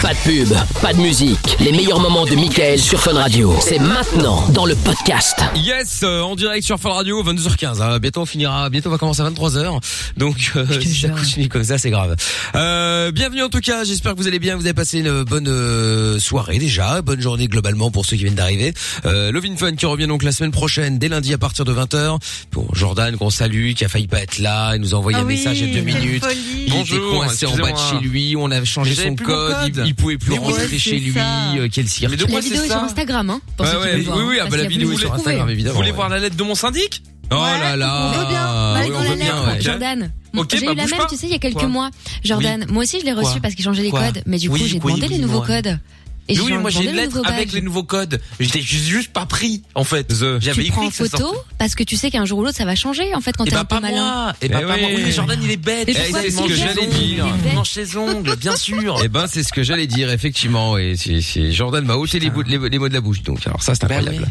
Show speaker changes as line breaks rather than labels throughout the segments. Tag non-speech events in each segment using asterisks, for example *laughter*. Pas de pub, pas de musique. Les meilleurs moments de Michael sur Fun Radio. C'est maintenant dans le podcast.
Yes, euh, en direct sur Fun Radio, 22h15. hein. Bientôt on finira, bientôt on va commencer à 23h. Donc euh, si ça continue comme ça, c'est grave. Euh, bienvenue en tout cas, j'espère que vous allez bien, vous avez passé une bonne euh, soirée déjà, bonne journée globalement pour ceux qui viennent d'arriver. Euh, Lovin Fun qui revient donc la semaine prochaine, dès lundi à partir de 20h. Bon, Jordan qu'on salue, qui a failli pas être là, il nous a envoyé un message il y a deux minutes. Il
Bonjour,
était coincé en bas de
excusez-moi.
chez lui, on a changé
Mais j'avais
son
plus mon
code, Il,
code.
il pouvait plus
Mais oui,
rentrer
c'est
chez lui,
ça.
euh, quel cirque.
Mais de
La
quoi c'est
vidéo est sur
ça
Instagram, hein. pour
Ouais,
ceux qui
ouais,
veulent
oui,
voir,
oui, ah,
parce
bah, la
qu'il y a
vidéo
plus
est
de
sur
trouver.
Instagram, évidemment.
Vous voulez
ouais.
voir la lettre de mon syndic
Oh là là
On veut
Ah
bien.
Oui,
Mal dans
on
la
veut bien,
lettre,
ouais.
Jordan.
Ok,
j'ai
bah,
eu la
bouge
même,
pas.
tu sais, il y a quelques
Quoi
mois. Jordan, moi aussi, je l'ai reçu
Quoi
parce qu'ils changeaient les
Quoi
codes. Mais du coup,
Oui,
j'ai
oui,
demandé les
oui,
nouveaux
moi.
codes.
Mais
Et j'ai
oui, moi j'ai
demandé
une
le
lettre
nouveau
avec
badge.
les nouveaux codes. J'étais juste, juste pas pris en fait. J'avais
Tu prends
écrit
en
que ça
photo
sortait.
parce que tu sais qu'un jour ou l'autre, ça va changer en fait quand
Et
t'es
bah
un peu
pas
malin.
moi. Et bah
Eh
pas moi.
ouais.
Oui, mais Jordan il est bête.
Et
Eh,
pourquoi
C'est
il
ce que
mange
j'allais
ses
dire.
ongles
Il mange ses ongles, bien sûr.
Eh ben, c'est ce que j'allais dire, effectivement. Et c'est- c'est Jordan m'a ôté les, bouts- les- les mots de la bouche, donc. Alors ça, c'est
Bah
incroyable.
ouais.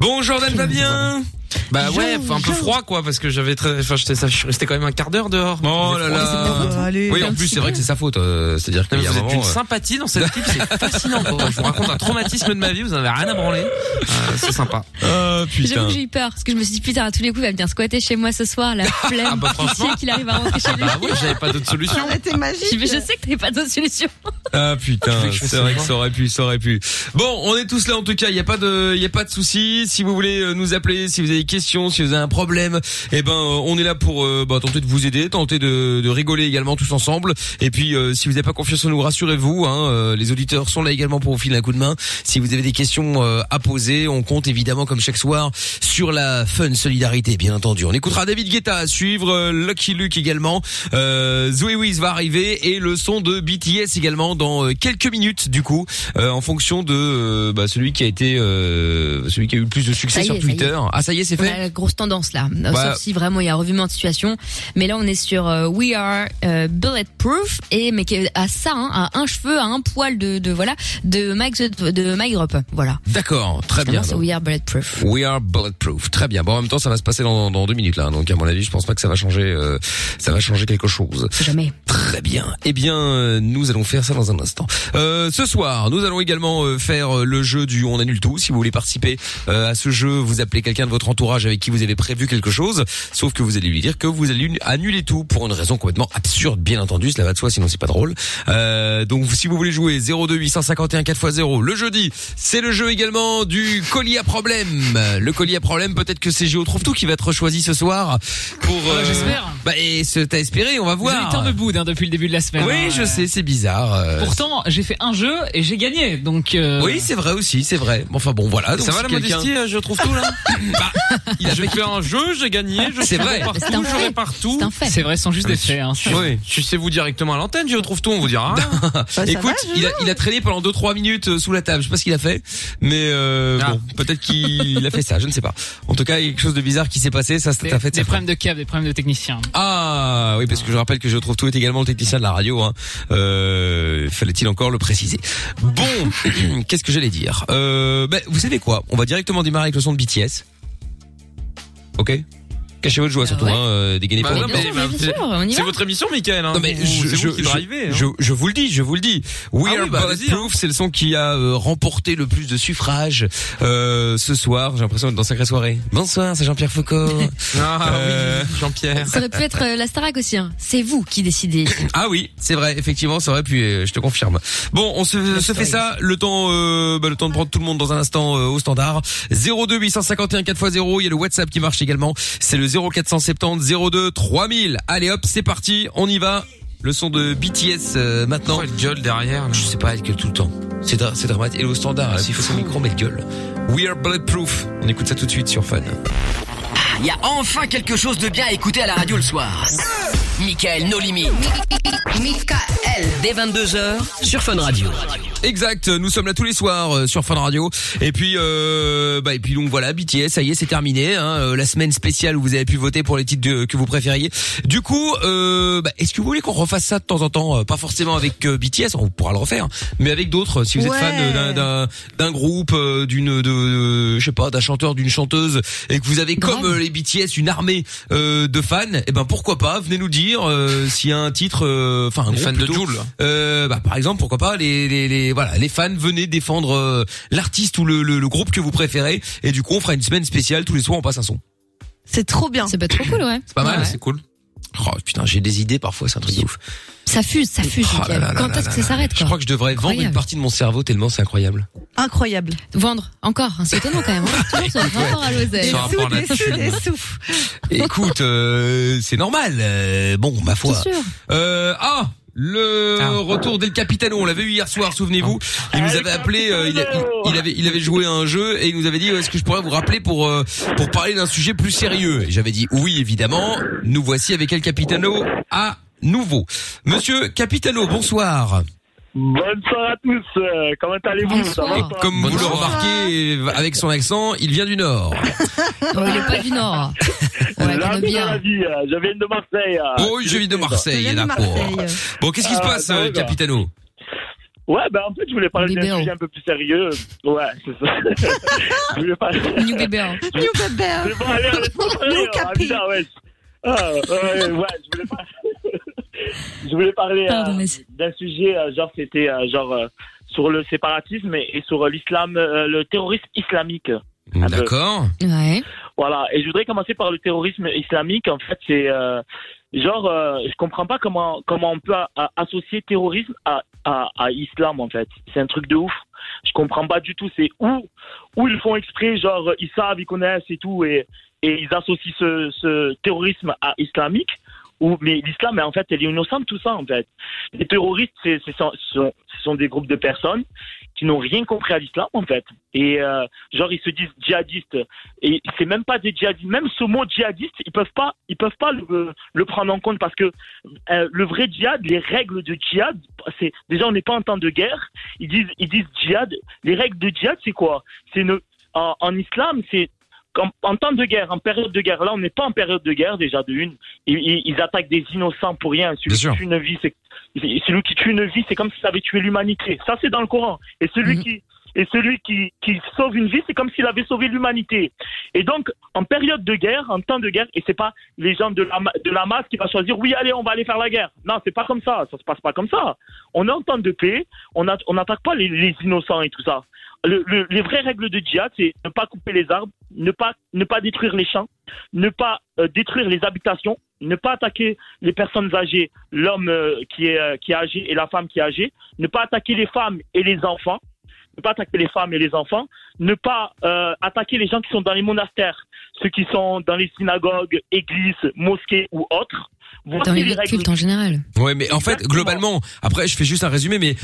Bon, Jordan va bien.
Bah
Jean,
ouais, enfin, un peu
Jean.
froid quoi, parce que j'avais très, enfin, j'étais, ça- je suis resté quand même un quart d'heure dehors.
Oh là
Mais c'est de ta
là.
faute.
hein
Oui, en
Un
plus,
petit
c'est vrai
peu.
que c'est sa faute. euh, C'est-à-dire
Non,
qu'il
mais
y a un
vous êtes
moment.
une
euh,
sympathie dans cette équipe,
*laughs*
c'est fascinant. pour moi. Je vous raconte un traumatisme de ma vie, vous en avez rien à branler. Euh, c'est sympa.
Ah,
J'avoue
putain.
que j'ai eu peur parce que je me suis dit putain à tous les coups il va venir squatter chez moi ce soir la flemme
Ah bah,
Qui sait
franchement.
qu'il arrive
*laughs*
à rentrer chez lui.
Bah oui, j'avais pas d'autre solution.
T'es
Je,
magique.
mais je sais que t'avais pas d'autre solution.
Ah putain,
que je fais
c'est
ça,
vrai que
moi
ça aurait pu, ça aurait pu. Bon, on est tous là en tout cas, il y a pas de il y a pas de souci, si vous voulez euh, nous appeler, si vous avez des questions, si vous avez un problème, eh ben euh, on est là pour euh, bah, tenter de vous aider, tenter de, de rigoler également tous ensemble et puis euh, si vous n'avez pas confiance en nous, rassurez-vous hein, euh, les auditeurs sont là également pour vous filer un coup de main. Si vous avez des questions euh, à poser, on compte évidemment comme chaque soir sur la fun solidarité bien entendu. On écoutera David Guetta à suivre, euh, Lucky Luke également, euh, Zoé Wiz va arriver et le son de BTS également dans euh, quelques minutes du coup euh, en fonction de euh, bah, celui qui a été euh, celui qui a eu le plus de succès
Ça y
sur
est, ça y est.
Twitter. Ah ça y est, c'est
On
fait.
a la grosse tendance là, Euh,
Bah-
sauf si vraiment il y a un revirement de situation. Mais là, on est sur euh, We Are euh, Bulletproof et mais qui- à ça, hein, à un cheveu, à un poil de, de voilà de Mike The- de Mike Grupp. Voilà.
D'accord, très bien.
C'est
donc.
We Are Bulletproof.
We are bulletproof. Très bien. Bon, en même temps, ça va se passer dans, dans deux minutes là. hein. Donc, à mon avis, je pense pas que ça va changer. euh, ça va changer quelque chose.
Jamais.
Très bien. Eh bien, euh, nous allons faire ça dans un instant. Euh, ce soir, nous allons également euh, faire euh, le jeu du on annule tout. Si vous voulez participer euh, à ce jeu, vous appelez quelqu'un de votre entourage avec qui vous avez prévu quelque chose, sauf que vous allez lui dire que vous allez annuler tout pour une raison complètement absurde, bien entendu. Cela va de soi, sinon c'est pas drôle. Euh, donc, si vous voulez jouer 02 851 4x0 le jeudi, c'est le jeu également du collier à problème. Le collier à problème, peut-être que c'est Géo trouve tout qui va être choisi ce soir pour. euh,
Ah j'espère.
Bah, et ce- t'as espéré, on va
Vous
voir.
avez tant de boude hein, depuis le début de la semaine.
Oui,
hein,
je
euh,
sais, c'est bizarre. euh,
Pourtant, j'ai fait un jeu et j'ai gagné, donc. euh,
Oui, c'est vrai aussi, c'est vrai. Bon, Enfin bon, voilà. donc
ça va
si
la
quelqu'un-
modestie, euh, je trouve tout
*laughs*
là
Bah, il a
J'ai
fait-
fait un jeu, j'ai gagné, je
*laughs* C'est
suis
vrai.
bon
C'est un
partout,
fait.
j'aurai partout.
C'est un fait.
C'est vrai, ce sont juste des faits. Hein.
Oui, sucez-vous directement à l'antenne, je retrouve tout, on vous
*laughs*
dira.
Bah, ça
Écoute,
va, je-
il, a, il a traîné pendant 2-3 minutes euh, sous la table. Je sais pas ce qu'il a fait, mais euh,
Ah.
bon, peut-être qu'il a fait ça. Je ne sais pas. En tout cas, il y a quelque chose de bizarre qui s'est passé. Ça,
Des,
c'est un fait.
des
c'est
problèmes de câble, des problèmes de technicien.
Ah oui, parce que je rappelle que je trouve tout est également le technicien de la radio. Hein. Euh, Fallait-il encore le préciser Bon, *coughs* qu'est-ce que j'allais dire euh, ben, Vous savez quoi On va directement démarrer avec le son de BTS. Ok Cachez votre joie
Ah
surtout,
ouais.
hein, euh, dégainez
Bah
pas.
non,
bien sûr, mais bien sûr, on y
C'est
va.
votre émission, Michael. Hein.
Non mais
Vous-
je,
c'est
je,
vous qui
je-
drivez, hein.
je- je vous le dis, je vous le dis. We
Ah
Are
oui, bah, vas-y,
Bulletproof, c'est le son qui a euh, remporté le plus de suffrages euh, ce soir. J'ai l'impression d'être dans Sacrée Soirée. Bonsoir, c'est Jean-Pierre Foucault.
Ah
Euh,
oui, Jean-Pierre.
Ça aurait pu être euh, la Starac aussi. Hein. C'est vous qui décidez.
Ah oui, c'est vrai, effectivement, ça aurait pu, euh, je te confirme. Bon, on se, se fait ça, le temps euh, bah, le temps de prendre tout le monde dans un instant euh, au standard. 02 851 4x0, il y a le WhatsApp qui marche également, c'est le 0470 02 3000. Allez hop, c'est parti, on y va. Le son de BTS euh, maintenant.
Pourquoi elle gueule derrière là Ah,
Je sais pas, elle gueule tout le temps. C'est dra- c'est dramatique. Et au standard, elle fait son micro, mais elle gueule. We are bulletproof. On écoute ça tout de suite sur Fun.
Ah, Il y a enfin quelque chose de bien à écouter à la radio le soir. Michael No Limit. Michael. Dès 22h sur Fun Radio.
Exact, nous sommes là tous les soirs euh, sur Fun Radio. Et puis, euh, bah, et puis donc voilà, BTS, ça y est, c'est terminé. hein, euh, la semaine spéciale où vous avez pu voter pour les titres de- que vous préfériez. Du coup, euh, bah, est-ce que vous voulez qu'on refasse ça de temps en temps euh, Pas forcément avec euh, BTS, on pourra le refaire, hein, mais avec d'autres. Si vous êtes
Ouais.
fan euh, d'un- d'un d'un groupe, euh, d'une, de, de- je sais pas, d'un chanteur, d'une chanteuse, et que vous avez
Grave.
comme euh, les BTS une armée eh euh, de fans, et ben pourquoi pas Venez nous dire euh, s'il y a un titre, euh, enfin
Les
un groupe
fans de
plutôt,
Jul.
euh, bah, par exemple, pourquoi pas les, les, les- voilà les fans venez défendre euh, l'artiste ou le, le- le groupe que vous préférez et du coup on fera une semaine spéciale tous les soirs on passe un son.
C'est trop bien.
C'est pas trop cool, ouais.
C'est pas mal,
Ouais.
c'est cool. Oh putain, j'ai des idées parfois, c'est un truc de ouf.
Ça fuse, ça fuse.
Oh là
Mickaël.
là là
Quand
là
est-ce
là
que ça
là.
s'arrête
Je
quoi
crois que je devrais vendre une
Incroyable.
partie de mon cerveau tellement c'est incroyable.
Incroyable.
Vendre encore, hein, c'est étonnant quand même. hein.
*laughs*
Toujours ce rapport à l'oseille.
Des
Sur un
sous,
rapport
des
là-dessus.
sous, des sous.
Écoute, euh, c'est normal. euh, bon, ma foi.
C'est sûr.
Euh, ah le
Ah.
retour d'El Capitano, on l'avait eu hier soir, souvenez-vous. Il nous avait appelé, euh, il, a- il- il avait, il avait joué à un jeu et il nous avait dit euh, est-ce que je pourrais vous rappeler pour euh, pour parler d'un sujet plus sérieux. Et J'avais dit oui évidemment. Nous voici avec El Capitano à nouveau. Monsieur Capitano, bonsoir.
Bonne soirée à tous. euh, Comment allez-vous Ça va
Bonsoir.
pas
Comme vous le
Bonsoir.
remarquez avec son accent, il vient du Nord.
Oh, il est pas du Nord. On la
La
connaît
vie, la
bien.
vie, euh, Je viens de Marseille.
Ah.
euh,
Oh, je vis de
Je
Marseille,
viens de
d'accord.
Marseille.
Bon, qu'est-ce qui se
Ah,
passe, euh,
d'accord.
Capitano
Ouais, ben en fait, je voulais parler d'un
Libéro.
sujet un peu plus sérieux. Ouais, c'est ça. *laughs* je voulais parler.
New Baby. hein.
New bébé.
Je vais aller à
Nous,
Ah,
Capi.
putain, ouais. Ah, ouais, ouais, je voulais parler. *laughs* je voulais parler euh,
Pardon, vas-y.
d'un sujet, euh, genre, c'était euh, genre euh, sur le séparatisme et, et sur euh, l'islam, euh, le terrorisme islamique. peu.
D'accord.
Ouais.
Voilà, et je voudrais commencer par le terrorisme islamique. En fait, c'est euh, genre, euh, je comprends pas comment comment on peut a- a- associer terrorisme à, à, à islam en fait. C'est un truc de ouf. Je comprends pas du tout. C'est où où ils font exprès, genre euh, ils savent, ils connaissent et tout, et et ils associent ce, ce terrorisme à islamique. Ou mais l'islam, mais en fait, elle est innocente tout ça en fait. Les terroristes, c'est c'est- ce sont, ce sont- ce sont des groupes de personnes qui n'ont rien compris à l'islam en fait. Et euh, genre ils se disent djihadistes et c'est même pas des djihadistes. Même ce mot djihadiste, ils peuvent pas, ils peuvent pas le, le prendre en compte parce que euh, le vrai djihad, les règles de djihad, c'est déjà on n'est pas en temps de guerre. Ils disent, ils disent djihad. Les règles de djihad, c'est quoi C'est ne en, en islam, c'est qu'en- en temps de guerre, en période de guerre. Là, on n'est pas en période de guerre déjà de une. Ils, ils- ils attaquent des innocents pour rien. Celui
Bien sûr.
qui tue une vie, c'est celui qui tue une vie, c'est comme s'il avait tué l'humanité. Ça, c'est dans le Coran. Et celui
Mhm.
qui et celui qui, qui sauve une vie, c'est comme s'il avait sauvé l'humanité. Et donc, en période de guerre, en temps de guerre, et c'est pas les gens de la, ma- de la masse qui va choisir, oui, allez, on va aller faire la guerre. Non, c'est pas comme ça, ça se passe pas comme ça. On est en temps de paix, on a- on n'attaque pas les, les innocents et tout ça. Le- le- les vraies règles de djihad, c'est ne pas couper les arbres, ne pas, ne pas détruire les champs, ne pas euh, détruire les habitations, ne pas attaquer les personnes âgées, l'homme euh, qui, est, euh, qui est âgé et la femme qui est âgée, ne pas attaquer les femmes et les enfants, ne pas attaquer les femmes et les enfants, ne pas euh, attaquer les gens qui sont dans les monastères, ceux qui sont dans les synagogues, églises, mosquées ou autres.
Dans
Voici
les lieux de culte en général.
Ouais, mais en fait,
Exactement.
globalement, après, je fais juste un résumé, mais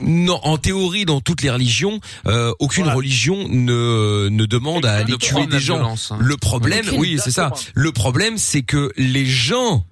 non, en théorie, dans toutes les religions, euh, aucune
Voilà.
religion ne ne demande à aller tuer des gens. Le problème,
Le crime.
oui, c'est ça.
Exactement.
Le problème, c'est que les gens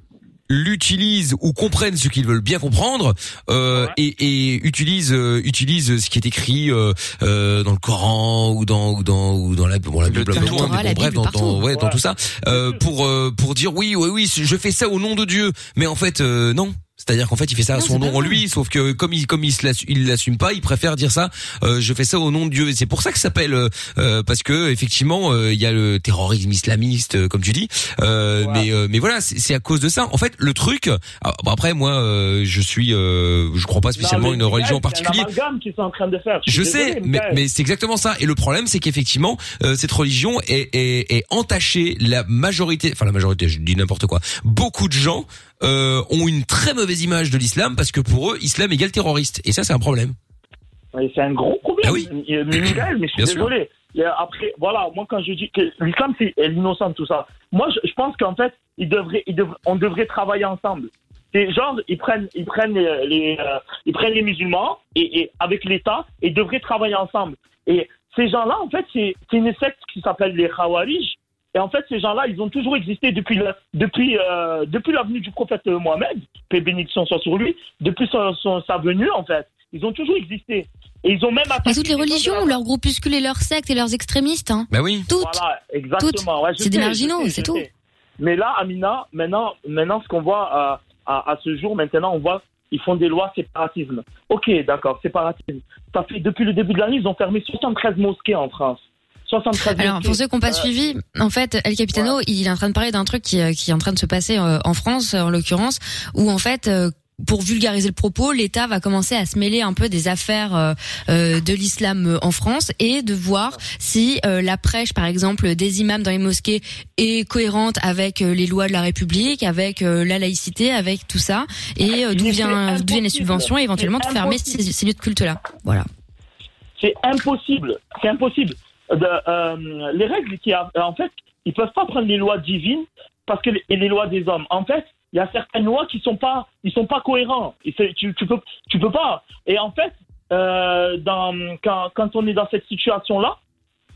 l'utilisent ou comprennent ce qu'ils veulent bien comprendre euh,
Ouais.
et, et utilisent euh, utilisent ce qui est écrit euh, euh, dans le Coran ou dans ou dans ou dans la bon la
Le
Bible un peu
Torah,
moins, mais
la
bref
Bible,
dans, dans-
partout.
ouais, dans
Ouais.
tout ça euh,
Mm.
pour euh, pour dire oui oui oui je fais ça au nom de Dieu mais en fait euh, non c'est-à-dire qu'en fait, il fait ça à
Non,
son
c'est pas
nom en
vrai.
lui, sauf que comme il comme il se l'assu- il l'assume pas, il préfère dire ça. euh, je fais ça au nom de Dieu. Et c'est pour ça que ça s'appelle euh, euh, parce que effectivement, euh, il y a le terrorisme islamiste, euh, comme tu dis. Euh,
Voilà.
Mais euh, mais voilà, c'est c'est à cause de ça. En fait, le truc. ah, bon, après, moi, euh, je suis, euh, je crois pas spécialement une religion en particulier.
C'est un amalgame qu'ils sont en train de faire.
Je
suis
sais,
désolé,
mais,
Michael.
mais c'est exactement ça. Et le problème, c'est qu'effectivement, euh, cette religion est, est, est entachée. La majorité, enfin la majorité, je dis n'importe quoi. Beaucoup de gens euh, ont une très mauvaise image de l'islam parce que pour eux, islam égale terroriste. Et ça, c'est un problème.
Ouais, C'est un gros problème.
Ah oui.
Euh, Mais Michael, mais je suis
Bien sûr.
désolé. Et après, voilà, moi quand je dis que l'islam c'est l'innocent tout ça, moi je, je pense qu'en fait, ils devraient, ils dev- on devrait travailler ensemble. C'est genre ils prennent, ils prennent les, les, euh, ils prennent les musulmans et, et avec l'État et ils devraient travailler ensemble. Et ces gens-là, en fait, c'est c'est une secte qui s'appelle les Khawarij. Et en fait, ces gens-là, ils ont toujours existé depuis le- depuis euh, depuis l'avenue du prophète euh, Mohammed, paix et bénédiction soit sur lui, depuis son, son- sa venue, en fait. Ils ont toujours existé. Et ils ont même attaqué
Mais toutes les
gens de la-
religions, leurs groupuscules et leurs sectes et leurs extrémistes, hein.
Bah oui.
Toutes.
Voilà, exactement. Ouais, je
C'est
sais,
des
je
marginaux,
sais,
c'est
je
tout.
sais. Mais là, Amina, maintenant, maintenant ce qu'on voit euh, à, à ce jour, maintenant, on voit ils font des lois séparatisme. Ok, d'accord, séparatisme. Ça fait depuis le début de l'année, ils ont fermé 73 mosquées en France. 73
Alors,
mosquées.
pour ceux qui n'ont pas
Euh,
suivi, en fait, El Capitano, il est en train de parler d'un truc qui, euh, qui est en train de se passer euh, en France, euh, en l'occurrence, où en fait, euh, pour vulgariser le propos, l'État va commencer à se mêler un peu des affaires euh, euh, de l'islam euh, en France et de voir si euh, la prêche, par exemple, des imams dans les mosquées est cohérente avec euh, les lois de la République, avec euh, la laïcité, avec tout ça, et euh, d'où
Mais
vient,
c'est
d'où viennent les
impossible.
subventions, et éventuellement de
C'est
fermer
impossible.
ces, ces lieux de culte-là. Voilà.
C'est impossible. C'est impossible. De- euh, les règles qui, a- en fait, ils peuvent pas prendre les lois divines parce que et les lois des hommes. En fait, il y a certaines lois qui sont pas, ils sont pas cohérents. Et c'est- tu, tu peux, tu peux pas. Et en fait, euh, dans, quand, quand on est dans cette situation-là,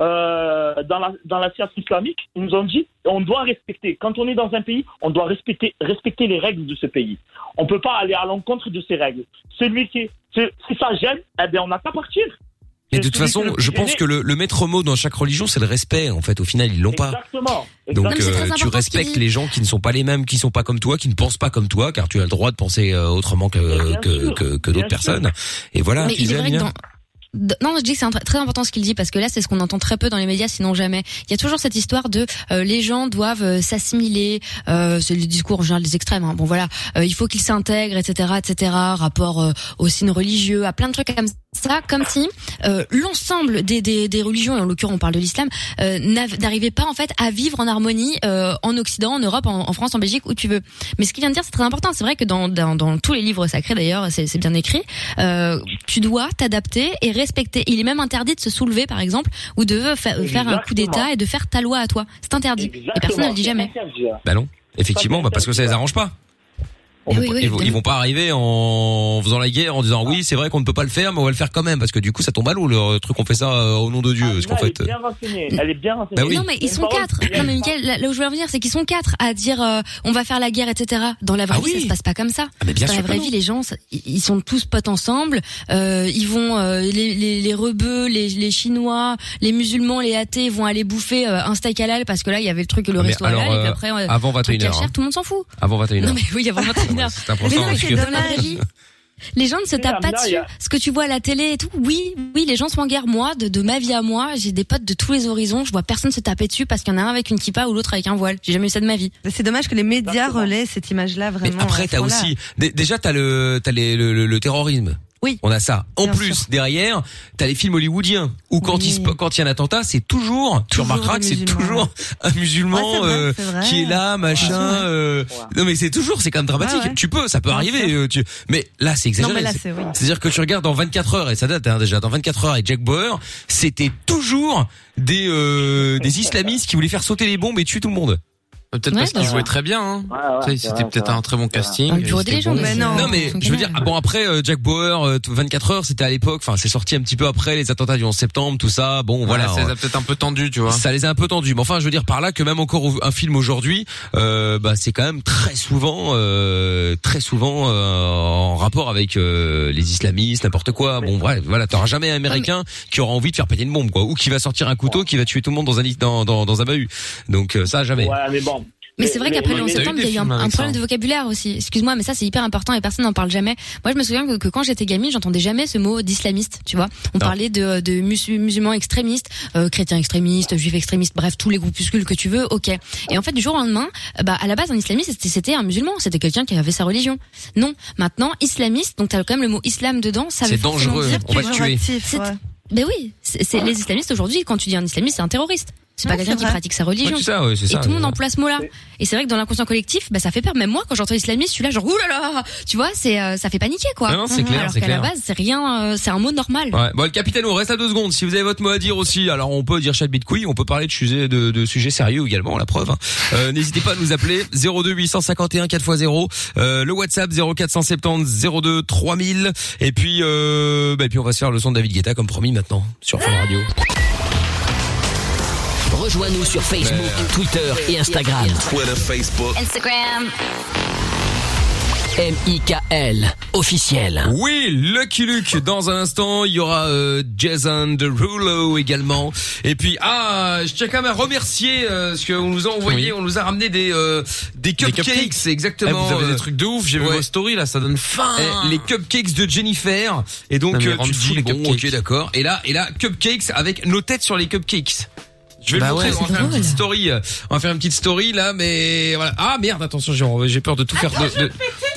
euh, dans la dans la science islamique, ils nous ont dit on doit respecter. Quand on est dans un pays, on doit respecter respecter les règles de ce pays. On peut pas aller à l'encontre de ces règles. Celui qui ce- si ça gêne, eh bien on a qu'à partir.
Et de
C'est
toute
celui qui est
façon,
le plus
je pense
gêné.
que le, le maître mot dans chaque religion, c'est le respect. En fait, au final, ils l'ont pas.
Exactement.
Donc,
Non, mais
euh, tu
c'est très important ce qu'il
respectes
dit.
les gens qui ne sont pas les mêmes, qui sont pas comme toi, qui ne pensent pas comme toi, car tu as le droit de penser euh, autrement que
Bien
que,
sûr,
que, que d'autres
bien sûr.
personnes. Et voilà.
Mais
tu
il est
disais,
vrai que
Amina
dans- d- Non, je dis que c'est un tr- très important ce qu'il dit parce que là, c'est ce qu'on entend très peu dans les médias, sinon jamais. Il y a toujours cette histoire de euh, les gens doivent euh, s'assimiler. euh, c'est le discours en général des extrêmes. hein. Bon voilà, euh, il faut qu'ils s'intègrent, etc., etc. Rapport euh, aux signes religieux, à plein de trucs comme ça, comme si euh, l'ensemble des, des, des religions, et en l'occurrence on parle de l'islam, euh, n'av- n'arrivaient pas en fait à vivre en harmonie euh, en Occident, en Europe, en, en France, en Belgique, où tu veux. Mais ce qu'il vient de dire, c'est très important. C'est vrai que dans, dans, dans tous les livres sacrés d'ailleurs, c'est c'est bien écrit, euh, tu dois t'adapter et respecter. Il est même interdit de se soulever par exemple, ou de fa- faire un coup
Exactement.
d'État et de faire ta loi à toi. C'est interdit. Et personne ne le dit jamais.
Bah non. Effectivement, bah parce que ça les arrange pas.
Eh oui, oui,
ils, vont,
évidemment.
ils vont pas arriver en faisant la guerre en disant
Ah.
oui c'est vrai qu'on ne peut pas le faire mais on va le faire quand même parce que du coup ça tombe à l'eau le truc on fait ça euh, au nom de Dieu parce qu'en fait
Ah, Elle est bien renseignée.
Mm.
Elle est bien renseignée.
Bah oui.
Non mais ils
Une
sont
parole
quatre.
qui
Non mais
aime.
Mickaël, là, là où je veux revenir, c'est qu'ils sont quatre à dire euh, on va faire la guerre, etc. Dans la vraie
Ah
vie,
oui.
ça se passe pas comme ça.
Ah, mais bien
Dans la
sûr que
vraie
non.
vie, les gens, ça- ils ils sont tous potes ensemble. euh, ils vont euh, les, les, les rebeux, les, les chinois, les musulmans, les athées vont aller bouffer euh, un steak halal parce que là il y avait le truc le
Mais
resto
alors,
halal et puis
euh,
après euh,
avant
truc
21h
cachère, tout le monde s'en fout.
avant 21h
Non mais oui, avant 21h.
c'est
Mais
important
non, mais
parce
c'est
que
dans
*laughs*
la vie. Les gens ne se
Oui,
tapent pas
Amina, il y
dessus.
a-
Ce que tu vois à la télé et tout, oui, oui, les gens sont en guerre. Moi, de, de ma vie à moi, j'ai des potes de tous les horizons. Je vois personne se taper dessus parce qu'il y en a un avec une kippa ou l'autre avec un voile. J'ai jamais eu ça de ma vie.
Mais C'est dommage que les médias
Exactement.
relaient cette image-là
Mais
vraiment. à
après,
ce
t'as
point-là.
aussi dé- déjà t'as le t'as les- le, le, le terrorisme.
Oui.
On a ça. En
Bien
plus, derrière, t'as les films hollywoodiens où quand
Oui.
il se pa- quand il y a un attentat, c'est toujours, tu
Toujours
remarqueras
un
que c'est
musulman.
toujours un musulman
Ouais, c'est vrai,
euh,
c'est vrai.
qui est là, machin. euh, Non mais c'est toujours, c'est quand même dramatique.
Ouais, ouais.
Tu peux, ça peut
Bien
arriver. euh, tu... Mais là, c'est
Non,
exagéré.
mais là,
C'est-
c'est oui.
c'est-à-dire que tu regardes dans 24 heures et ça date hein, déjà dans 24 heures et Jack Bauer, c'était toujours des euh, des islamistes qui voulaient faire sauter les bombes et tuer tout le monde.
Peut-être
Ouais,
parce
bah
qu'il
ouais.
jouait très bien. Hein.
Ouais, ouais,
Tu sais,
c'est
C'était
vrai,
peut-être
c'est
un très bon casting.
Dans le bureau
C'était
des légendes.
bon.
Mais non.
Non mais je veux dire ah bon après euh, Jack Bauer euh, 24 heures c'était à l'époque enfin c'est sorti un petit peu après les attentats du 11 septembre tout ça bon
Voilà,
voilà
ça les
euh,
a peut-être un peu tendu, tu vois.
ça les a un peu tendus mais enfin je veux dire par là que même encore au- un film aujourd'hui euh, bah c'est quand même très souvent euh, très souvent euh, en rapport avec euh, les islamistes n'importe quoi bon bref voilà t'auras jamais un américain qui aura envie de faire péter une bombe quoi ou qui va sortir un couteau qui va tuer tout le monde dans un lit- dans dans, dans un bahut donc euh, ça jamais
Ouais, mais bon.
Mais c'est vrai qu'après le 11
t'as eu
septembre,
des
il y a eu un,
films
un
avec
hein.
problème
ça.
de vocabulaire aussi. Excuse-moi, mais ça c'est hyper important et personne n'en parle jamais. Moi, je me souviens que, que quand j'étais gamine, j'entendais jamais ce mot d'islamiste. Tu vois, on parlait de, de musu- musulmans extrémistes, euh, chrétiens extrémistes, juifs extrémistes, bref, tous les groupuscules que tu veux. Ok. Et en fait, du jour au lendemain, euh, bah à la base, un islamiste c'était- c'était un musulman, c'était quelqu'un qui avait sa religion. Non, maintenant, islamiste, donc t'as quand même le mot islam dedans. ça veut
C'est
forcément
dangereux.
dire-
On va te tuer.
Péjoratif, ouais.
Ben oui, c'est c'est- les islamistes aujourd'hui. Quand tu dis un islamiste, c'est un terroriste. C'est pas
Ouais,
quelqu'un
c'est
qui
vrai.
pratique sa
Ouais,
religion.
c'est ça ouais, c'est
Et
ça
tout le monde
ouais.
emploie ce mot-là. Et c'est vrai que dans l'inconscient collectif, bah, ça fait peur. Même moi, quand j'entends islamiste, je suis là genre, oulala, tu vois, c'est, euh, ça fait paniquer, quoi.
Non, non, c'est clair,
Alors
c'est
qu'à la
clair.
base, c'est rien, euh, c'est un mot normal.
Ouais. Bon, le capitaine, on reste à deux secondes. Si vous avez votre mot à dire aussi, alors on peut dire chat bitcoin, on peut parler de sujets de, de sujets sérieux également, la preuve. hein. Euh, N'hésitez pas à nous appeler *laughs* 02 851 4x0, euh, le WhatsApp 0470 02 3000, et puis euh, bah, et puis on va se faire le son de David Guetta comme promis maintenant sur Fun Radio.
Rejoins-nous sur Facebook, Twitter et Instagram.
Twitter, Facebook.
Instagram.
M.I.K.L. officiel.
Oui, Lucky Luke dans un instant, il y aura euh, Jason Derulo également. Et puis ah, je tiens quand même à remercier euh, ce qu'on nous a envoyé, on nous a ramené des euh, des cupcakes,
cupcakes.
c'est exactement
Eh, vous avez
euh,
des trucs de ouf, j'ai
ouais.
vu vos stories là, ça donne faim.
eh, les cupcakes de Jennifer et donc
Non, mais
euh, tu
rendez
te
fous,
dis
les
bon
cupcakes.
OK d'accord et là et là cupcakes avec nos têtes sur les cupcakes. Je vais
Bah
le montrer,
ouais.
on va
C'est
faire une
drôle.
petite story, euh, on va faire une petite story là mais voilà. Ah merde, attention, j'ai j'ai peur de tout faire de, de,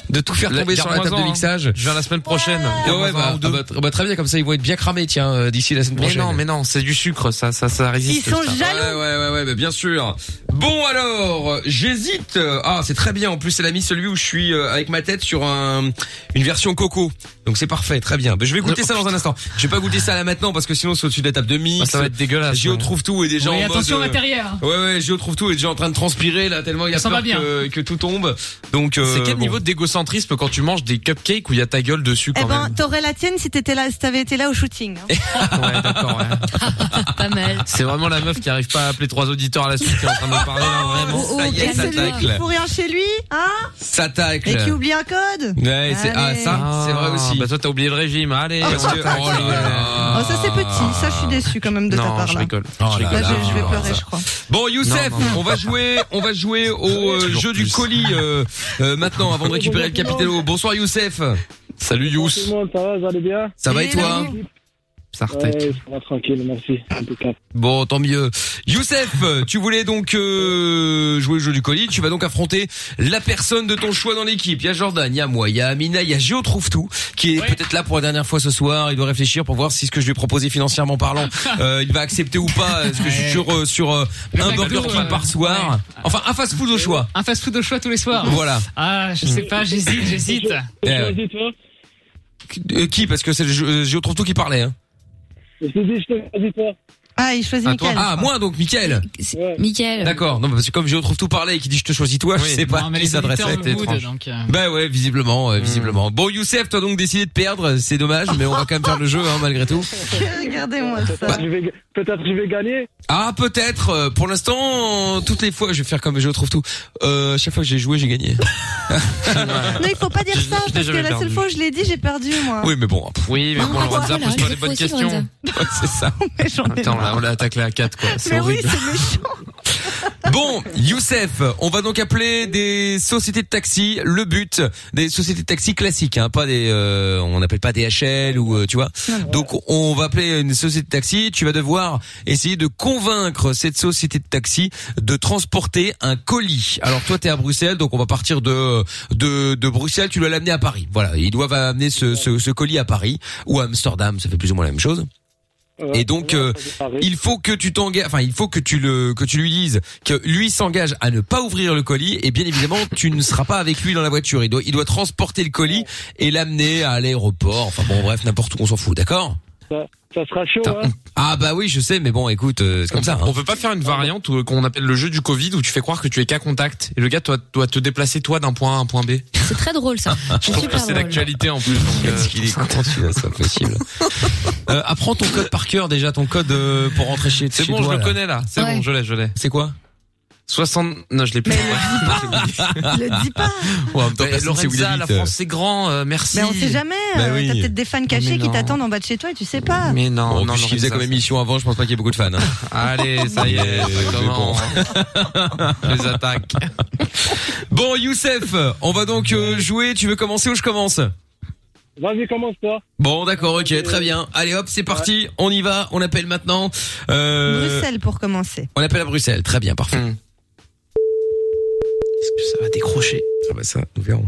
de tout faire
Là,
tomber sur la
garde-moi-en,
table de
hein.
mixage.
Je viens la semaine prochaine.
Ouais, ouais, bah, ah bah, tr- bah, très bien, comme ça ils vont être bien cramés, tiens, euh, d'ici la semaine
Mais
prochaine.
non, mais non, c'est du sucre, ça, ça, ça résiste. ça.
Ouais, ouais, ouais, ouais, bah, bien sûr. Bon alors, euh, j'hésite. euh, Ah, c'est très bien. En plus, elle a mis celui où je suis euh, avec ma tête sur un, une version coco. Donc c'est parfait, très bien. Bah, je vais goûter ça dans un instant. Je vais pas goûter ça là maintenant parce que sinon c'est au-dessus de la table de mix.
Ah, ça va être dégueulasse.
Gio
ouais.
trouve tout et déjà
Oui,
en
attention
mode. euh,
matériel.
Ouais ouais, Gio trouve tout et déjà en train de transpirer là tellement il y a
Ça va
peur
bien.
que, que tout tombe. Donc euh,
C'est quel
bon.
niveau d'égocentrisme quand tu manges des cupcakes où il y a ta gueule dessus
Eh
quand
ben,
même
t'aurais la tienne si t'étais là, si t'avais été là au shooting.
*laughs*
hein.
Ouais, d'accord, ouais.
Pas mal.
C'est vraiment la meuf qui arrive pas à appeler trois auditeurs à la suite qui est en train de parler là, vraiment.
Oh,
Ah, ça y est,
Et
casse-le.
ça
celui qui
tacle.
fout rien chez lui, hein,
Ça tacle.
et qui oublie un code.
Ouais, c'est ah
Allez.
ça, c'est vrai aussi.
Bah toi t'as oublié le régime, allez.
Parce que- oh là là.
Oh, ça c'est petit, ça je suis déçue quand même de ta
non,
part
je
là.
rigole.
Oh
je
là
Là,
rigole.
je, je vais
Non,
pleurer,
ça-
je crois.
Bon Youssef,
Non, non, non.
on va jouer, on va jouer au
*laughs*
euh,
Toujours
jeu du
plus.
colis euh, euh, maintenant avant de récupérer le capitalo. Bonsoir Youssef.
Salut Yous.
Tout le monde, ça va, vous allez bien
Ça va et
Salut.
toi
Sartek.
Ouais, ça va tranquille, merci. Impeccable.
Bon, tant mieux. Youssef, tu voulais donc euh, jouer au jeu du colis. Tu vas donc affronter la personne de ton choix dans l'équipe. Il y a Jordan, il y a moi, il y a Amina, il y a Gio trouve tout, qui est
Oui.
peut-être là pour la dernière fois ce soir. Il doit réfléchir pour voir si ce que je lui ai proposé
*laughs*
financièrement parlant, euh, il va accepter ou pas. Parce que je suis
Ouais.
sur euh, sur euh,
Le
un
McDo,
burger king
euh,
par soir.
ouais.
Enfin, un fast-food au choix.
Un fast-food au choix tous les soirs.
Voilà.
Ah, je sais pas, j'hésite, j'hésite.
Tu
Eh,
choisis, toi
Euh, qui Parce que c'est le jeu- euh, Gio trouve tout qui parlait. Hein.
Je te dis, je te choisis, toi.
Ah, il choisit
À toi.
Mickaël.
Ah, moi donc, Michael.
C'est-
Ouais.
Mickaël.
D'accord. Non, parce que comme Gio trouve tout parlait et qui dit je te choisis toi, je
Oui.
sais pas
Non, mais
qui
les
s'adresse à
auditeurs
cette
me boudent,
étrange.
donc. euh,
Bah ouais, visiblement, euh, visiblement. Bon, Youssef, t'as donc décidé de perdre, c'est dommage, mais on va quand même faire le jeu, hein, malgré tout.
Regardez-moi ça.
Je vais- Peut-être je vais gagner.
Ah, peut-être. euh, Pour l'instant, euh, toutes les fois, je vais faire comme Gio trouve tout. Euh, chaque fois que j'ai joué, j'ai
*laughs*
gagné.
Non, il faut pas dire
Je-
ça,
je l'ai
parce que
jamais
la seule
perdu.
fois où je l'ai dit, j'ai perdu, moi.
Oui, mais bon, pff,
Oui, mais
Non,
bon,
attends,
Lorenza
Ah, voilà,
pose
je
pas les
le
bonnes
fais aussi,
questions.
Lorenza.
ouais, c'est ça.
*laughs* Mais j'en ai
Attends,
marre.
là, on l'a attaqué à 4, quoi. C'est
Mais oui,
horrible.
c'est méchant.
*laughs* Bon, Youssef, on va donc appeler des sociétés de taxi. Le but, des sociétés de taxi classiques, hein, pas des, euh, on n'appelle pas DHL ou euh, tu vois. Donc on va appeler une société de taxi. Tu vas devoir essayer de convaincre cette société de taxi de transporter un colis. Alors toi t'es à Bruxelles, donc on va partir de de, de Bruxelles. Tu dois l'amener à Paris. Voilà, ils doivent amener ce, ce, ce colis à Paris ou à Amsterdam. Ça fait plus ou moins la même chose.
Ouais,
Et donc,
ouais,
euh,
ça arrive.
Il faut que tu t'engages, enfin, il faut que tu le, que tu lui dises que lui s'engage à ne pas ouvrir le colis et bien évidemment, tu ne seras pas avec lui dans la voiture. Il doit, il doit transporter le colis et l'amener à l'aéroport. Enfin bon, bref, n'importe où, on s'en fout, d'accord
Ça sera chaud,
Putain.
hein.
Ah bah oui, je sais, mais bon, écoute, euh, c'est comme ça. hein.
On peut pas faire une variante où- euh, qu'on appelle le jeu du Covid où tu fais croire que tu es qu'à contact et le gars doit, doit te déplacer toi d'un point A à un point B.
C'est très drôle ça.
Je trouve que
Super
c'est
drôle.
d'actualité en plus. donc, euh,
Qu'est-ce qu'il est content, celui-là, c'est pas possible. *laughs* Euh, apprends ton code par cœur déjà, ton code euh, pour rentrer chez,
C'est
chez
bon, je
toi,
le
là.
connais là. C'est
Ouais.
bon, je l'ai, je l'ai.
C'est quoi
60 Non, je l'ai plus.
euh,
Le dis pas.
Ouais, en même temps,
Eh,
personne sait où il
Lorenza, la
habite, euh.
France c'est grand, euh, merci.
Mais on sait jamais.
Bah
euh,
oui.
T'as peut-être des fans cachés qui
non.
t'attendent en bas de chez toi et tu sais pas.
Mais non,
Bon, en
non,
plus, ce qu'il faisait
Lorenza,
comme émission avant, je pense pas qu'il y ait beaucoup de fans. hein.
c'est- *laughs* Allez, ça y est,
Mais
comment *laughs* Les attaques.
Bon, Youssef, on va donc euh, jouer. Tu veux commencer ou je commence
Vas-y, commence, toi.
Bon, d'accord, ok, très bien. Allez, hop, c'est parti. On y va. On appelle maintenant. Euh,
Bruxelles pour commencer.
On appelle à Bruxelles. Très bien, parfait.
Hmm. Est-ce que ça va décrocher
Ah bah ça, nous verrons.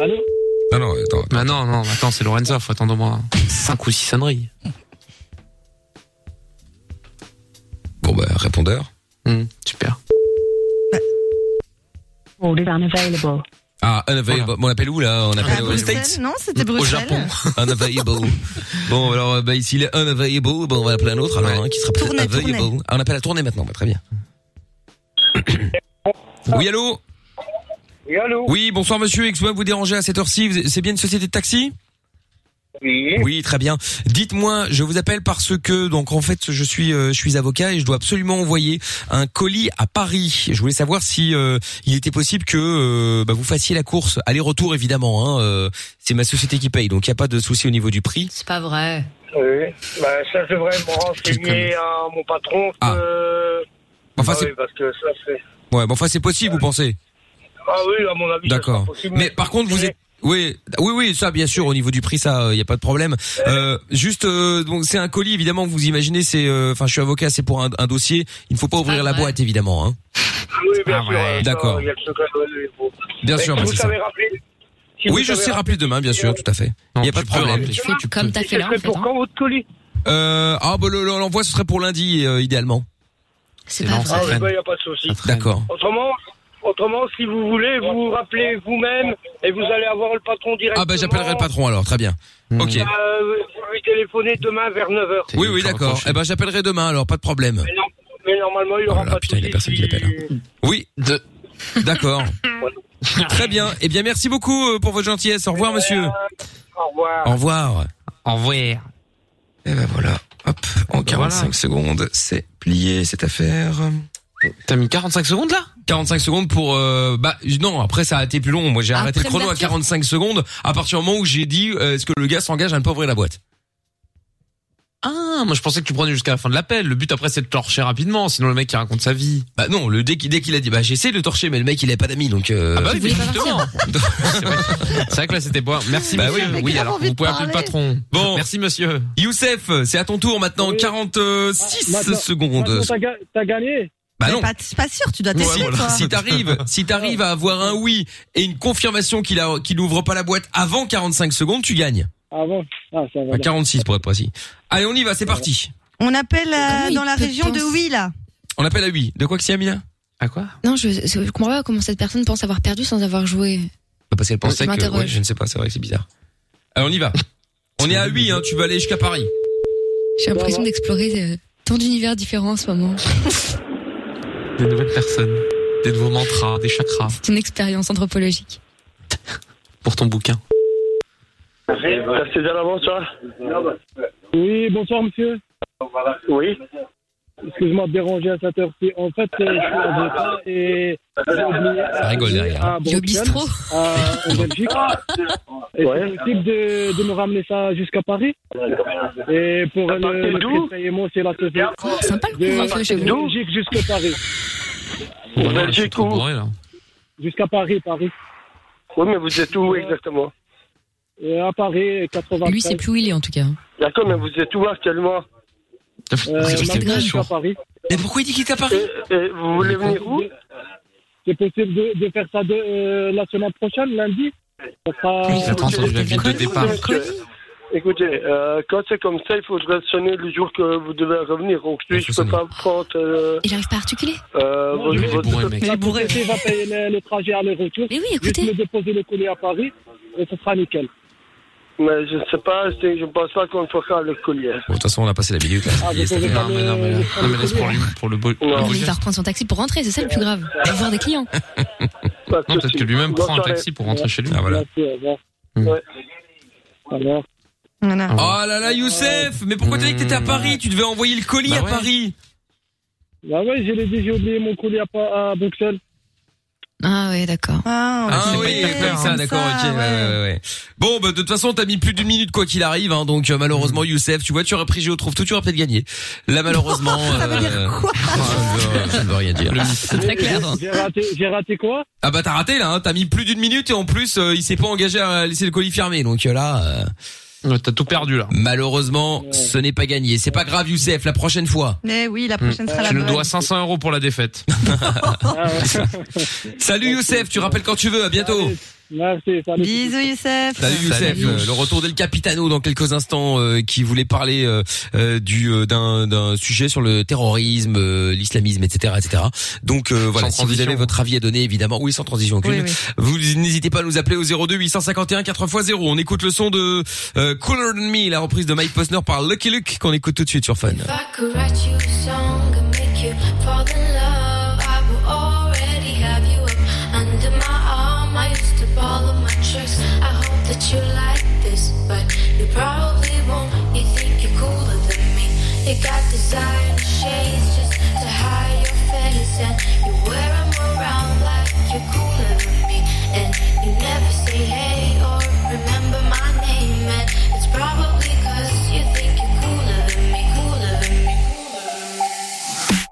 Allô
Non, non, attends.
Bah non, non, attends, c'est Lorenza, faut attendre au moins 5 ou 6 sonneries.
Bon, bah, répondeur.
Hum, super.
Ah, unavailable. Bon, On appelle où, là On appelle
Ah,
au-
Bruxelles Non, c'était
Au
Bruxelles. *laughs*
Japon.
Unavailable. bon, alors, bah, ici, il est unavailable. Bon, on va appeler un autre, alors,
Ouais.
hein, qui sera peut-être
Tournez,
available.
tournez.
Ah, on appelle à tourner maintenant. Bah, très bien. oui, allô
Oui, allô
Oui, bonsoir monsieur, excusez-moi de vous déranger à cette heure-ci, Vous- c'est bien une société de taxi
Oui.
Oui, très bien. Dites-moi, je vous appelle parce que donc en fait, je suis euh, je suis avocat et je dois absolument envoyer un colis à Paris. Je voulais savoir si euh, il était possible que euh, bah, vous fassiez la course aller-retour évidemment hein, euh, c'est ma société qui paye. Donc il y a pas de souci au niveau du prix.
C'est pas vrai.
Oui. Bah, ça, je devrais me renseigner à mon patron.
Ah.
que-
Enfin
Ah
c'est
oui, parce que ça, c'est...
ouais, bon, enfin c'est possible vous pensez
Ah oui, à mon avis, ça
D'accord.
sera possible.
Mais par contre vous êtes Oui, oui, oui, ça bien sûr au niveau du prix, ça, il n'y a pas de problème. Euh, juste, euh, donc c'est un colis évidemment. Vous imaginez, c'est, euh, enfin, je suis avocat, c'est pour un, un dossier. Il ne faut pas ouvrir la boîte évidemment. Hein.
Oui, bien sûr.
ouais.
euh,
D'accord.
Il y a le secret de la loi, il faut.
Bien
Mais
sûr,
si
bah,
vous
c'est ça.
savez rappeler- si
oui,
vous
je
savez
sais rappeler demain, bien sûr, tout à fait. Il n'y a pas de problème.
Tu fais comme t'as fait
Ce
là, en
serait
fait.
pour
hein.
quand votre colis
Euh, ah, bah, le- le- l'envoi ce serait pour lundi euh, idéalement.
C'est
C'est
pas
long,
vrai.
Ah,
Ça
oui,
traîne.
bah, il n'y a pas de souci.
D'accord.
Autrement, autrement, si vous voulez, vous vous rappelez vous-même et vous allez avoir le patron directement.
Ah bah j'appellerai le patron alors, très bien. Ok.
Euh, vous lui téléphonez demain vers 9h.
Oui, oui, d'accord. Eh ben j'appellerai demain alors, pas de problème.
Mais, non- mais normalement, il
Oh
aura
là là,
pas
putain,
de
il y a personne qui l'appelle, hein.
euh,
Oui,
De-
*laughs*
d'accord. Très bien. Eh bien, merci beaucoup euh, pour votre gentillesse. Au revoir, monsieur.
Au revoir.
Au revoir.
En vrai.
Et ben voilà. Hop, en 45 secondes, c'est plié cette affaire.
T'as mis 45 secondes là
45 secondes pour euh, bah non, après ça a été plus long. Moi, j'ai
Après
arrêté le chrono à
l'ouverture.
45 secondes à partir du moment où j'ai dit euh, est-ce que le gars s'engage à ne pas ouvrir la boîte.
Ah, moi je pensais que tu prenais jusqu'à la fin de l'appel. Le but après c'est de torcher rapidement, sinon le mec il raconte sa vie.
Bah non, le dès qu'il dès qu'il a dit bah j'essaie de le torcher mais le mec il avait pas d'amis donc euh,
bah
Tu voulais pas partir.
c'est vrai. C'est vrai que là c'était pas. Merci
Bah oui,
monsieur.
mais
oui,
grave
alors
envie
vous
de
pouvez appeler le
parler.
patron.
Bon.
merci monsieur.
Youssef, c'est à ton tour maintenant, 46
Maintenant-
secondes.
Maintenant, t'as ga- T'as gagné
bah non.
Pas, c'est pas sûr, tu dois
Si,
t'aider, toi.
si t'arrives, si t'arrives à avoir un oui et une confirmation qu'il a, qu'il n'ouvre pas la boîte avant 45 secondes, tu gagnes.
Avant Ah, ça va.
Enfin, 46 pour être précis. Allez, on y va, c'est parti.
On appelle euh,
Oui,
dans la
peut-être
région de
pense.
Oui, là.
On appelle à oui. De quoi que c'est Amina
À quoi
Non, je, je comprends pas comment cette personne pense avoir perdu sans avoir joué.
Bah, Parce qu'elle pensait
Je
que,
m'interroge.
ouais, je ne sais pas, c'est vrai que c'est bizarre. Allez, on y va.
*laughs*
On est à oui, hein, tu vas aller jusqu'à Paris.
J'ai l'impression d'explorer euh, tant d'univers différents en ce moment. *laughs*
Des nouvelles personnes, des nouveaux mantras, des chakras
C'est une expérience anthropologique.
pour ton bouquin.
T'as cédé à l'avance, toi
Oui, bonsoir monsieur.
Oui.
Excuse-moi de déranger à cette heure-ci. En fait, euh, je suis
Ah,
avocat et j'ai oublié euh,
Ça rigole derrière.
à
Il est au
Bruxelles,
bistrot.
à- euh, en Belgique. Et
Ouais.
c'est possible de, de me ramener ça jusqu'à Paris. Et pour
À partir
le, le prix
d'où
de paiement, c'est la TVA.
Quoi Sympa le
De,
convaincre chez
de
vous.
Belgique jusqu'à Paris.
Oh non, là, je suis
Belgique
trop
où
bourré, là.
Jusqu'à Paris, Paris.
Oui, mais vous êtes où exactement
Et Euh, à Paris, 80.
Lui, c'est plus où il est en tout cas.
hein.
D'accord, mais vous êtes où actuellement
C'est parce qu'il y a bien
jusqu'à
chaud.
Paris.
Mais pourquoi il dit qu'il est à Paris?
Et- et Euh, Vous voulez venir où
C'est possible de, de faire ça de, euh, la semaine prochaine, lundi. Ça sera-
J'ai pas entendu la ville de départ.
Écoutez, euh, quand c'est comme ça, il faudrait sonner le jour que vous devez revenir. Donc,
Il
lui,
faut
je
sonner.
peux pas prendre euh,
Il arrive pas à articuler.
euh,
Non,
votre-
je
Il est
votre-
bourré, mec.
La société va payer le, le trajet aller-retour.
Mais oui,
Juste me
écoutez.
déposer le colis à Paris et ce sera nickel.
Mais je ne sais pas, c'est- je ne pense pas qu'on fera le
Bon,
collier.
de toute façon, on a passé la minute. là.
Ah, vous
Et ça
pouvez
fait-
pas
Non, mais non, mais
euh,
là. Non, mais laisse pour lui, pour le beau. le
Non.
beau
Non, mais il
geste.
va reprendre son taxi pour rentrer, c'est ça le plus grave. Il va voir des clients.
Pas de
Non, peut-être
souci.
que lui-même
Bonne
prend un
soirée.
taxi pour rentrer chez lui.
Ah, voilà.
Merci, au revoir.
Mm.
Ouais.
Alors,
Voilà.
Ah,
Oh là là, Youssef! Mais pourquoi t'as dit que
Ah.
t'étais à Paris? Tu devais envoyer le colis
Bah
à
ouais.
Paris.
bah ouais, je l'ai dit, j'ai oublié mon colis à, Pa- à Bruxelles.
Ah ouais, d'accord.
Ah,
Ah
c'est
oui,
pas
comme ça, d'accord, ok. ouais, ouais, ouais, ouais. Bon, bah, de toute façon, t'as mis plus d'une minute quoi qu'il arrive, hein, donc euh, malheureusement,
Mm.
Youssef, tu vois, tu aurais pris Géo Trouve Tout, tu aurais peut-être gagné. Là, malheureusement...
*laughs* Ça veut
euh, *laughs*
dire quoi
euh, je ne veux rien dire.
C'est très clair.
J'ai raté, j'ai raté quoi
Ah bah t'as raté là, hein, t'as mis plus d'une minute et en plus, euh, il s'est pas engagé à laisser le colis fermé, donc euh, là, euh,
Ouais, T'as tout perdu là.
malheureusement, ce n'est pas gagné. C'est pas grave, Youssef, la prochaine fois.
Mais Eh oui, la
Hmm.
prochaine sera
Hmm.
la
Tu nous
bonne.
dois 500 euros pour la
*laughs*
défaite.
*laughs* Ah ouais.
Salut Youssef, tu rappelles quand tu veux, à bientôt.
Merci, salut.
Bisous, Youssef.
Salut Youssef,
Salut.
Euh, le retour d'El Capitano dans quelques instants euh, qui voulait parler euh, euh, du euh, d'un d'un sujet sur le terrorisme, euh, l'islamisme, etc., etc. Donc euh, voilà, si vous
transition.
avez votre avis à donner, évidemment, oui, sans transition aucune.
Oui, oui.
Vous n'hésitez pas à nous appeler au 02 851 4x0. On écoute le son de euh, Cooler Than Me, la reprise de Mike Posner par Lucky Luke qu'on écoute tout de suite sur Fun.
If I could write you a song and make you fall in love, I would already have you up under my arm. I used to ball of my tricks. I hope that you like this, but you probably won't. You think you're cooler than me. You got designer shades just to hide your face, and you wear 'em around like you're cooler than me. And you never say hey or remember my name, and it's probably 'cause you think you're cooler than me, cooler than me, cooler than me.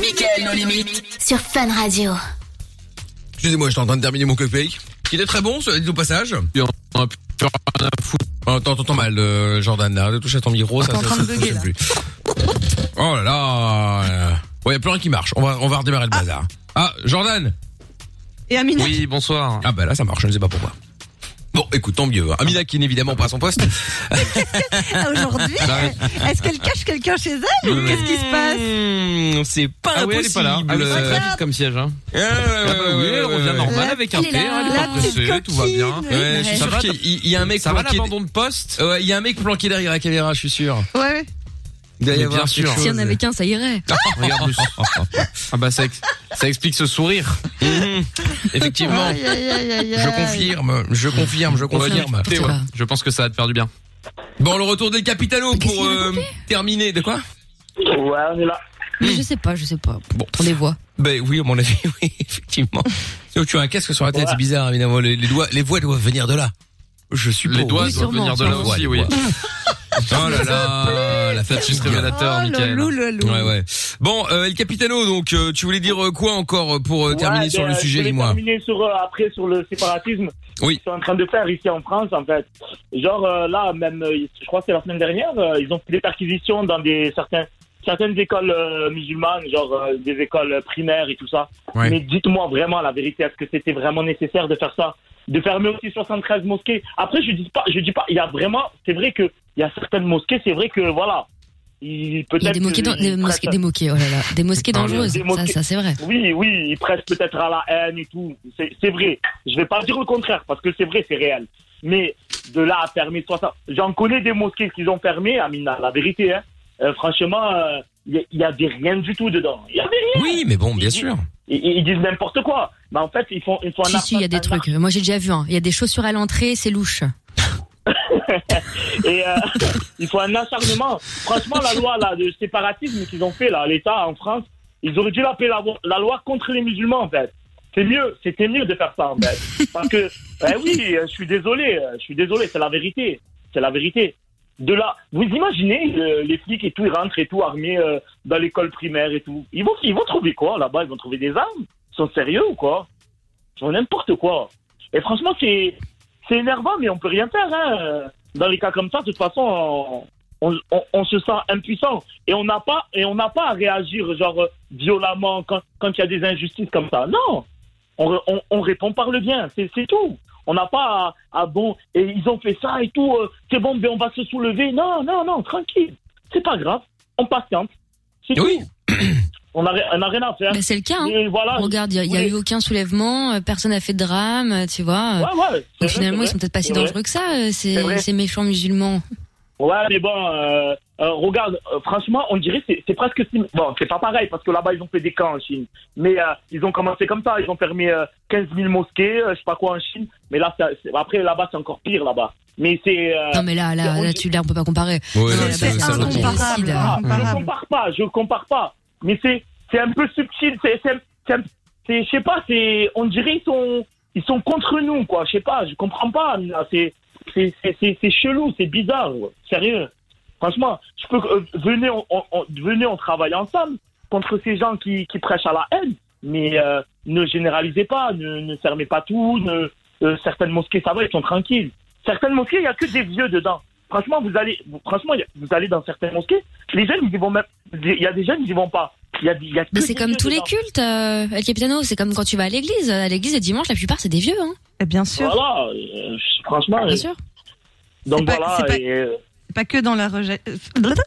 Mickaël nos limites.
Sur Fun Radio.
Excusez-moi, j'étais en train de terminer mon cupcake. Qui était très bon, cela dit au passage. Et on on a plus rien à foutre. Oh, T'entends t'entends mal, euh, Jordan, là. De touche à ton micro, ça,
T'es en
ça,
train
ça,
de
ça
bugger,
fonctionne
là.
plus. Oh là là. Bon, y a plus rien qui marche. On va, on va redémarrer le bazar. Ah, Jordan.
Et Amina.
bonsoir. Ah bah là, ça marche, je ne sais pas pourquoi. Bon, écoute, tant mieux. hein. Amina qui n'est évidemment pas à son
*laughs*
poste.
Ah, Aujourd'hui,
Bah oui.
est-ce qu'elle cache quelqu'un chez elle ou
Oui.
qu'est-ce qui se passe
Hmm, C'est pas Euh,
Ah oui, elle est pas là. Ah oui, c'est très vite comme siège. Hein. Ah bah oui, on revient normal avec un
Elle est
thé,
là.
hein,
La
elle est pas pressée, tout va bien.
Ouais, je suis
Ça
sûr
va,
qu'il y- il y a un mec
Ça va
planqué-
l'abandon de poste
Ouais, il y a un mec planqué derrière la caméra, je suis sûr.
Ouais.
Il doit y
Mais
avoir
bien
quelque
sûr.
chose.
Si on avait qu'un, ça irait.
*laughs* Regarde
*laughs*
Ah bah ça, ex- ça explique ce sourire.
Mhm. Effectivement.
Aïe, aïe, aïe, aïe, aïe.
Je confirme, je confirme, je
On va dire
confirme.
écoutez, ouais, Je pense que ça va te faire du bien.
Bon, le retour des Capitano pour euh, terminer. De quoi Ouais, on est là.
Mais je sais pas, je sais pas. Bon, on les voit.
Ben oui, à mon avis, *laughs* oui,
*laughs*
effectivement. Sauf que tu as un casque sur la tête, c'est bizarre, évidemment. Les, les doigts, les voix doivent venir de là. Je suppose.
Les doigts Oui, doivent sûrement. venir de là
Les voix,
aussi,
les
oui.
voix. *laughs* Oh là là, la fatigue
Oh,
révélateur, Michael. Ouais, ouais. Bon, euh, El Capitano, donc, euh, tu voulais dire euh, quoi encore euh, pour euh, terminer
Ouais,
sur
euh,
le
je
sujet,
voulais
dis-moi
terminer sur, euh, après sur le séparatisme.
Oui.
Ils sont en train de faire ici en France, en fait. Genre, euh, là, même, euh, je crois que c'est la semaine dernière, euh, ils ont fait des perquisitions dans des, certains, certaines écoles euh, musulmanes, genre euh, des écoles primaires et tout ça.
Ouais.
Mais dites-moi vraiment la vérité, est-ce que c'était vraiment nécessaire de faire ça de fermer aussi 73 mosquées. Après, je dis pas, je dis pas, il y a vraiment, c'est vrai que, il y a certaines mosquées, c'est vrai que, voilà. Il,
Il y a des mosquées, dans- des mosquées, des mosquées, oh là là, des mosquées
Ah,
dangereuses.
des mosquées-
Ça, ça c'est vrai.
Oui, oui, ils pressent peut-être à la haine et tout. C'est c'est vrai. Je vais pas dire le contraire parce que c'est vrai, c'est réel. Mais de là à fermer 60. J'en connais des mosquées qu'ils ont fermées, Amina, la vérité. Hein. Euh, franchement, euh, il y a- il y avait rien du tout dedans. Il y avait rien.
Oui, mais bon, bien
sûr. Ils, ils disent n'importe quoi. Mais en fait, ils font, ils font un
Si, si, il y a des
arsenal-
trucs. Moi, j'ai déjà vu. hein. Il y a des chaussures à l'entrée, c'est louche.
Et euh, *laughs* il faut un acharnement. Franchement, la loi là, de séparatisme qu'ils ont fait là, l'État en France, ils auraient dû l'appeler la, loi- la loi contre les musulmans en fait. C'est mieux, c'était mieux de faire ça en fait. Parce que, eh oui, euh, je suis désolé, euh, je suis désolé, c'est la vérité, c'est la vérité. De là, vous imaginez euh, les flics et tout, ils rentrent et tout armés euh, dans l'école primaire et tout. Ils vont, ils vont trouver quoi là-bas Ils vont trouver des armes Ils sont sérieux ou quoi ils font n'importe quoi. Et franchement, c'est c'est énervant, mais on peut rien faire. hein. Dans les cas comme ça, de toute façon, on, on- on- on se sent impuissant et on n'a pas et on n'a pas à réagir genre euh, violemment quand quand il y a des injustices comme ça. Non, on, re- on- on répond par le bien, c'est c'est tout. On n'a pas à, à bon et ils ont fait ça et tout. euh, c'est bon, mais on va se soulever. Non, non, non, tranquille. C'est pas grave. On patiente. C'est tout. On n'a on n'a rien à faire.
Bah, c'est le cas. hein.
Et voilà.
Regarde, il y a- il y a
Oui.
eu aucun soulèvement, euh, personne n'a fait de drame, euh, tu vois.
Ouais, ouais, c'est
Donc
vrai,
finalement,
c'est
ils sont
vrai,
peut-être pas si
c'est vrai.
dangereux que ça, euh,
C'est
ces,
vrai.
ces méchants musulmans.
Ouais, mais bon, euh, euh, regarde, euh, franchement, on dirait que c'est- c'est presque sim- bon, c'est pas pareil parce que là-bas ils ont fait des camps en Chine, mais euh, ils ont commencé comme ça, ils ont fermé euh, 15 000 mosquées, euh, je sais pas quoi en Chine, mais là, ça- c'est- après là-bas c'est encore pire là-bas. Mais c'est euh,
Non mais Bah, là, là, là, tu, là, on peut pas comparer.
Ouais,
Non,
là,
là,
ça-
bah,
ça
c'est
va
un
être
génocide.
Ah, je compare pas, je compare pas. Mais c'est c'est un peu subtil, c'est c'est un- c'est un- c'est- je sais pas, c'est on dirait ils sont ils sont contre nous quoi, je sais pas, je comprends pas. Amina, C'est c'est c'est- c'est c'est chelou, c'est bizarre, ouais. sérieux. Franchement, je peux euh, venez on, on- on- venez on travaille ensemble contre ces gens qui qui prêchent à la haine, mais euh, ne généralisez pas, ne ne fermez pas tout, ne euh, certaines mosquées ça va, ils sont tranquilles. Certaines mosquées, il n'y a que des vieux dedans. Franchement, vous allez, vous- franchement, vous allez dans certaines mosquées, les jeunes, ils y vont même. Il y a des jeunes, ils y vont pas. Il y a, il y a que
Mais c'est
des
comme
vieux
tous les
dedans.
cultes, euh, El Capitano. C'est comme quand tu vas à l'église. À l'église, le dimanche, la plupart, c'est des vieux. Hein.
Eh, Bien sûr.
Voilà, euh, franchement.
Bien
euh,
sûr.
Donc
C'est pas-
voilà.
c'est pas-
et, euh,
C'est pas que dans la rejet...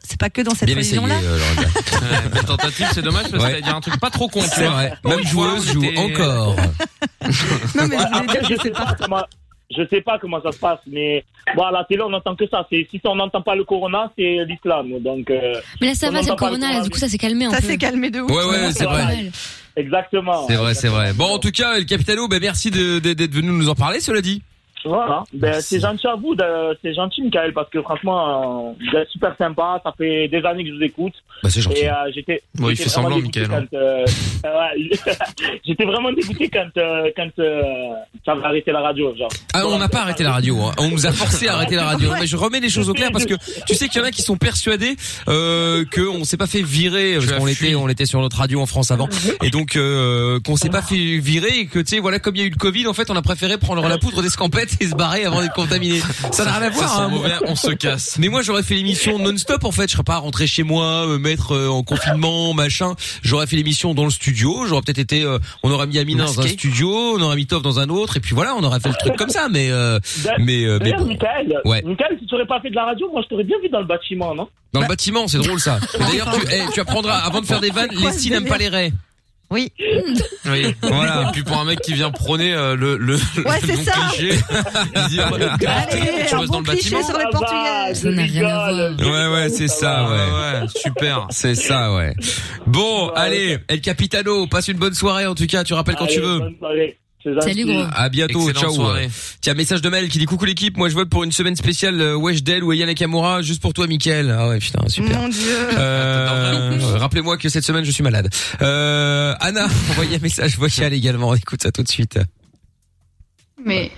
c'est pas que dans cette religion là.
*laughs* Ouais, belle tentative, c'est dommage parce
euh, Ouais.
qu'il y a un truc pas trop con. tu
C'est
vois.
vrai.
Pour
Même
une fois,
joueuse joue
c'était-
encore.
Non mais je voulais
après,
dire
je
que
sais
c'est
pas.
pas
comment- Je sais pas comment ça se passe, mais bon, à la télé, on n'entend que ça. C'est- Si on n'entend pas le corona, c'est l'islam. Donc, euh,
Mais là, ça
on
va, c'est le
n'entend pas
corona, là, du coup, ça s'est calmé un peu. Ça s'est
calmé de
ouf. Ouais, ouais, ouais, c'est vrai.
Exactement.
C'est vrai, c'est vrai. Bon, en tout cas, El Capitano, ben merci de- de- d'être venu nous en parler, cela dit.
Voilà. Ben, c'est gentil à vous, de- c'est gentil, Michael, parce que franchement, euh, vous êtes super sympa. Ça fait des années que je vous écoute.
Ben, c'est gentil.
Et, euh, j'étais,
Bon, il
j'étais
fait
vraiment
semblant,
dégoûté
Michael, hein.
quand, euh, *laughs* euh, ouais, *laughs* j'étais vraiment dégoûté quand, euh, quand euh, ça va arrêter la radio, genre.
Ah, on n'a pas arrêté la radio. hein. On nous a forcé à arrêter la radio. Non, mais je remets les choses au clair parce que tu sais qu'il y en a qui sont persuadés euh, que on s'est pas fait virer euh, parce qu'on était on était sur notre radio en France avant et donc euh, qu'on s'est pas fait virer et que tu sais voilà comme il y a eu le Covid en fait on a préféré prendre la poudre d'escampette et se barrer avant d'être contaminé. Ça n'a rien à
Ça
voir.
sent
hein.
mauvais, on
*laughs*
se casse.
Mais moi j'aurais fait l'émission non-stop en fait. Je serais pas rentré chez moi, me mettre euh, en confinement, machin. J'aurais fait l'émission dans le studio. J'aurais peut-être été. euh, on aurait mis Amina dans un
Masqué.
studio, on aurait mis Tov dans un autre et puis voilà, on aurait fait le truc comme ça. Mais euh,
D'a-
mais euh, mais
D'ailleurs,
bon.
Michael,
Ouais.
Michael, si tu n'aurais pas fait de la radio, moi, je t'aurais bien vu dans le bâtiment, non
Dans le bâtiment, c'est drôle ça. Et D'ailleurs, tu, eh, tu apprendras avant de faire des vannes,
C'est quoi
les
ce
si n'aiment pas les
délire
raies.
Oui.
Oui, voilà. Et puis pour un mec qui vient prôner euh, le le,
Ouais,
le
c'est
bon
ça.
cliché, il dit ah, bah,
Allez,
tu
Eh, un
restes
bon
dans le
cliché
bâtiment.
sur les
Ah,
Portugais. Ça n'a rien à voir.
Ouais ouais c'est ça ouais. super c'est ça ouais bon allez El Capitano passe une bonne soirée en tout cas tu rappelles quand tu veux
Salut,
À bientôt,
Excellente
ciao.
soirée.
Tiens, message de Mel qui dit coucou l'équipe, moi je vote pour une semaine spéciale euh, Weshden ou Ayane Nakamura juste pour toi Mickaël. Ah ouais, putain, super.
Mon Dieu.
Euh, rappelez-moi que cette semaine je suis malade. Euh, Anna, *laughs* envoyez un message vocal également, on écoute ça tout de suite.
Mais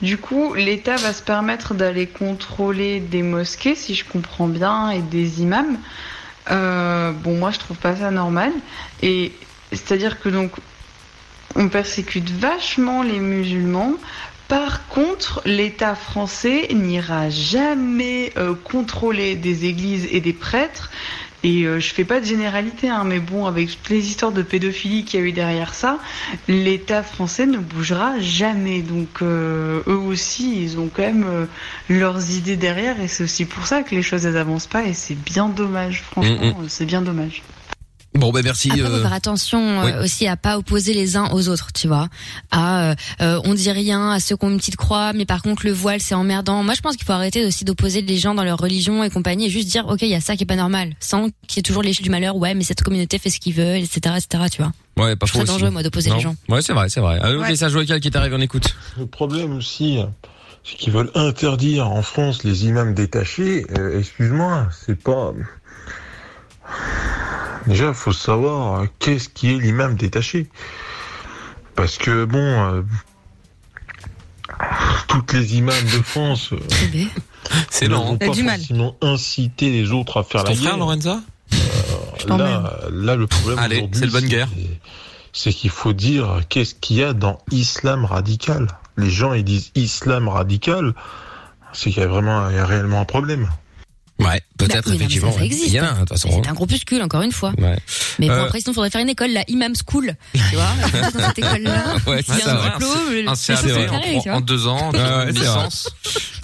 du coup, l'État va se permettre d'aller contrôler des mosquées, si je comprends bien, et des imams. Euh, bon, moi, je trouve pas ça normal. Et c'est-à-dire que donc, on persécute vachement les musulmans. Par contre, l'État français n'ira jamais euh, contrôler des églises et des prêtres. Et euh, je fais pas de généralité, hein, mais bon, avec toutes les histoires de pédophilie qu'il y a eu derrière ça, l'État français ne bougera jamais. Donc euh, eux aussi, ils ont quand même euh, leurs idées derrière, et c'est aussi pour ça que les choses elles avancent pas, et c'est bien dommage. Franchement, euh, c'est bien dommage.
Bon ben merci.
Après, faut
euh,
faire attention euh,
oui.
aussi à pas opposer les uns aux autres, tu vois. À euh, euh, on dit rien à ceux qui ont une petite croix, mais par contre le voile c'est emmerdant. Moi, je pense qu'il faut arrêter aussi d'opposer les gens dans leur religion et compagnie, et juste dire ok, il y a ça qui est pas normal, sans qu'il y ait toujours l'échelle du malheur. Ouais, mais cette communauté fait ce qu'ils veulent, etc., etc. Tu vois.
Ouais, pas
Je
faux
trouve ça
aussi.
dangereux, moi, d'opposer
Non.
les gens.
Ouais, c'est vrai, c'est vrai. Un autre
Ouais.
message vocal qui est arrivé, on écoute.
Le problème aussi, c'est qu'ils veulent interdire en France les imams détachés. Euh, Excuse-moi, c'est pas. Déjà, il faut savoir euh, qu'est-ce qui est l'imam détaché. Parce que, bon, euh, toutes les imams de France. euh,
C'est
ne
lent,
vont
hein. T'as
pas
du mal.
forcément inciter les autres à faire
C'est
la
ton frère,
guerre.
Lorenza
Euh, là, là, le problème
Allez,
aujourd'hui,
c'est le bonne guerre.
c'est qu'il faut dire qu'est-ce qu'il y a dans islam radical. Les gens ils disent islam radical, c'est qu'il y a vraiment il y a réellement un problème.
Ouais,
Bah oui, non, mais Ça, ça existe. hein. C'est un groupuscule, encore une fois. Mais bon,
Euh,
après, sinon, faudrait faire une école, la Imam School.
*laughs*
Tu vois, dans cette école-là.
Ouais,
Hein il y
c'est
a un
vrai.
diplôme, les
Un
choses
CAP,
sont
ouais.
carrées, tu vois.
ans, tu as une
c'est vrai.
licence.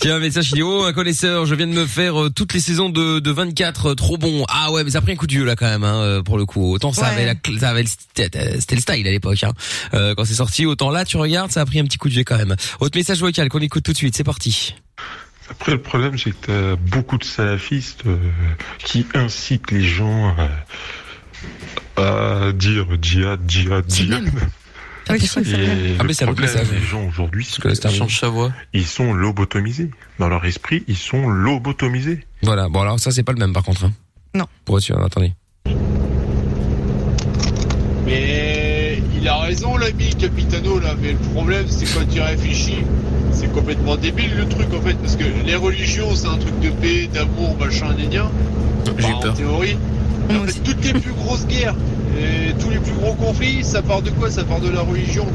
Tiens, un message, il dit, oh, un connaisseur, je viens de me faire euh, toutes les saisons de, de 24, euh, trop bon. Ah ouais, mais ça a pris un coup de vieux, là, quand même, hein, euh, pour le coup. Autant ça
Ouais.
avait la, cl- ça avait le st- euh, c'était le style à l'époque, hein. Euh, quand c'est sorti, autant là, tu regardes, ça a pris un petit coup de vieux, quand même. Autre message vocal qu'on écoute tout de suite, c'est parti.
Après le problème c'est que tu as beaucoup de salafistes euh, qui incitent les gens euh, à dire djihad, djihad, djihad.
Oui, c'est
Et
vrai. Ah, mais
le
c'est à peu près
problème,
ça, mais-
les gens aujourd'hui,
ça change sa voix.
ils sont lobotomisés. Dans leur esprit, ils sont lobotomisés.
Voilà, bon, alors ça, c'est pas le même, par contre. hein.
Non.
Pour être sûr, attendez.
Mais il a raison l'ami Capitano là, mais le problème c'est quand tu réfléchis, c'est complètement débile le truc en fait, parce que les religions c'est un truc de paix, d'amour, machin, nénien.
J'ai
En
peur.
théorie. Mais en fait, toutes les plus grosses guerres, et tous les plus gros conflits, ça part de quoi Ça part de la religion.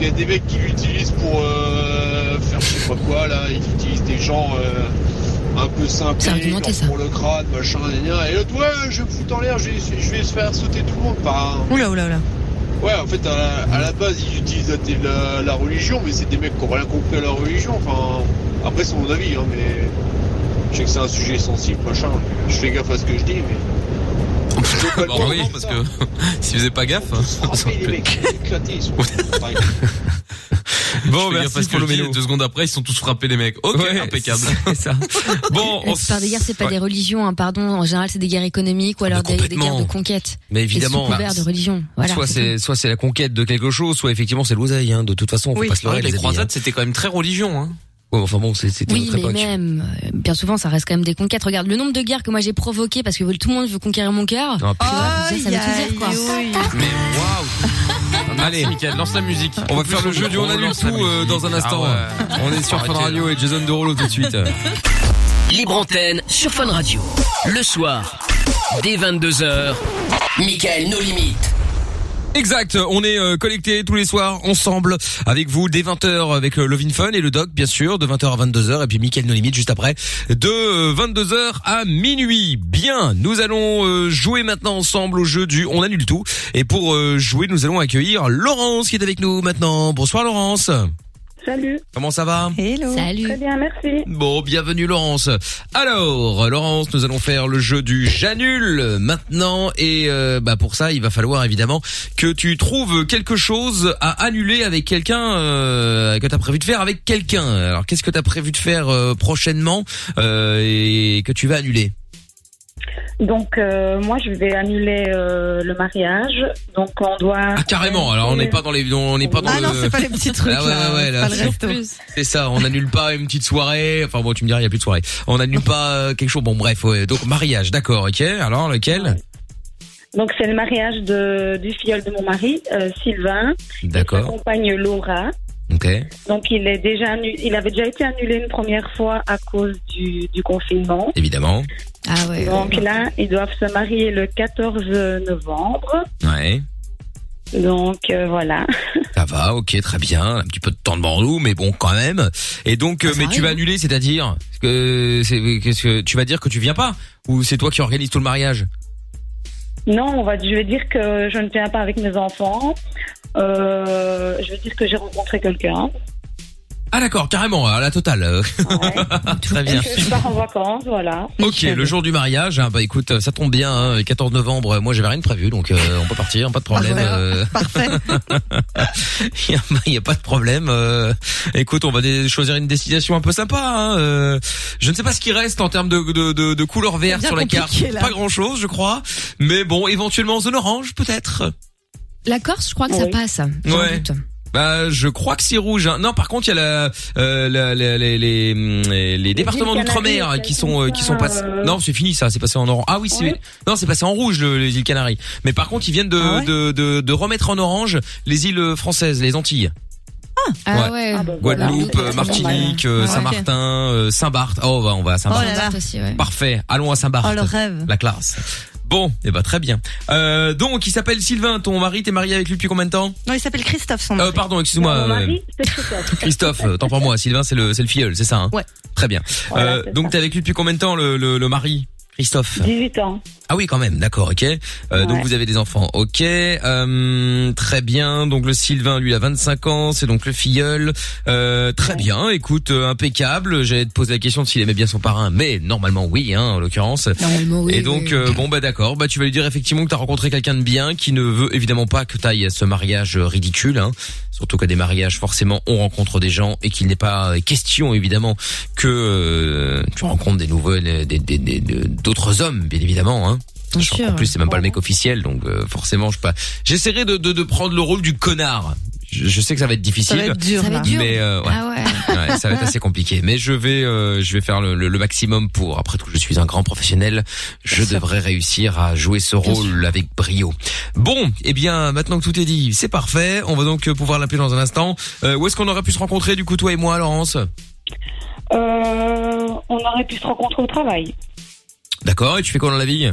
Il y a des mecs qui l'utilisent pour euh, faire je sais pas quoi là, ils utilisent des gens euh, un peu simples pour le crâne, machin, gna, gna. et l'autre ouais je me fous en l'air, je, vais- je vais se faire sauter tout le monde par un-
Oula, oula, oula.
Ouais, en fait, à la, à la base, ils utilisent la, télé- la- la religion, mais c'est des mecs qui ont rien compris à la religion. Enfin, après, c'est mon avis, hein, mais je sais que c'est un sujet sensible, machin. mais Je fais gaffe à ce que je dis, mais.
Bah oui, parce
*laughs*
que *laughs* s'il faisait pas gaffe, hein. on s'en
les
rappelait.
mecs, éclatés, ils sont.
Bon, merci
parce que
Polo
je dis,
Melo.
deux
secondes après, ils sont tous frappés, les mecs.
Ok,
impeccable.
C'est
*laughs*
ça. Bon,
La plupart des guerres, c'est pas des religions, hein, pardon. En général, c'est des guerres économiques ou alors des, des guerres de
Ah, complètement.
conquête.
Mais
Et
évidemment.
sous couvert
Bah,
de religion. Voilà.
soit c'est soit c'est la conquête de quelque chose, soit effectivement c'est l'oseille. Hein. De toute façon, faut
Oui.
pas se leurrer. hein.
Ouais, les
croisades, c'était quand même très religion. Hein.
Ouais, mais enfin bon, c'est- c'était
Oui,
notre
mais
époque.
même, euh, bien souvent, ça reste quand même des conquêtes. Regarde le nombre de guerres que moi j'ai provoquées parce que tout le monde veut conquérir mon cœur.
Oh,
Tu vois, ça veut tout dire, quoi.
Mais
*laughs*
waouh Allez, Mickaël, lance la musique.
On va faire le jeu du on annule tout euh, dans un instant.
Ah
On est sur Fun Radio et Jason Derulo tout
*laughs*
de suite.
Libre antenne sur Fun Radio. Le soir, dès 22h, Michael No Limites.
Exact, on est euh, connectés tous les soirs ensemble avec vous dès 20h avec le Lovin Fun et le Doc bien sûr de 20h à 22h et puis Mickaël No Limite juste après de euh, 22h à minuit. Bien, nous allons euh, jouer maintenant ensemble au jeu du on annule tout et pour euh, jouer nous allons accueillir Laurence qui est avec nous maintenant. Bonsoir Laurence.
Salut.
Comment ça va
Hello.
Salut.
Très bien, merci.
Bon, bienvenue Laurence. Alors, Laurence, nous allons faire le jeu du Janul maintenant et euh, bah pour ça, il va falloir évidemment que tu trouves quelque chose à annuler avec quelqu'un euh, que tu as prévu de faire avec quelqu'un. Alors, qu'est-ce que tu as prévu de faire euh, prochainement euh, et que tu vas annuler
Donc, euh, moi, je vais annuler euh, le mariage. Donc, on doit.
Ah, carrément. Alors, on n'est pas dans les on n'est pas dans
Ah non,
le-
c'est pas les petits trucs,
Ah ouais,
là,
ouais, ouais,
c'est
là,
pas le
c'est-
resto.
C'est ça, on annule pas une petite soirée. Enfin bon, tu me diras, il y a plus de soirée. On annule pas euh, quelque chose. Bon bref, ouais. donc mariage, d'accord, OK. Alors lequel
Donc, c'est le mariage de, du filleul de mon mari, euh, Sylvain.
D'accord.
Compagne Laura.
OK.
Donc, il est déjà annu- il avait déjà été annulé une première fois à cause du, du confinement.
Évidemment.
Ah ouais.
Donc là, ils doivent se marier le 14 novembre.
Ouais.
Donc euh, voilà. *laughs*
Ça va, OK, très bien. Un petit peu de temps de bandou, mais bon quand même. Et donc euh, mais tu vas annuler, c'est-à-dire que c'est qu'est-ce que tu vas dire que tu viens pas ou c'est toi qui organise tout le mariage
Non, on va, je vais dire que je ne viens pas avec mes enfants. Euh, je vais dire que j'ai rencontré quelqu'un.
Ah d'accord, carrément, à la totale. euh. *laughs* très bien.
Je pars en vacances, voilà.
Ok, le jour du mariage, hein, bah écoute, euh, ça tombe bien, hein, 14 novembre, euh, moi j'avais rien de prévu, donc euh, on peut partir, pas de
Ah,
problème. Parfait. *laughs* Il n'y a, pas de problème. euh, écoute, on va dé- choisir une destination un peu sympa. hein, euh, je ne sais pas ce qui reste en termes de, de, de- de couleur verte
bien
sur la carte,
compliqué, là.
pas grand-chose je crois, mais bon, éventuellement zone orange peut-être.
La Corse, je crois que ça passe. J'en
Ouais.
doute.
Bah, je crois que c'est rouge. hein. Non, par contre, il y a la, euh, la- la- les, les, hum, les départements
Canaries,
d'outre-mer qui sont euh, qui sont passés.
euh,
Non, c'est fini ça. C'est passé en orange. Ah oui, c'est non, c'est passé en rouge le- les îles Canaries. Mais par contre, ils viennent de, de, de de remettre en orange les îles françaises, les Antilles.
Ah
Ouais.
ouais.
Guadeloupe, euh, Martinique, euh,
Ouais.
Saint-Martin, euh, Saint-Barth. Oh bah on va à
Oh
Saint-Barth.
là là. Aussi, ouais.
Parfait. Allons à Saint-Barth.
Oh, le rêve.
La classe. Bon, et bah très bien. Euh, donc, il s'appelle Sylvain. Ton mari, t'es marié avec lui depuis combien de temps
Non, il s'appelle Christophe, son
euh, pardant, excuse-moi.
Mon
euh,
mari,
c'est Christophe.
Christophe, euh, tant pour moi. Sylvain, c'est le, c'est le filleul, c'est ça. Hein
Ouais.
Très bien.
Voilà,
Euh,
c'est
donc t'es avec lui depuis combien de temps le, le, le mari, Christophe
18 ans.
Ah oui, quand même. D'accord, ok. Euh, Donc
Ouais.
vous avez des enfants, ok. Euh, très bien. Donc le Sylvain, lui, il a 25 ans. C'est donc le filleul. Euh, très bien. Écoute, euh, impeccable. J'allais te poser la question de s'il aimait bien son parrain, mais normalement oui, hein, en l'occurrence.
Normalement oui.
Et donc euh, bon bah d'accord, bah tu vas lui dire effectivement que t'as rencontré quelqu'un de bien qui ne veut évidemment pas que t'ailles à ce mariage euh, ridicule, hein. surtout qu'à des mariages forcément on rencontre des gens et qu'il n'est pas euh, question évidemment que euh, tu rencontres des nouvelles, euh, des des- des- de- d'autres hommes bien évidemment. Hein.
Bien
Sachant
sûr.
qu'en plus c'est même pas le mec officiel donc euh, forcément je sais pas. J'essaierai de, de de prendre le rôle du connard. Je, je sais que ça va être difficile.
être dur, Ça va être là. dur.
Mais euh, ouais.
Ah ouais.
Ouais, ça va être assez compliqué. Mais je vais, euh, je vais faire le, le- le maximum pour. Après tout, je suis un grand professionnel. Je devrais réussir à jouer ce rôle avec brio. Bon, eh bien, maintenant que tout est dit, c'est parfait. On va donc euh, pouvoir l'appeler dans un instant. Euh, où est-ce qu'on aurait pu se rencontrer, du coup, toi et moi, Laurence
Euh, on aurait pu se rencontrer au travail.
D'accord. Et tu fais quoi dans la vie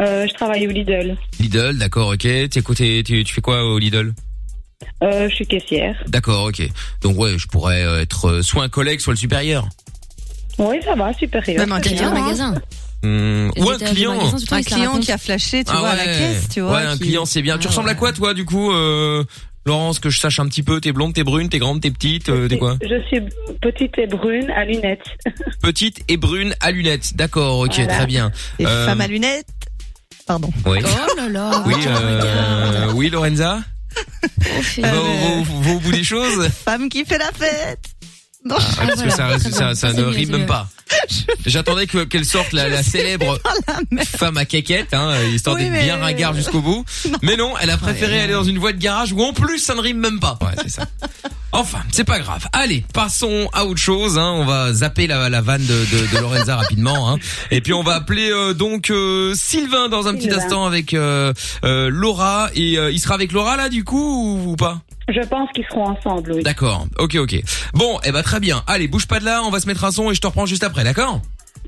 Euh, je travaille au Lidl.
Lidl, d'accord, ok. T'es quoi, t'es- tu tu fais quoi au Lidl
Euh, je suis caissière.
D'accord, ok. Donc ouais, je pourrais euh, être euh, soit un collègue, soit le supérieur.
Oui, ça va, super.
Même un client, hein.
Hum, ou un client.
Un client qui a flashé, tu
Ah
vois, à la
ouais.
caisse, tu vois.
Ouais, un
qui- Ah,
client, c'est bien. tu ressembles à quoi, toi, du coup, euh, Laurence, que je sache un petit peu T'es blonde, t'es brune, t'es grande, t'es petite, euh, t'es
*laughs*
quoi
Je suis petite et brune à lunettes.
Petite et brune à lunettes. D'accord, ok,
Voilà.
très bien.
Et
Euh,
femme à lunettes. Oh. Pardon.
Oui.
là là. *laughs*
Oui, euh, oui, Lorenza On va au-
euh,
on va au bout des choses.
Femme qui fait la fête. Non.
Ah, parce que ça, ça- ça ne rime même pas. J'attendais que qu'elle sorte la, la célèbre femme à caquette, hein, histoire
Oui,
d'être
mais-
bien ringard jusqu'au bout. Mais euh, *laughs* non, elle a préféré aller dans une voie de garage où en plus ça ne rime même pas. Ouais, c'est ça. *laughs* Enfin, c'est pas grave. Allez, passons à autre chose. Hein. On va zapper la, la vanne de, de, de Lorenza rapidement. Hein. Et puis on va appeler euh, donc euh, Sylvain dans un petit
Sylvain.
instant avec euh, euh, Laura. Et euh, il sera avec Laura là du coup ou- ou pas
Je pense qu'ils seront ensemble, oui.
D'accord. Hein, Ok, ok. Bon, eh ben très bien. Allez, bouge pas de là. On va se mettre un son et je te reprends juste après, d'accord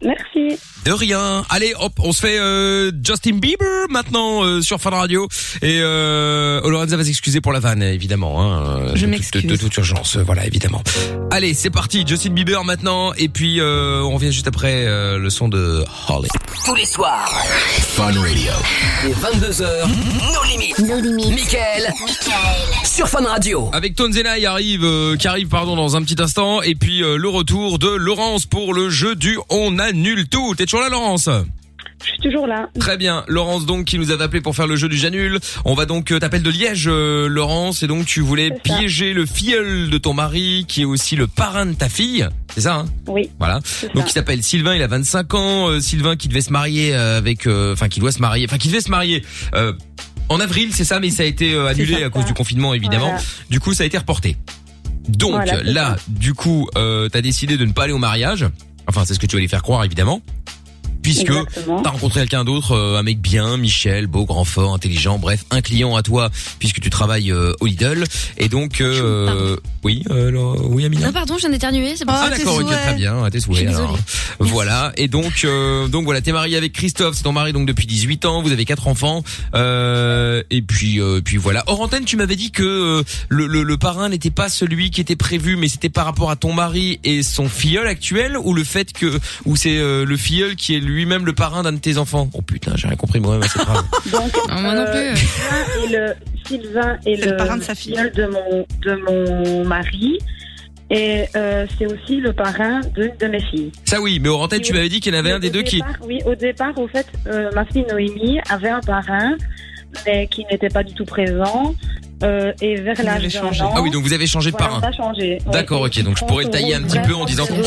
Merci.
De rien. Allez, hop, on se fait euh, Justin Bieber maintenant euh, sur Fun Radio et euh, oh, Lorenza va s'excuser pour la vanne évidemment. Hein, euh,
Je
de- de-
m'excuse.
De, toute urgence, euh, voilà évidemment. Allez, c'est parti. Justin Bieber maintenant et puis euh, on revient juste après euh, le son de Holly.
Tous les soirs,
Fun Radio.
les 22h, nos limites. Nos limites. Michael, sur Fun Radio.
Avec Tonzena il arrive, euh, qui arrive pardon dans un petit instant et puis euh, le retour de Laurence pour le jeu du on annule tout. T'es toujours là Laurence
Je suis toujours là.
Très bien, Laurence donc qui nous avait appelé pour faire le jeu du Janul. On va donc euh, t'appelles de Liège euh, Laurence et donc tu voulais piéger le filleul de ton mari qui est aussi le parrain de ta fille, c'est ça hein
Oui.
voilà. Donc
ça.
il s'appelle Sylvain, il a 25 ans. Euh, Sylvain qui devait se marier euh, avec, euh, enfin qui doit se marier, enfin qui devait se marier euh, en avril, c'est ça, mais ça a été euh, annulé à cause du confinement évidemment.
Voilà.
Du coup, ça a été reporté. Donc
Voilà, c'est
là, du coup, euh, t'as décidé de ne pas aller au mariage. Enfin, c'est ce que tu allais faire croire évidemment. Puisque
Exactement.
t'as rencontré quelqu'un d'autre, euh, un mec bien, Michel, beau, grand, fort, intelligent, bref, un client à toi, puisque tu travailles euh, au Lidl, et donc euh, oui, euh, Laura- oui Amina.
Non, Ah, pardon, je viens d'éternuer, c'est pour
Ah
ça.
d'accord, ok, très bien, à tes souhaits. Alors. *laughs* Voilà, et donc euh, donc voilà, t'es marié avec Christophe, c'est ton mari donc depuis 18 ans, vous avez quatre enfants, euh, et puis euh, puis voilà. Hors antenne, tu m'avais dit que euh, le, le, le parrain n'était pas celui qui était prévu, mais c'était par rapport à ton mari et son filleul actuel, ou le fait que ou c'est euh, le filleul qui est lui-même le parrain d'un de tes enfants. Oh putain, j'ai rien compris moi-même à cette *laughs* phrase.
Donc, euh,
moi non plus.
Sylvain est le, Sylvain est
C'est le parrain de
sa fille. de mon, de mon mari. Et euh, c'est aussi le parrain de, de mes filles.
Ça oui, mais hors antenne, tu m'avais dit qu'il y en avait
Mais
un des
au
deux qui
départ- Oui, au départ, au fait, euh, ma fille Noémie avait un parrain, mais qui n'était pas du tout présent. euh, et vers l'âge d'un an.
Ah oui, donc vous avez changé de
voilà,
parrain.
ça a changé. Oui.
D'accord, ok. Donc je pourrais le tailler un petit peu en disant qu'on.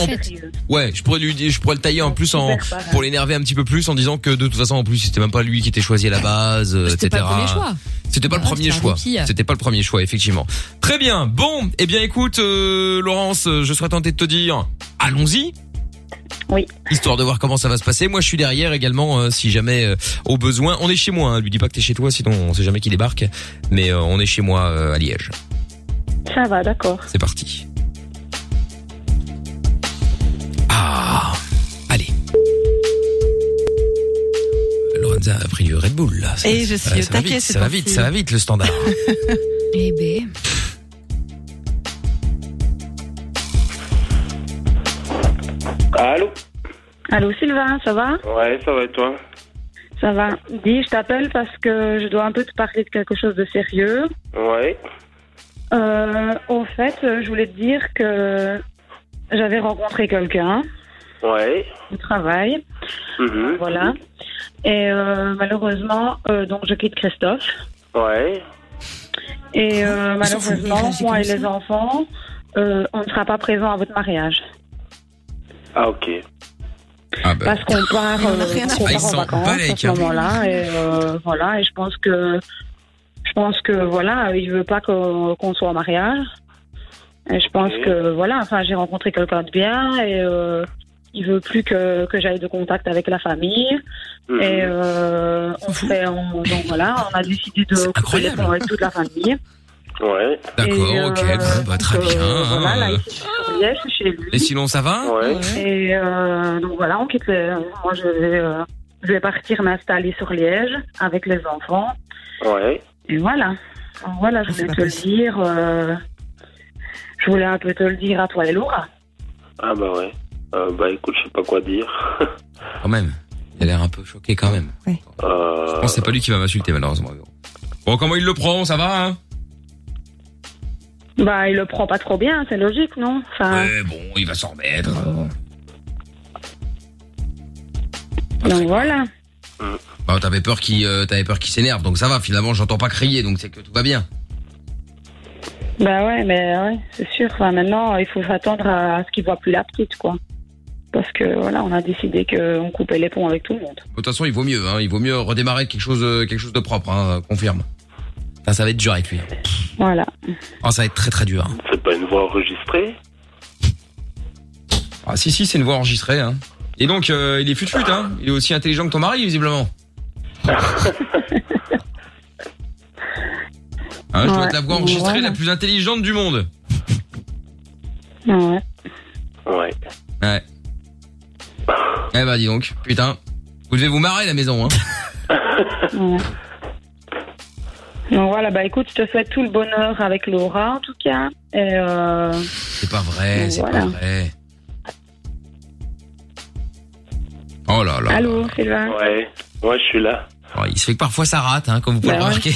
Ouais, je pourrais lui, dire- je pourrais le tailler en plus en
Super parrain.
pour l'énerver un petit peu plus en disant que de toute façon en plus c'était même pas lui qui était choisi à la base, euh,
C'était pas
etc.
le premier choix.
C'était pas le
Ah,
premier
c'était un
choix.
rookie.
C'était pas le premier choix, effectivement. Très bien. Bon, eh bien écoute, euh, Laurence, euh, je serais tenté de te dire, allons-y.
Oui.
Histoire de voir comment ça va se passer. Moi, je suis derrière également, euh, si jamais euh, au besoin. On est chez moi. Hein. Lui dis pas que t'es chez toi, sinon on sait jamais qui débarque. Mais euh, on est chez moi euh, à Liège.
Ça va, d'accord.
C'est parti. Ah, allez. Lorenza a pris du Red Bull là.
Et je suis
ça
au
va
taquet,
vite,
c'est
ça va
parti.
vite, ça va vite le standard.
*laughs* Eh ben.
Allô
Allô, Sylvain, ça va
Ouais, ça va et toi
Ça va. Dis, je t'appelle parce que je dois un peu te parler de quelque chose de sérieux.
Ouais.
Euh, au fait, euh, je voulais te dire que j'avais rencontré quelqu'un
Ouais.
au travail.
Mhm.
Voilà. Et euh, malheureusement, euh, donc je quitte Christophe.
Ouais.
Et euh,
Ils s'en foutent, ils
malheureusement,
réagissent
moi
comme
et les
ça.
enfants, euh, on ne sera pas présents à votre mariage.
Ah, ok.
Ah, bah.
Parce qu'on part, euh, qu'on
Ah, ils
part en
s'en
vacances
balèquent,
à ce
hein.
moment-là. Et, euh, voilà, et je pense que, je pense que voilà, il veut pas qu'on qu'on soit en mariage. Et je pense que voilà, enfin, j'ai rencontré quelqu'un de bien et euh, il veut plus que, que j'aille de contact avec la famille.
Mhm.
Et euh, on fait, on- donc voilà, on a décidé de couper les ponts avec toute la famille.
Ouais.
D'accord,
Et,
ok,
euh,
bon, bah, très
donc,
bien.
euh,
hein,
voilà, là,
euh.
ici, je suis sur Liège, je suis chez lui.
Et sinon ça va
Et euh, donc voilà, on quitte. les- Moi, je vais, euh, je vais partir m'installer sur Liège avec les enfants.
Ouais.
Et voilà. Voilà, je voulais te le dire. euh, je voulais un peu te le dire à toi et Laura.
Ah, bah ouais. Euh, bah écoute, je sais pas quoi
*laughs*
dire.
Quand même. Il a l'air un peu choqué quand même.
Euh,
Je pense que c'est pas lui qui va m'insulter malheureusement. Bon, comment il le prend, ça va hein
Bah, il le prend pas trop bien, c'est logique, non enfin,
Ouais, bon, il va s'en remettre.
Donc voilà.
Bah, t'avais peur qu'il euh, t'avais peur qu'il s'énerve, donc ça va. Finalement, j'entends pas crier, donc c'est que tout va bien.
Ben ouais, mais ouais, c'est sûr. Enfin, maintenant, il faut s'attendre à ce qu'ils voient plus la petite, quoi. Parce que voilà, on a décidé qu'on coupait les ponts avec tout le monde.
De toute façon, il vaut mieux, hein, il vaut mieux redémarrer quelque chose, euh, quelque chose de propre, hein, confirme. Enfin, Ah, ça va être dur avec lui. hein.
Voilà.
Ah, ça va être très très dur. hein.
C'est pas une voix enregistrée
Ah si si, c'est une voix enregistrée. Hein. Et donc, euh, il est fut hein. Il est aussi intelligent que ton
*laughs*
mari, visiblement. Hein, je dois
Ouais,
être la voix enregistrée
voilà.
la plus intelligente du monde.
Ouais.
Ouais.
Ouais. Eh bah dis donc, putain. Vous devez vous marrer la maison, *laughs* hein.
Ouais. Donc voilà, bah écoute, je te souhaite tout le bonheur avec Laura en tout cas. Et euh,
C'est pas vrai,
Mais
c'est
voilà.
pas vrai. Oh là là.
Allô, Sylvain
Ouais, ouais, je suis là.
Oh, il se fait que parfois ça rate, hein, comme vous pouvez
Bah ouais.
le remarquer.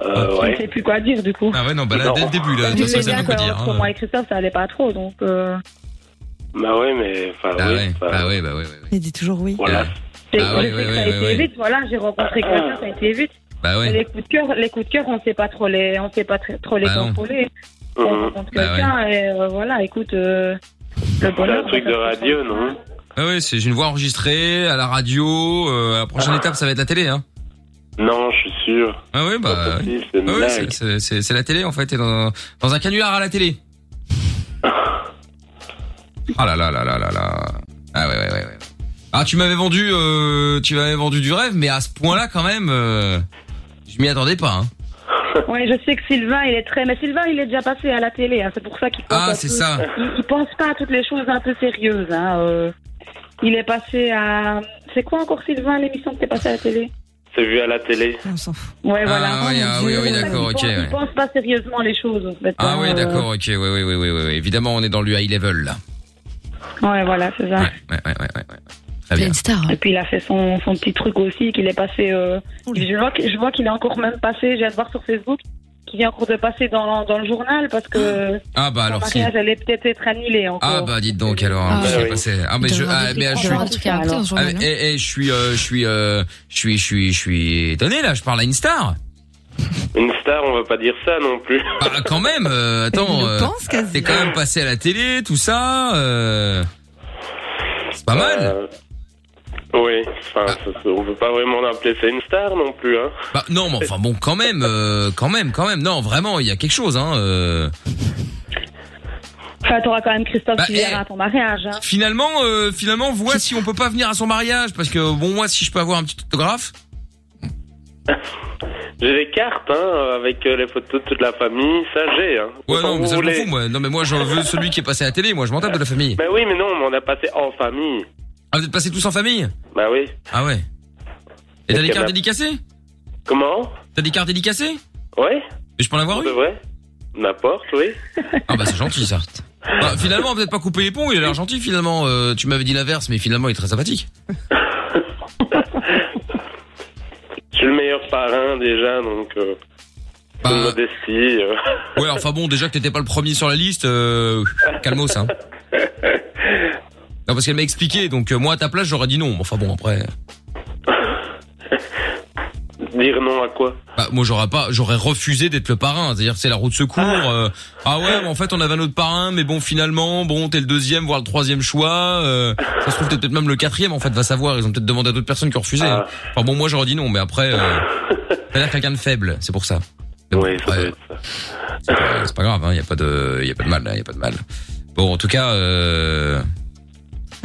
Euh,
je ne sais plus quoi dire du coup.
Ah ouais, non, bah là, dès le début, là, de toute
Tu sais
façon, ça
bien
veut pas
que,
dire.
entre
hein.
moi et Christophe, ça allait pas trop, donc. euh,
Bah ouais, mais enfin.
Ah
oui,
ouais,
enfin,
bah ouais, bah ouais. ouais.
Il dit toujours oui.
Voilà.
j'ai-
Ah ouais,
je
ouais,
sais que
ouais,
ça a
ouais,
été
ouais. Ah.
vite, voilà, j'ai rencontré quelqu'un, ça a été vite.
Bah ouais.
Les coups de cœur, les coups de cœur, on sait pas trop les, on sait pas tr- trop les
Bah non. Mhm. Bah
contrôler. On rencontre quelqu'un et euh, voilà, écoute, euh, le
C'est
bonheur. euh,
un truc de radio, non
Ah ouais, c'est une voix enregistrée à la radio. euh, la prochaine
Ah.
étape, ça va être la télé, hein.
Non, je suis sûr.
Ah ouais, bah.
Oh, Si, c'est une
Ah ouais,
blague.
c'est- c'est c'est- c'est la télé en fait, t'es dans, dans un canular à
*laughs*
la télé. Ah là là là là là là. Ah ouais ouais ouais. ouais. Ah tu m'avais vendu, euh, tu m'avais vendu du rêve, mais à ce point-là quand même, euh, je m'y attendais pas. hein.
Oui, je sais que Sylvain, il est très. Mais Sylvain, il est déjà passé à la télé. hein. C'est pour ça qu'il pense.
Ah,
à
c'est
tout-
ça.
Il, il pense pas à toutes les choses un peu sérieuses. hein, euh. Il est passé à. C'est quoi encore Sylvain l'émission que t'es passé à la télé
C'est vu à la télé.
Ouais, voilà.
Ah oui, ah oui, oui, d'accord, ok.
il pense, il
ouais.
pense pas sérieusement les choses. En fait,
Ah
hein,
oui,
euh.
d'accord, ok, oui, oui, oui, oui, oui, oui. Évidemment, on est dans le high level là.
Ouais, voilà, c'est ça.
Ouais, ouais, ouais, ouais. ouais.
hein.
Et puis il a fait son, son petit truc aussi, qu'il est passé. euh, je vois, que- je vois qu'il est encore même passé. J'ai hâte de voir sur Facebook qu'il est encore de passer dans, dans le journal parce que
Ah bah
son
alors si.
mariage allait peut-être être annulé encore.
Ah bah dites donc alors, hein,
Ah
qu'est-ce qui
oui.
s'est passé Ah mais je,
Dans un
ah,
des
mais ah, je suis,
écrans, en tout cas, après, dans ce
Ah,
journal,
mais, eh, eh, je suis, euh, je suis, euh, je suis, je suis, je suis étonné là. Je parle à une star.
Une star, on va pas dire ça non plus.
Ah, quand même, euh, attends, euh, t'es quand même passé à la télé, tout ça. euh, c'est pas mal.
Euh,
Ah.
Oui, enfin, ça- ça- on peut pas vraiment l'appeler c'est une star non plus, hein.
Bah, non, mais enfin bon, quand même, euh, quand même, quand même. Non, vraiment, il y a quelque chose. Hein, euh.
Enfin, t'auras quand même Christophe
Bah,
qui viendra à ton mariage. Hein.
Finalement, euh, finalement, vois si on peut pas venir à son mariage, parce que bon, moi, si je peux avoir un petit autographe.
J'ai les cartes, hein, avec euh, les photos de toute la famille, ça j'ai, hein.
Ouais,
Autant
non, mais
vous
ça je m'en
voulez.
fous. Moi. Non, mais moi, je veux celui qui est passé à la télé. Moi, je m'en tape de la famille.
Bah oui, mais non, mais on a passé en famille.
Ah, vous êtes passés tous en famille
Bah oui.
Ah ouais. Et t'as les
Ok,
cartes
bah.
dédicacées
Comment
T'as des cartes dédicacées
Ouais. Bah
Mais je peux en avoir
De vrai N'importe, Oh, oui.
Ah bah c'est gentil ça. Bah, finalement, vous n'êtes pas coupé les ponts, il a l'air gentil finalement. Euh, tu m'avais dit l'inverse, mais finalement, il est très sympathique.
Je suis le meilleur parrain déjà, donc. Euh,
Bah.
une modestie. euh. *laughs*
Ouais, enfin bon, déjà que t'étais pas le premier sur la liste, euh, calmos hein. Non, parce qu'elle m'a expliqué, donc euh, moi à ta place, j'aurais dit non. Mais Enfin bon, après.
Dire non à quoi
Bah, moi j'aurais pas, j'aurais refusé d'être le parrain. C'est-à-dire que c'est la roue de secours. euh, Ah ouais, mais en fait on avait un autre parrain, mais bon finalement, bon t'es le deuxième, voire le troisième choix. euh, ça se trouve t'es peut-être même le quatrième. En fait, va savoir. Ils ont peut-être demandé à d'autres personnes qui ont refusé. hein. Enfin bon, moi j'aurais dit non, mais après, euh, t'as l'air quelqu'un de faible, c'est pour ça.
Oui, ça doit être
C'est pas, c'est pas grave, il hein, y a pas de, y a pas de mal, il y a pas de mal. Bon, en tout cas, euh,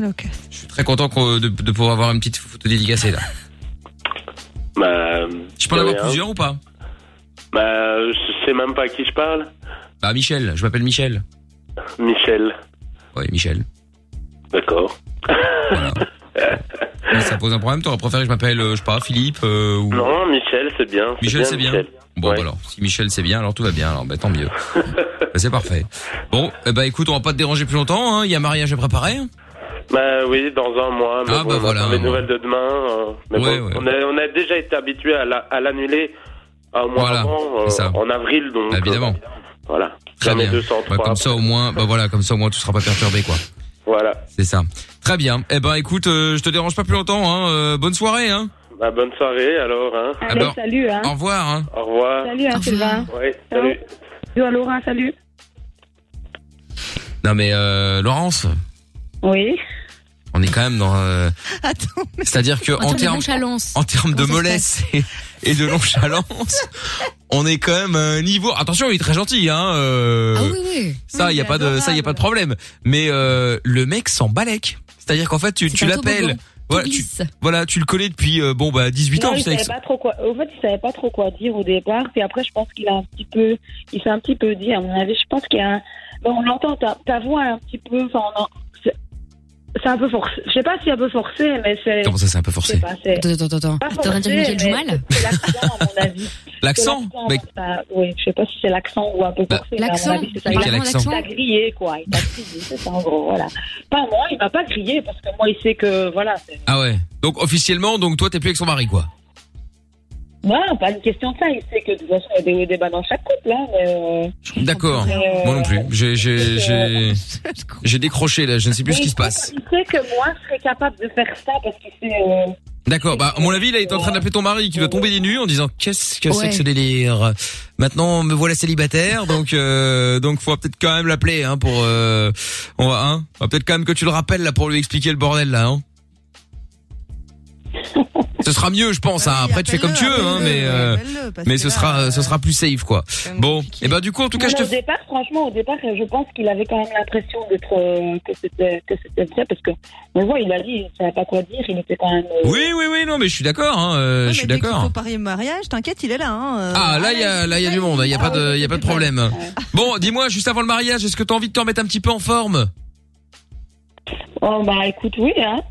Ok.
je suis très content qu'on- de, de pouvoir avoir une petite photo dédicacée
*laughs*
là.
Bah.
Je peux en avoir plusieurs ou pas
Bah, je sais même pas à qui je parle.
Bah Michel, je m'appelle Michel.
Michel.
Oui, Michel.
D'accord.
Mais ça pose un problème. T'aurais préféré que je m'appelle, euh, je sais pas, Philippe euh, ou
Non, Michel, c'est bien.
Michel, c'est bien.
Michel.
Bon, bah alors, si Michel c'est bien, alors tout va bien. Alors, bah
*laughs*
tant mieux. Bah, c'est parfait. Bon, eh bah écoute, on va pas te déranger plus longtemps. hein, Il y a un mariage à préparer.
Bah oui, dans un mois. Mais
Ah,
bon,
bah
on
voilà,
attend Les
un
nouvelles de demain. euh, mais
Ouais,
bon, On, a, on a déjà été habitué à la- à l'annuler un mois
Voilà,
avant, euh,
c'est ça.
en avril. Donc,
Bah, évidemment.
euh, voilà.
Très
Jamais
bien.
203.
Bah, comme ça au moins, bah voilà, comme ça au moins tu seras pas perturbé quoi.
Voilà.
C'est ça. Très bien. Eh ben écoute, euh, je te dérange pas plus longtemps. Hein. euh, bonne soirée. Hein.
Bah, bonne soirée alors. Hein.
Allez, salut. Hein.
Au revoir. Hein.
Au revoir.
Salut, hein, Sylvain.
Ouais, salut.
Bisous à Laurent, salut.
Non mais euh, Laurence,
Oui.
on est quand même dans. euh, C'est-à-dire que
En termes
en
de
termes
nonchalance.
en termes de
Comment ça se
mollesse et, et de nonchalance, on est quand même à un niveau. Attention, il est très gentil, hein. euh,
Ah oui, oui.
Ça, il y a pas de ça, il y a pas de problème. Mais euh, le mec s'en balèque. C'est-à-dire qu'en fait, tu, tu
un
l'appelles.
toboggan.
Voilà, tu, voilà, tu le connais depuis euh, bon bah 18
Non,
ans.
il
tu sais, avec
savait pas trop quoi. En fait, il savait pas trop quoi dire au départ. Puis après, je pense qu'il a un petit peu, il s'est un petit peu dit. À mon avis, je pense qu'il y a. Un... Bon, on l'entend. Ta, ta voix est un petit peu. Enfin, on en- c'est- c'est un peu forcé. Je sais pas si un peu forcé, mais c'est.
Comment ça, c'est un peu forcé
Je sais pas, c'est-
Attends, attends, attends.
Pas
T'es en train de dire
forcé,
Michael joue
mais
mal
c'est l'accent, à mon avis.
L'accent
C'est
Mais- Bah,
ça, Oui, je sais pas si c'est l'accent ou un peu forcé. mais à mon
l'accent,
avis, c'est ça.
il
Il
a vraiment l'accent.
t'a grillé, quoi. Il t'a grillé, c'est ça, en gros, voilà. Pas moi, il m'a pas grillé parce que moi, il sait que, voilà, c'est-
Ah ouais. Donc officiellement, donc toi t'es plus avec son mari quoi.
Non, pas une question de ça. Il sait que de toute façon, il y a des hauts et des bas dans chaque couple. Hein, mais, euh,
D'accord.
Mais, euh,
Moi non plus. J'ai j'ai
*laughs*
j'ai j'ai décroché là. Je ne sais plus ce
mais
qui
il
se
sait-
passe.
Il sait que moi, je serais capable de faire ça parce que c'est. Euh...
D'accord. Bah à mon avis, là, il est en train d'appeler ton mari qui doit tomber des nues en disant qu'est-ce que c'est
Ouais.
que ce délire. Maintenant, me voilà célibataire, donc euh, donc faut peut-être quand même l'appeler hein pour euh, on va hein. On va peut-être quand même que tu le rappelles là pour lui expliquer le bordel là. Hein. Ce sera mieux, je pense. hein. Après, tu fais comme tu veux, hein, mais euh,
Bah appelle-le, parce
mais
que
ce
là, euh,
sera ce sera plus safe quoi. Bon, et ben du coup, en tout cas, je
mais
te
Au départ, franchement, au départ, je pense qu'il avait quand même l'impression d'être. euh, que c'était que c'était vrai parce que. Mais ouais, il a dit, il savait pas quoi dire. Il était quand même. euh,
Oui, oui, oui, non, mais je suis d'accord, hein, euh, je suis
Faut
d'accord.
parier mariage, t'inquiète, il est là. Hein, euh.
Ah, là, il y a, là, il y a du monde, hein, il y a pas de, il y a pas de problème. Bon, dis-moi, juste avant le mariage, est-ce que t'as envie de te remettre un petit peu en forme?
Oh, bah écoute, oui, hein.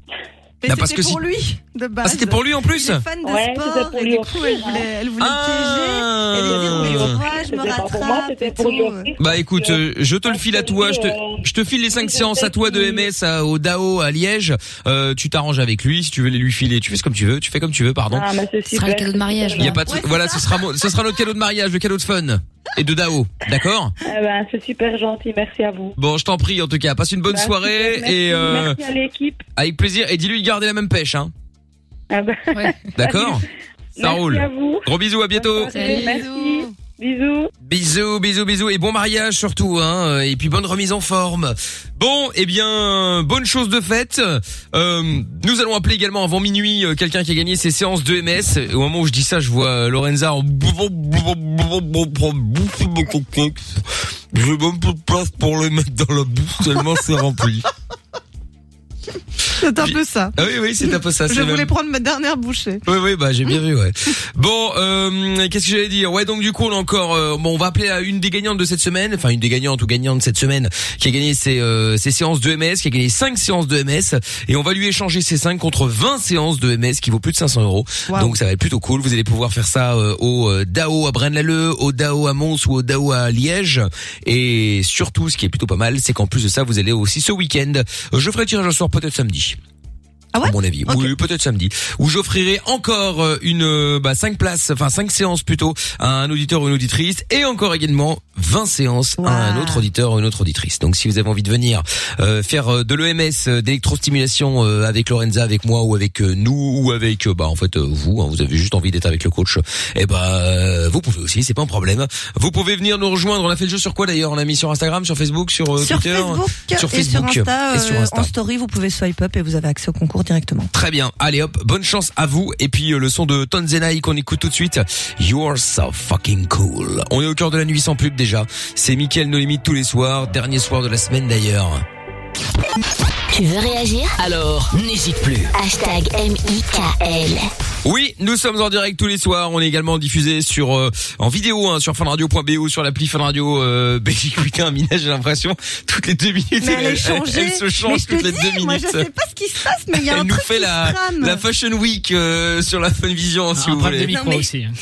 Mais
Bah, parce
c'était
que
pour
si-
lui, de base.
Ah, c'était pour lui en plus
Il est fan de
Ouais, c'était
sport,
pour
et
lui
du coup, elle
offrir,
voulait, elle voulait
Ah.
le piéger. Elle lui a dit, mais moi, je me
C'était pas pour moi,
rattrape
c'était
et
pour lui
tout.
offrir.
Bah écoute, euh, je te le file à toi, je te, je te file les cinq séances à toi de MS à- au DAO à Liège. Euh, tu t'arranges avec lui si tu veux les lui filer. Tu fais ce comme tu veux, tu fais comme tu veux, pardon.
Ah, mais c'est
Ce sera le
super.
cadeau de mariage.
Il y a
là.
pas de, voilà, ce sera, mon- ce sera notre cadeau de mariage, le cadeau de fun et de DAO, d'accord
Eh ben, c'est super gentil. Merci à vous.
Bon, je t'en prie en tout cas, passe une bonne
Bah,
soirée
super, merci.
et euh,
Merci à l'équipe.
avec plaisir et dis-lui de garder la même pêche, hein.
Ah bah, *laughs*
D'accord Ça
Merci
roule.
à vous.
Gros bisous, à bientôt.
Merci. Bisous.
Bisous, bisous, bisous et bon mariage surtout hein et puis bonne remise en forme. Bon, eh bien bonne chose de faite. Euh, nous allons appeler également avant minuit euh, quelqu'un qui a gagné ses séances de MS. Au moment où je dis ça, je vois euh, Lorenza en J'ai même plus de place pour le mettre dans la bouche tellement c'est
*laughs*
rempli.
C'est un peu ça.
Ah oui oui, c'est un peu ça,
Je
c'est
voulais
même-
prendre ma dernière bouchée.
Oui, oui, bah j'ai bien vu, ouais. Bon, euh, qu'est-ce que j'allais dire Ouais, donc du coup, on a encore, euh, bon, on va appeler à une des gagnantes de cette semaine, enfin une des gagnantes ou gagnantes de cette semaine, qui a gagné ses, euh, ses séances de MS, qui a gagné 5 séances de MS, et on va lui échanger ces 5 contre 20 séances de MS qui vaut plus de 500 euros. Donc ça va être plutôt cool. Vous allez pouvoir faire ça euh, au euh, DAO à Braine-l'Alleud, au DAO à Mons ou au DAO à Liège, et surtout, ce qui est plutôt pas mal, c'est qu'en plus de ça, vous allez aussi ce week-end. euh, Je ferai le tirage au soir peut-être samedi.
Ah
à mon avis. Oui, peut-être samedi. Où j'offrirai encore euh, une euh, bah, 5 places, enfin 5 séances plutôt à un auditeur ou une auditrice et encore également 20 séances à un autre auditeur ou une autre auditrice. Donc si vous avez envie de venir euh, faire euh, de l'EMS, euh, d'électrostimulation euh, avec Lorenza, avec moi ou avec euh, nous ou avec euh, bah en fait euh, vous, hein, vous avez juste envie d'être avec le coach, et ben euh, vous pouvez aussi, c'est pas un problème. Vous pouvez venir nous rejoindre. On a fait le jeu sur quoi d'ailleurs On l'a mis sur Instagram, sur Facebook, sur, euh,
Sur
Twitter,
Facebook,
sur
et sur
Facebook
Insta,
et sur
euh,
Insta.
en story, vous pouvez swipe up et vous avez accès au concours
*laughs*
directement.
Très bien. Allez hop, bonne chance à vous. Et puis euh, le son de Tonzenai qu'on écoute tout de suite. You're so fucking cool. On est au cœur de la nuit sans pub déjà. C'est Mickaël No Limite tous les soirs. Dernier soir de la semaine d'ailleurs.
Tu veux réagir Alors, n'hésite plus.
Hashtag M-I-K-L.
Oui, nous sommes en direct tous les soirs. On est également diffusé sur euh, en vidéo hein, sur fanradio.be sur l'appli Fanradio euh, *laughs* Belgique. Putain, Mina, j'ai l'impression toutes les deux minutes.
Mais elle est
elle,
changée.
se change
Mais je te
toutes les
dis,
deux minutes.
Moi, je sais pas ce qui se passe, mais il y a un
elle nous
truc
fait
qui
la,
se trame.
la Fashion Week euh, sur la Funvision, si vous voulez.
problème de micro aussi. hein.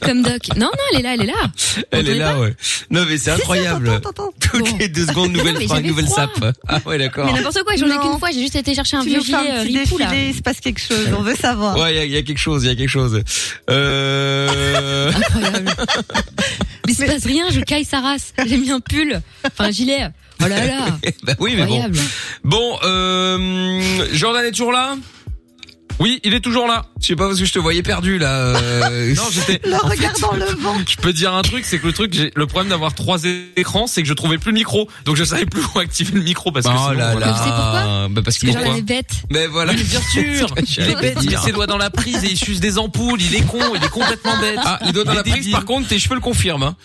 Comme Doc. Non, non, elle est là, elle est là.
Elle est là, ouais. Non, mais c'est incroyable. Toutes les deux secondes, nouvelle
Non, *laughs* mais
fringue,
j'avais
nouvelle
froid.
sape. Ah ouais, d'accord.
Mais n'importe quoi, j'en ai
Non.
qu'une fois, j'ai juste été chercher un
Tu
vieux
nous fais un
gilet euh,
petit
ripou là.
défilé, il se passe quelque chose, on veut savoir.
Ouais, il y a- il y, a quelque chose, il y a quelque chose. Euh...
Mais il se passe rien, je caille sa race. J'ai mis un pull, enfin un gilet. *laughs* Oh là
*laughs*
là.
bah Eh ben oui, mais bon.
Incroyable.
Bon, euh, Jordan est toujours là Oui, il est toujours là. Je sais pas parce que je te voyais perdu là.
*laughs*
euh,
Non, j'étais.
en fait,
dans le vent.
Je peux te dire un truc, c'est que le truc, j'ai- le problème d'avoir trois écrans, c'est que je trouvais plus le micro, donc je savais plus où activer le micro parce que.
Oh
sinon,
là
voilà.
là. Tu sais pourquoi Bah, parce que
Pourquoi
Jean, il est
bête.
Mais voilà.
Mais bien *laughs* sûr,
C'est
il est bête, il met
dire.
ses doigts dans la prise et il suce des ampoules. Il est con, il est complètement bête.
Ah, les doigts
Il
dans
est
la prise.
débile.
Par contre, tes cheveux le confirment. Hein.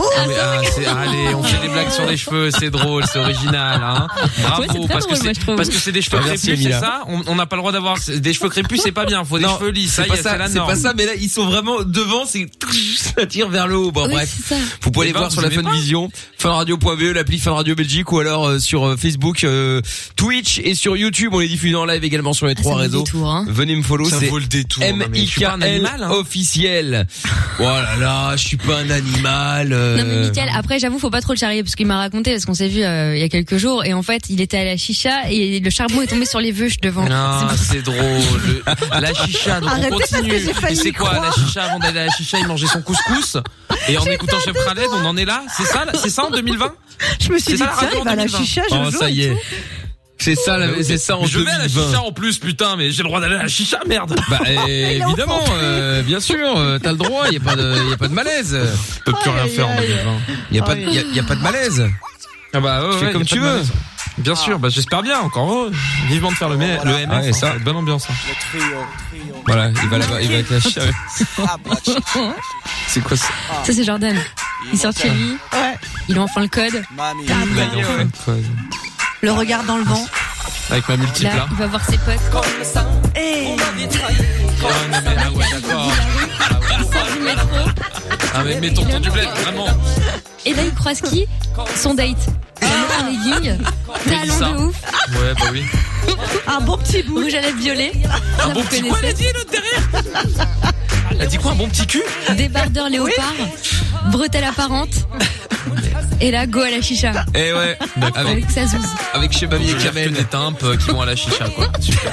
Ah, mais, ah, c'est- allez, on fait des blagues sur les cheveux, c'est drôle, c'est original, hein. Bravo,
Ouais,
parce,
c'est très drôle,
que
moi, je
c'est,
trouve.
parce que c'est des cheveux
Ah, merci,
crépus, c'est
Emilia.
ça On on n'a pas le droit d'avoir c'est- des cheveux crépus, c'est pas bien. Faut des
Non,
cheveux lisses, ça
c'est
y est,
pas
c'est
ça,
la
c'est
norme.
pas ça, mais là, ils sont vraiment devant, c'est, *laughs* ça tire vers le haut. Bon,
Oui,
bref.
c'est ça.
Vous pouvez
Eh
aller
ben,
voir sur
vous
la
aimez pas
Funvision, funradio.be, E, l'appli Fun Radio Belgique, ou alors euh, sur euh, Facebook, euh, Twitch et sur YouTube. On les diffuse en live également sur les trois
vaut le
réseaux.
détour, hein.
Venez me follow,
Ça
c'est
vaut le détour, non, mais je suis pas un
M-I-K-L
animal, hein.
officiel. *laughs* Voilà, là, je suis pas un animal. euh.
Non mais Mickaël, après j'avoue faut pas trop le charrier parce qu'il m'a raconté parce qu'on s'est vu euh, il y a quelques jours et en fait il était à la chicha et le charbon est tombé sur les veuches devant.
Non,
C'est pour-
c'est drôle. Le- La chicha, donc
Arrêtez
on
parce que
continue.
j'ai failli
Et c'est
y
quoi la
croire.
chicha avant d'aller à la chicha Il mangeait son couscous.
*laughs*
Et en écoutant Chef Khaled, on en est là. C'est ça, là c'est ça en 2020
Je me suis
C'est
dit,
ça, la radio
tiens,
en
il va à la
2020.
chicha,
Oh,
Jojo.
ça y est. C'est ça, la-
Mais
c'est ça en
Je vais à la
2020.
chicha en plus, putain, mais j'ai le droit d'aller à la chicha, merde.
*laughs*
Bah eh, évidemment, euh, bien sûr, euh, t'as le droit, y a pas de, y a pas de malaise.
peut plus rien faire en 2020.
Y a pas, de- y a, y a pas de malaise.
Ah bah ouais,
Tu fais
ouais,
comme
y a
tu
pas de
veux.
malaise. Bien
Ah.
sûr, bah j'espère bien encore. heureux. Vivement de faire le,
Oh,
M- le MS,
Ouais, ça.
ça. bonne ambiance. hein.
Voilà, il va là-bas, il va avec la chicha. ouais. C'est quoi ça
Ça c'est Jordan. Il sort de chez lui. Il enfant le code.
Là, il
enfant le code.
Le regard dans le vent.
Ah,
Avec ma multiple hein.
Là,
là.
il va voir ses potes.
Et
Ah non, mais ah ouais, d'accord. Ah mais mets ton ton du bled, vraiment.
Et là il croise qui Eh ben, Son date.
*laughs*
Un legging,
Mais dis Ah. ça.
talon de ouf,
Ouais, bah oui.
un bon petit bout.
rouge à lèvres violet. Ça,
bon
vous
petit quoi, elle a
connaissez.
dit l'autre derrière Elle dit quoi, un bon petit cul
Débardeur léopard, bretelle apparente. Et là, go à la chicha.
Eh ouais, avec,
Avec sa zouze.
avec chez Mamie et
Il y a que
Kamel.
des timpes euh, qui vont à la chicha, quoi. Super.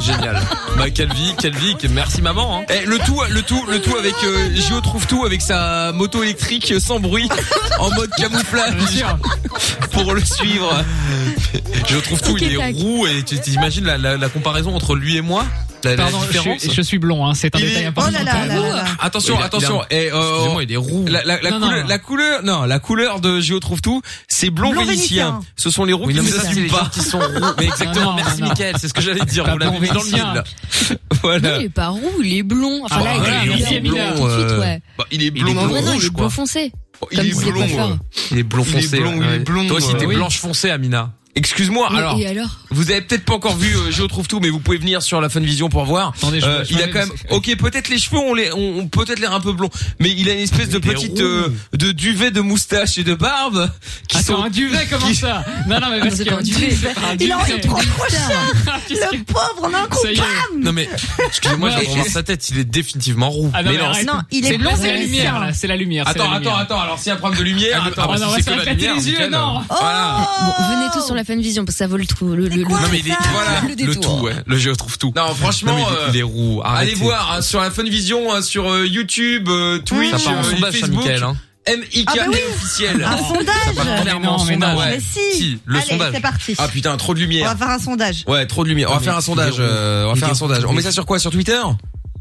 Génial. Bah quelle vie, quelle vie. que- Merci maman. hein.
Eh, le tout, le tout, le tout avec euh, Gio trouve tout avec sa moto électrique
euh,
sans bruit, en mode camouflage, pour le suivre.
Je trouve tout,
Tic et
il est
tac.
roux et tu t'imagines la, la, la comparaison entre lui et moi La, la
Pardon, je,
différence
suis- je suis blond, hein, c'est un
Il
détail
est-
Oh
important.
là là là là là.
Attention,
Il a- il a-
attention. Et euh,
Excusez-moi, il est roux.
La, la, la
Non,
couleur,
non.
la couleur, non, la couleur de Gio trouve tout, c'est blond,
Blond
vénitien.
vénitien.
Ce sont les roux
Oui,
qui
non, mais
nous
ça, c'est
assument
les gens
pas.
qui sont
*laughs*
roux. Mais exactement,
Non, non,
merci
non.
Mickaël, c'est ce que j'allais dire.
Pas
Vous l'avez
bon
mis dans le
vénitien.
mille, là.
*laughs* Voilà.
Euh.
Non, il est pas roux, il est blond. Enfin
Ah
là,
bah ouais, il
il, est
est
blond.
blond,
tout de suite,
euh,
ouais.
Bah, il est
Mais
blond,
en vrai, non,
blond
il est
rouge, quoi.
blond foncé.
Oh,
comme
il est
c'est
blond.
pas fort.
euh.
Il est blond
Il est
foncé.
blond, il est
ouais.
blond,
Toi aussi,
euh,
t'es
oui.
blanche foncée, Amina.
Excuse-moi,
Mais-
alors.
Et alors
Vous avez peut-être pas encore vu euh, Géo trouve tout, mais vous pouvez venir sur la Funvision pour voir. Euh,
Attendez, je- je
il a
vais-
quand même.
parce que-
Ok, peut-être les cheveux, on les, on, on- peut-être l'air un peu blond, mais il a une espèce de
il est
petite
roux.
euh, de duvet de moustache et de barbe qui
Attends,
sont.
un duvet, comment
qui-
ça Non, non, mais
Non,
parce
c'est
qu'il y a
pas
un
un duvet.
duvet, c'est pas un
Il
duvet.
en est trop
*laughs*
cher.
Ah,
Qu'est-ce que-
Le pauvre, en un coup.
Ça y est.
Non mais, excusez-moi, j'ai
Ouais.
revoir sa tête, il est définitivement roux.
Ah non, mais
non,
arrête.
Non, il est
C'est
blond,
blond, c'est la
c'est
lumière,
ça.
là. C'est la lumière. c'est
Attends,
la
attends,
lumière. bah,
attends. Alors s'il y a un problème de lumière,
Ah,
attends,
ah,
parce
non, on
que
va
c'est
se
que la
éclater
lumière,
les yeux,
nickel.
non.
Oh
Voilà.
Bon, venez tous sur la fan vision parce que ça vaut le tout. Le, le-
quoi
Non mais il est, voilà,
Le
le
détour.
tout, ouais. Le jeu trouve tout.
Non, franchement,
Non, mais il est-
euh,
il est roux.
allez
Arrêtez.
voir hein, sur la Funvision, hein, sur euh, YouTube, euh, Twitch,
Ça part en
euh,
sondage, ça,
Facebook,
Mickaël, hein.
MIK
Ah bah oui.
officiel.
Un
Ça part
sondage.
clairement en
mais non.
sondage.
Mais
Ouais.
si.
le
Allez,
sondage.
c'est parti.
Ah putain, trop de
On
lumière.
va faire un sondage.
Ouais, trop de lumière. On va
Ah, mais
faire un
il est
sondage.
roux.
euh, on va
Il
faire
est
un sondage. On
roux.
met ça sur quoi Sur Twitter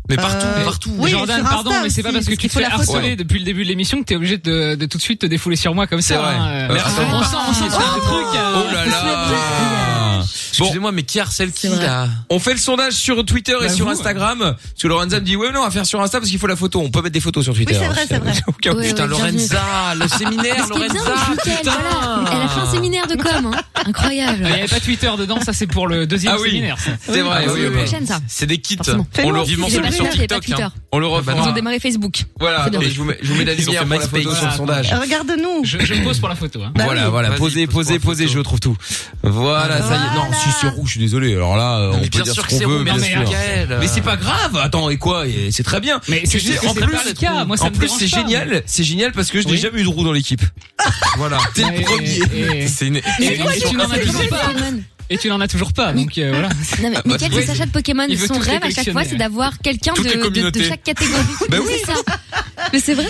Mais partout,
Euh,
partout.
oui,
Jordan,
sur Insta
pardon, mais c'est pas parce que
aussi, parce
tu
qu'il
te
faut
fais
la
harceler
photo.
depuis le début de l'émission que t'es obligé de, de tout de suite te défouler sur moi comme
C'est
ça.
vrai.
hein, euh,
Merci.
on sent, on sent sur ce truc. euh,
Oh là là Bon,
Excusez-moi, mais qui harcèle qui
C'est vrai.
là
Ah. on fait le sondage sur Twitter et
Bah,
sur
vous,
Instagram. Parce que Lorenza me dit ouais, non, on va faire sur Insta parce qu'il faut la photo. On peut mettre des photos sur Twitter. hein.
Oui, c'est vrai,
*laughs*
c'est vrai.
Aucun-
Ouais,
Putain,
ouais, bienvenue.
Lorenza, le séminaire,
Ce qui est bien,
Lorenza,
avec Mickaël,
putain.
voilà. Elle a fait un séminaire de com, hein.
Ah, Il n'y
Incroyable.
avait pas Twitter dedans, ça c'est pour le deuxième
Ah oui.
séminaire. ça.
C'est vrai.
c'est
oui,
la
oui.
prochaine, ça.
C'est des kits.
Forcément.
On
Fais-moi.
le vivement
Ils
J'ai
ont
celui
pas
sur
Twitter, j'ai pas
TikTok.
Twitter.
hein. On le
Bah
Bah,
Ils ont
refera.
démarré Facebook.
Voilà.
C'est bien.
Attendez, je vous mets, je vous mets la
Ils ont
lumière
fait
pour la photo
MySpace.
sur le sondage.
Regarde-nous.
Je, je me pose pour la photo.
Ah bah
Hein.
voilà,
oui.
voilà,
Vas-y,
posez,
pose pour
posez,
la
posez,
photo.
je trouve tout. Voilà, ça y est. Non,
Voilà.
si c'est roux, je suis désolé. Alors là, euh, on
Mais
peut
bien
dire ce
sûr que
qu'on
c'est
veut,
roux,
bien
mais euh.
sûr.
Mickaël.
Mais c'est pas grave. Attends, et quoi Et C'est très bien.
Mais
Tu
c'est
sais,
juste que
en
c'est
plus,
pas le cas. Moi, ça
en
me
plus,
dérange
c'est
pas,
génial. C'est génial parce que je n'ai
Oui.
jamais eu de roux dans l'équipe. *laughs*
Voilà.
T'es
Et-
le premier.
et- et-
Ah,
*laughs*
C'est une.
Mais
quoi,
tu n'en as toujours pas.
Pokémon.
Et tu n'en as toujours pas, donc euh, voilà.
Ah,
Non
bah,
mais Mickaël,
oui.
c'est Sacha de Pokémon.
Il veut
Son
tous les
rêve à chaque fois,
collectionner.
c'est d'avoir quelqu'un de,
Toutes les
de- de
communautés.
chaque catégorie.
Bah
C'est
*laughs*
ça. Mais c'est vrai.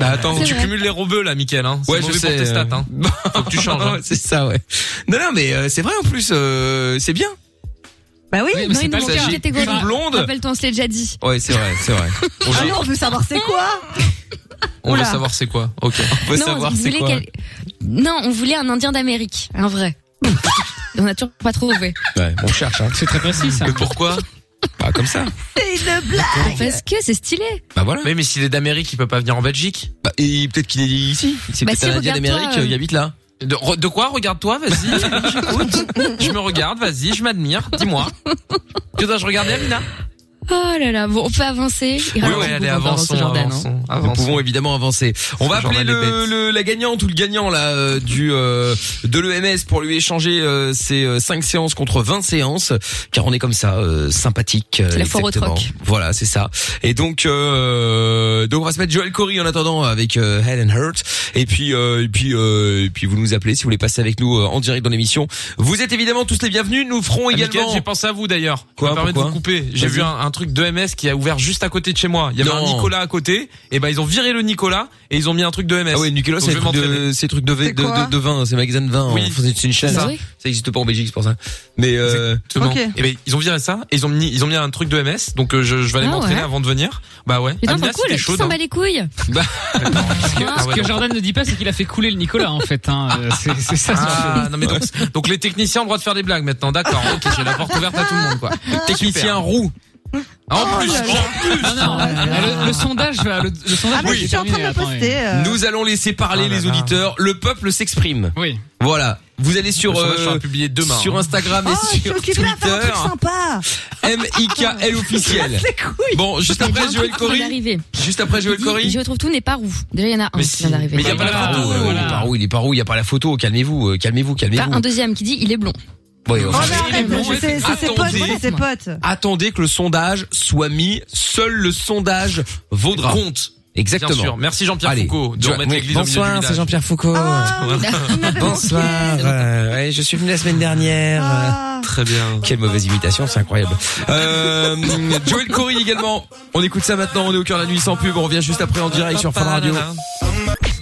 Bah attends,
C'est
tu
vrai.
cumules les robeux là, Mickaël. Hein. C'est
Ouais, je
mauvais
sais.
pour tes stats.
*laughs*
Hein.
euh. *laughs*
Faut que tu changes. hein.
c'est ça, ouais. Non, non, mais euh, c'est vrai en plus. euh, c'est bien.
Bah oui,
mais c'est pas le sagit. Une blonde.
Rappelle-toi, on se l'est déjà dit.
Ouais, c'est vrai, c'est vrai.
Ah non, on veut savoir c'est quoi
On
Oula.
veut savoir c'est quoi. Ok. On veut
Non,
savoir
on
c'est
voulait
quoi.
qu'elle- Non, on voulait un Indien d'Amérique, un vrai. *laughs* on a toujours pas trouvé.
Ouais, on cherche. Hein.
C'est très précis ça.
Mais pourquoi Pas comme ça.
C'est une blague. Parce que c'est stylé.
Bah voilà.
Mais mais s'il est d'Amérique, il peut pas venir en Belgique.
Bah, et peut-être qu'il est ici.
C'est
Bah peut-être si, un Indien regarde-toi, d'Amérique, euh, euh, il
habite là. De, re- de quoi Regarde-toi,
*laughs*
vas-y. J'écoute. Je me regarde, vas-y, je m'admire.
*laughs*
Dis-moi. Que dois-je regarder, Amina
Oh là là, bon, on peut avancer. Il
Oui,
raconte
oui, allez,
beaucoup, on va
avançons,
avancer, Jordan, hein.
avançons, Nous pouvons évidemment avancer. On va appeler
Jordan est
le, le- la gagnante ou le gagnant là euh, du euh, de l'EMS pour lui échanger euh, ses 5 séances contre 20 séances, car on est comme ça, euh, sympathique. euh,
C'est la foire au
exactement.
troc.
Voilà, c'est ça. Et donc, euh, donc on va se mettre Joel Corey en attendant avec euh, Helen Hurt. Et puis, euh, et puis, euh, et puis vous nous appelez si vous voulez passer avec nous euh, en direct dans l'émission. Vous êtes évidemment tous les bienvenus. Nous ferons
Ah, Mickaël,
également.
j'ai pensé à vous d'ailleurs.
Quoi,
Ça me permet de
pourquoi
vous couper. J'ai
Vas-y.
vu un, un truc de MS qui a ouvert juste à côté de chez moi. Il y avait
Non.
un Nicolas à côté. Et ben ils ont viré le Nicolas et ils ont mis un truc de MS.
Ah ouais, Nicolas,
Donc,
c'est
je
des
vais
trucs de,
m'entraîner.
c'est des trucs de,
C'est
de,
quoi
de, de vin, c'est magasin de vin.
Oui.
en- c'est une chaîne.
C'est
Ça,
ça.
ça existe pas en Belgique, c'est pour ça. Mais euh,
Exactement. Et ben ils ont viré ça. Et ils ont mis ils ont mis un truc de MS. Donc euh, je, je vais aller
Ah
m'entraîner
ouais.
avant de venir. Bah ouais.
Putain,
Amina,
trop cool,
c'était
qui
chaud.
s'en bat les couilles.
Bah,
Ah
Ce
ouais,
que
non.
Jordan ne dit pas, c'est qu'il a fait couler le Nicolas en fait. hein. Euh, C'est c'est ça.
Ah, non, mais donc, donc les techniciens ont le droit de faire des blagues maintenant, d'accord. Ok, j'ai la porte ouverte à tout le monde, quoi.
Technicien roux.
En plus, Ah
Non, non, le, le sondage, va- le, le
Ah,
sondage. va être terminé, attends, oui.
Euh,
Nous allons laisser parler les auditeurs. Le peuple s'exprime.
Oui.
Voilà. Vous allez sur
Le sondage sera
publié
demain,
sur
hein.
Instagram
Oh, je
et
suis
sur
occupée à faire un
Twitter.
truc sympa. *laughs*
M-I-K-L officiel.
C'est cool.
Bon, juste
Il y a
après
un
Joël
truc qui vient
Corey.
d'arriver.
Juste après Joël
Il dit,
Corey.
Je retrouve tout n'est pas roux. Déjà, il y en a un qui vient d'arriver.
Mais il y a pas la photo. euh, Il est pas roux, il est pas roux, il y a pas la photo. Calmez-vous, euh, calmez-vous,
Enfin, un
calmez-vous.
deuxième qui dit il est blond.
Ouais,
Oh,
enfin,
mais arrête,
bon,
je sais, c'est ses potes,
attendez.
c'est ses potes.
Attendez que le sondage soit mis. Seul le sondage vaudra.
Compte.
Exactement.
Bien sûr. Merci Jean-Pierre
Allez.
Foucault de
Jo-
remettre
oui,
l'église au milieu du
Bonsoir,
village.
c'est Jean-Pierre Foucault.
Ah,
Bonsoir. euh, ouais, je suis venu la semaine dernière.
Très bien.
Quelle mauvaise imitation, c'est incroyable. Euh, Joël Corey également. On écoute ça maintenant, on est au cœur de la nuit sans pub, on revient juste après en direct sur Fun Radio.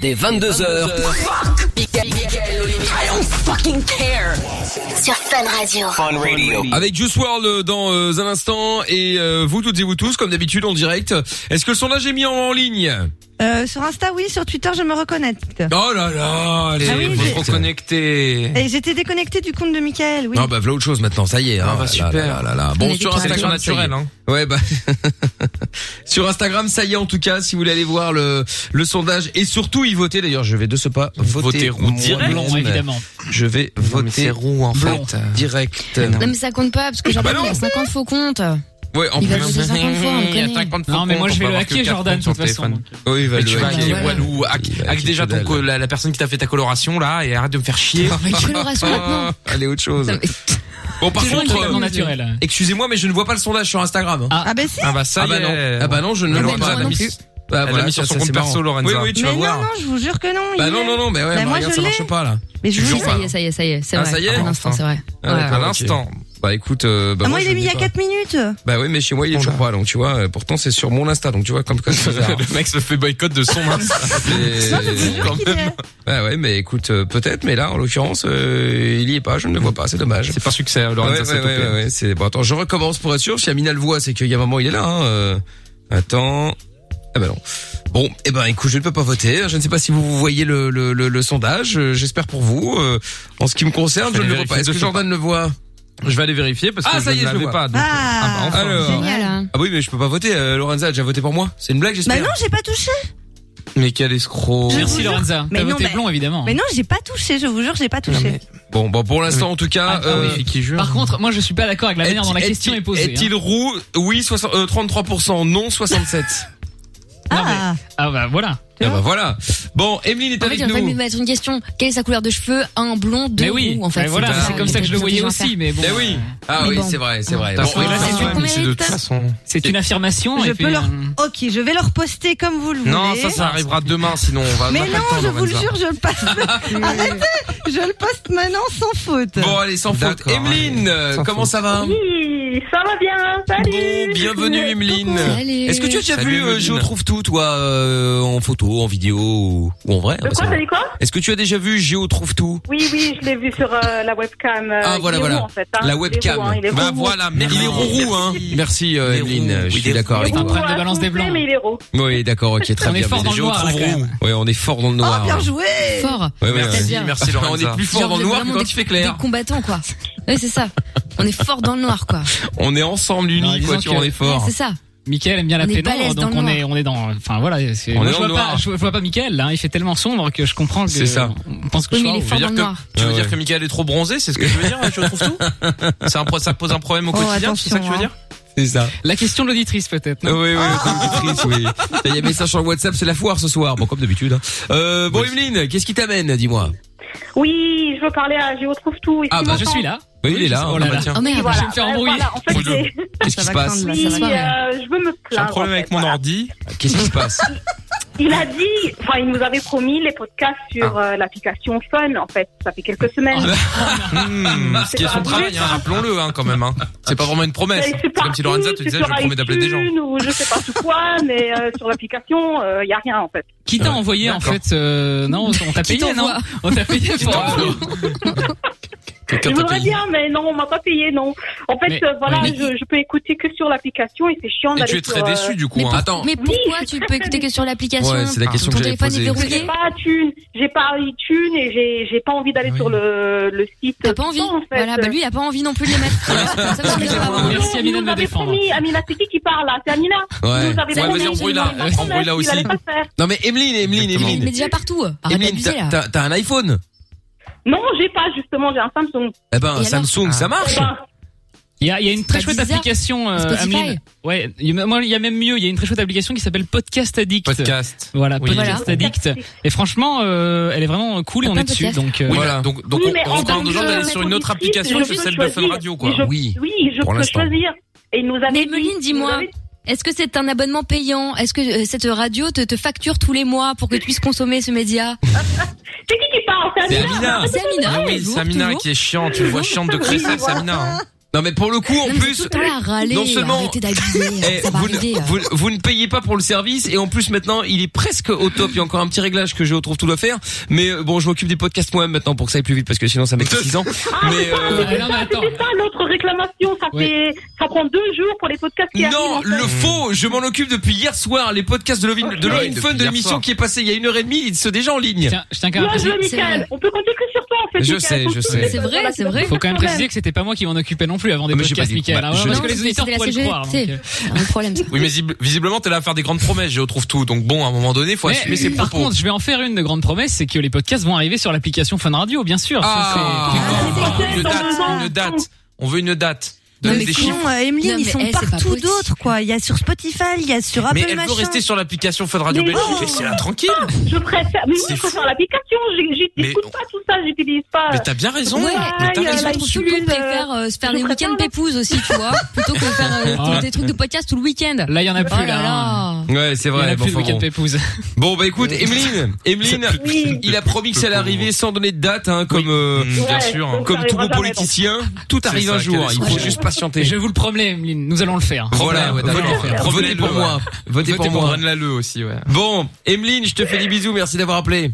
Dès 22h.
I don't fucking care. Sur Fun Radio. Fun Radio.
Avec Juice World dans euh, un instant et euh, vous toutes et vous tous comme d'habitude en direct. Est-ce que le sondage est mis en, en ligne
Euh, sur Insta, oui, sur Twitter, je me reconnais.
Oh là là, les
Ah oui, j'ai-
reconnecter.
Et j'étais déconnectée du compte de Michael, oui.
Non bah voilà autre chose maintenant, ça y est. hein,
bah,
là,
super.
là, là, là.
On
Bon
est
sur
des
Instagram,
sélections
ça y est.
naturelles, hein.
Ouais bah *laughs* sur Instagram, ça y est en tout cas. Si vous voulez aller voir le le sondage et surtout y voter. D'ailleurs, je vais de ce pas voter
Voter roux
moi,
direct,
blonde.
évidemment.
Je vais voter
c'est roux, en
blond
fait.
direct.
Non, mais ça compte pas parce que
Ah
j'ai
bah non.
50 faux comptes.
Ouais, en
Il va
plus.
voter 50 fois, on
Il y a
connaît.
50
Non, mais moi,
comptes,
je vais
on
le
peut
hacker,
avoir que
Jordan,
4
de toute
comptes
façon.
sur le téléphone. Oui, il va
Mais tu
le
vas
hacker.
hacker Walou, hack, hack déjà ton, co- la, la personne qui t'a fait ta coloration là et arrête de me faire chier.
Coloration maintenant.
Allez, autre chose. Bon, par
Toujours
contre,
une couleur
euh,
naturelle.
excusez-moi, mais je ne vois pas le sondage sur Instagram. hein.
Ah, bah si.
Ah bah ça
Ah bah
y
non.
est.
Ah bah non, je ne
Elle
le vois
l'a mis-
pas. Elle a mis-
elle
Bah
l'a
voilà,
mis sur
ça,
son
c'est
compte
marrant.
perso, Lorenza.
Oui, oui, tu
mais
vas
non,
voir.
non, je vous jure que non.
Bah
il
non,
est.
non, non, mais ouais,
Bah
mais
moi,
regarde,
je
ça
l'ai.
marche pas là.
Mais je vous
Toujours
jure.
pas.
Ça y est, ça y est, ça y est, c'est
Ah,
vrai.
ça y est
À l'instant, c'est vrai.
Ah,
Ouais.
d'accord,
À
ok.
l'instant.
Bah écoute, euh, bah
Ah, moi, il
je
est
le
mis
dis
il y a
pas.
4 minutes.
Bah oui, mais chez moi il est toujours pas, donc tu vois. euh, Pourtant c'est sur mon Insta, donc tu vois comme quoi. c'est bizarre.
Le mec se fait boycott de son hein.
C'est-
Non, je vous jure qu'il est.
Bah ouais, mais écoute, euh, peut-être, mais là en l'occurrence euh, il y est pas, je ne le vois pas, c'est dommage.
C'est pas succès, euh, Lorenza.
ouais,
c'est
ouais, ouais,
topé.
ouais, c'est bon. Attends, je recommence pour être sûr. Si Amina le voit, c'est qu'il y a maman, il est là. Hein. euh. Attends. Ah bah non. Bon, eh ben écoute, je ne peux pas voter. Je ne sais pas si vous voyez le, le, le, le sondage. Euh, J'espère pour vous. Euh, en ce qui me concerne,
Je
je
vais
ne le vois
vérifier
pas. Est-ce
de
que
ce
Jordan le voit
Je vais aller vérifier parce que
Ah, ça y est,
je
je
ne
le
l'avais pas.
vois.
donc, euh,
Ah.
bah, enfin.
Alors.
Génial, hein.
Ah oui, mais je peux pas voter. Euh, Lorenza a déjà voté pour moi. C'est une blague,
Bah
j'espère.
non, j'ai pas touché.
Mais quel escroc.
Je vous
Merci
jure.
Lorenza.
Mais
T'as
non,
voté
mais-
blond évidemment.
Mais non, j'ai pas touché, je vous jure, j'ai pas touché.
Bon, bon, pour l'instant, en tout cas.
Ah,
euh,
oui. Par contre, moi je suis pas d'accord avec la
est-
manière dont la
est-
question est posée. hein.
Est-il roux Oui, 60 euh, 33%, non 67.
Non, mais-
Ah.
*laughs* Ah bah voilà.
ah bah voilà. Bon, Emeline est
En fait,
avec
j'aurais pas
nous.
pu mettre une question. Quelle est sa couleur de cheveux Un blond, deux
mais oui,
roux, en fait.
mais voilà,
pas-
c'est comme ça que je le voyais aussi, mais bon.
Eh oui. Ah
Mais
oui,
bon.
c'est vrai, c'est vrai.
De toute façon,
Bon, et là,
c'est
c'est-
sûr,
qu'on
mais c'est de
mérite.
toute façon.
C'est une affirmation.
Je
et puis,
peux leur.
euh,
Ok, je vais leur poster comme vous le voulez.
Non, ça, ça arrivera demain, sinon on va. on
Mais
n'a pas
non,
le temps,
je vous le
Lorenza.
jure, je
*laughs*
le passe. Arrêtez, je le poste maintenant sans faute.
Bon, allez, sans faute.
D'accord,
Emeline,
allez, sans
Euh, comment
faute.
ça va
Oui, Oui, ça va bien, salut
Bienvenue Emeline. Est-ce que tu as déjà
Salut,
vu euh,
Emeline.
Je trouve tout toi euh, en photo, en vidéo ou, ou en vrai hein,
De
parce
quoi,
que-
t'as dit quoi
Est-ce que tu as déjà vu Géo trouve tout
Oui, oui, je l'ai vu sur euh, la webcam. euh,
Ah voilà
il est
voilà.
roux, en fait, hein. Il
La
est
webcam.
roux, hein, il est
bah
roux.
voilà, merci. Il est roux hein. Merci euh, Emeline, je suis d'accord avec
Il est roux,
toi.
hein, soufflé, Mais il est roux.
Oui, d'accord, OK, très
On est
bien.
fort
Mais
dans le
Géo
noir,
trouve
là, quand Oh,
roux. Ouais, on est Oh, fort dans le noir. hein.
joué Fort.
Ouais, ouais,
Merci,
ouais.
bien.
*laughs* On est plus fort
Genre,
dans le
vous êtes
noir que
vraiment
quand
des-
il fait clair.
Des combattants, quoi. Ouais, c'est ça. On est fort dans le noir, quoi.
On est ensemble unis, quoi, tu vois, on est fort.
Ouais, c'est ça.
Michael aime bien la
On est balèze
pénombre, donc
dans le
on
noir.
est, on est dans. Enfin voilà, c'est-
On
moi,
est
je,
dans le
vois pas,
noir.
je, je vois pas Michael là, hein, il fait tellement sombre que je comprends que.
C'est ça.
On pense que
Oui,
je
mais il est
suis
fort
au-
dans le noir.
Tu veux dire que Michael est trop bronzé, c'est ce que tu veux dire Je trouve tout C'est un pro- ça pose un problème au
Oh,
quotidien, c'est ça que tu veux
attention,
dire
C'est ça.
La question de l'auditrice peut-être.
Oui,
non
oui, oui, auditrice, oui. Il y a message sur le WhatsApp, c'est la foire ce soir. Bon, comme d'habitude. hein. Euh, bon, Emeline, qu'est-ce qui t'amène, dis-moi
Oui, je veux parler à Géo Trouve Tout. Est-ce
Ah,
qu'il
bah, je
m'entend
suis là. Oui, il est là.
Oh là
Ah, bah,
là.
tiens.
Oh, merde,
Oui, voilà.
je vais me faire
Euh,
embrouiller.
voilà, en fait, j'ai-
Qu'est-ce qui se passe
Oui, euh, je veux me plaindre. en fait, voilà.
ordi. Qu'est-ce qui se passe
*laughs* Il a dit, enfin, il nous avait promis les podcasts sur euh, l'application Fun, en fait. Ça fait quelques semaines.
*laughs* Hmm, Ce qui est son
pas
travail,
vrai,
hein, rappelons-le hein, quand même. hein. C'est pas vraiment une promesse.
Mais
C'est comme si Lorenza te
c'est
disait
sur
je promets d'appeler des gens.
iTunes Ou je sais pas sous quoi, mais euh, sur l'application, il n'y a rien, en fait.
Qui t'a envoyé en fait euh, Non, on t'a
Qui
payé, non
t'envoie
On t'a payé pour.
Je voudrais bien, mais non, on m'a pas payé, non. En fait,
Mais-
euh, voilà,
mais-
je, je peux écouter que sur l'application et c'est chiant d'aller sur, euh,
Mais pour- Mais pourquoi tu peux écouter que sur l'application
Ouais, c'est la question
Ton
que j'avais
téléphone est
posée.
verrouillé
J'ai pas iTunes, j'ai pas iTunes et j'ai- j'ai pas envie d'aller sur le, le site. T'as pas envie
Voilà, bah lui, il a pas envie non plus de les mettre.
Merci Amina de me défendre.
promis, Amina, c'est qui qui parle là C'est Amina
Ouais.
Vous nous avez
Ouais,
promis
vas-y,
qu'il
embrouille-la.
allait pas
Embrouille-la
promettre,
aussi.
qu'il allait pas faire.
Non, mais Emeline, Emeline,
Mais
Emeline.
mais déjà partout. hein. Arrête
Emeline,
d'abuser,
t'as-
là.
t'as t'as un iPhone
Non, j'ai pas justement, j'ai un Samsung. Eh ben.
Eh ben, Samsung, ça marche.
Il y a, il y a une très
Bah,
chouette
Deezer,
application, euh,
Spotify.
Ameline. Ouais, il y a- moi, il y a même mieux. Il y a une très chouette application qui s'appelle Podcast Addict.
Podcast.
Voilà,
Oui.
Podcast
Voilà.
Addict. Et franchement, euh, elle est vraiment cool et on
Plein
est
de
dessus.
podcasts.
Donc, euh,
Oui, voilà. Donc, donc
Oui, mais
on, on
en
recommande
tant
aux gens
que
d'aller sur une autre
auditrice,
application
je
que
peux
celle de Fun
choisir.
Radio, quoi.
Et je- Oui, je
Pour
peux
l'instant.
choisir. Et il nous avait
Mais
dit-
Meline, dis-moi, est-ce que c'est un abonnement payant Est-ce que euh, cette radio te, te facture tous les mois pour que tu puisses consommer ce média
*laughs* C'est qui qui parle
C'est Amina. Ah
C'est Amina.
Oui,
toujours,
Samina
toujours.
qui est chiante, tu vois chiante de cristal, Samina. hein.
Non, mais pour le coup, en
Non, mais c'est
plus.
tout le temps là à râler,
Non
là,
seulement.
arrêtez d'abuser,
*laughs* eh,
ça va
vous,
arriver, hein.
ne,
là.
vous, vous ne payez pas pour le service et en plus maintenant il est presque au top. Il y a encore un petit réglage que je retrouve tout doit faire. Mais euh, bon, je m'occupe des podcasts moi-même maintenant pour que ça aille plus vite parce que sinon ça met 6
*laughs*
ans.
Ah,
Mais euh,
C'était ça, c'était ça notre réclamation. Ça fait, ça prend deux jours pour les podcasts qui arrivent.
Non,
en fait.
le faux, je m'en occupe depuis hier soir. Les podcasts de Lovin, de
Ok.
Lovin Fun,
Ouais,
depuis
de
hier
l'émission
soir.
qui est passée il y a une heure et demie, ils sont déjà en ligne.
Tiens, je tiens quand même à
Bien joué,
préciser.
Michael. On peut compter que sur toi, en fait.
Je
Michael.
sais,
Faut
je
tous
sais.
les
C'est
deux
vrai,
dans la
c'est vrai.
Faut quand même
bah, Problème.
préciser que c'était pas moi qui m'en occupais non plus
Ah,
avant des
Mais j'ai pas
podcasts,
dit-
Michael.
bah,
hein,
je-
parce
Non,
que les
c'était
auditeurs
de la
pourraient le
CGT.
croire. donc, euh.
C'est un problème, ça.
Oui, mais zib- visiblement, t'es là à faire des grandes promesses, je trouve tout. Donc bon, à un moment donné, faut assumer ses
Mais par
propos.
contre, je vais en faire une de grande promesse, c'est que les podcasts vont arriver sur l'application Fun Radio, bien sûr. Ça,
Ah,
c'est-
Ah. une date, une date. On veut une date.
Non,
Donne
mais
des
sinon,
chiffres.
euh, Emeline,
Non,
ils
mais,
sont
eh, c'est pas
partout
possible.
d'autres, quoi. Il y a sur Spotify, il y a sur Apple,
Mais elle veut
machin.
rester sur l'application Fun Radio
Mais
Belgique.
non.
Laissez-la tranquille.
Ah.
Ah, Je préfère, mais oui,
C'est
je préfère
fou.
l'application. J'ai- j'ai-
Mais-
J'écoute pas tout ça, j'utilise pas.
Mais t'as bien raison.
Ouais.
Mais t'as
Ouais,
raison.
là,
Je trouve
il
que
pleut,
tu préfères euh, se faire
je
des
préfère,
week-ends
là.
pépouses aussi, tu
*laughs*
vois, plutôt que faire euh,
Ah.
des trucs de podcast tout le week-end.
Là, il y en a
Oh
plus,
là
là. hein.
là.
Ouais, c'est
Il y en
vrai.
a
bon,
plus le
enfin,
week-end
bon.
Pépouze.
Bon, bah écoute, Emeline,
*laughs*
Emeline,
Oui.
il a promis que ça allait arriver sans donner de date, hein, comme euh,
Mm.
Mmh, Bien
Ouais,
sûr.
donc
comme
ça
tout
arrivera
bon
jamais,
politicien, tout arrive
C'est ça,
un jour.
quel
Il faut
espoir.
juste
Et
patienter.
je vous le promets, Emeline, nous allons le faire.
Voilà,
Problème,
voilà.
d'accord.
Votez
Problème,
pour
ouais.
moi. Votez pour moi.
la le aussi, ouais.
Bon, Emeline, je te fais des bisous. Merci d'avoir appelé.
donc.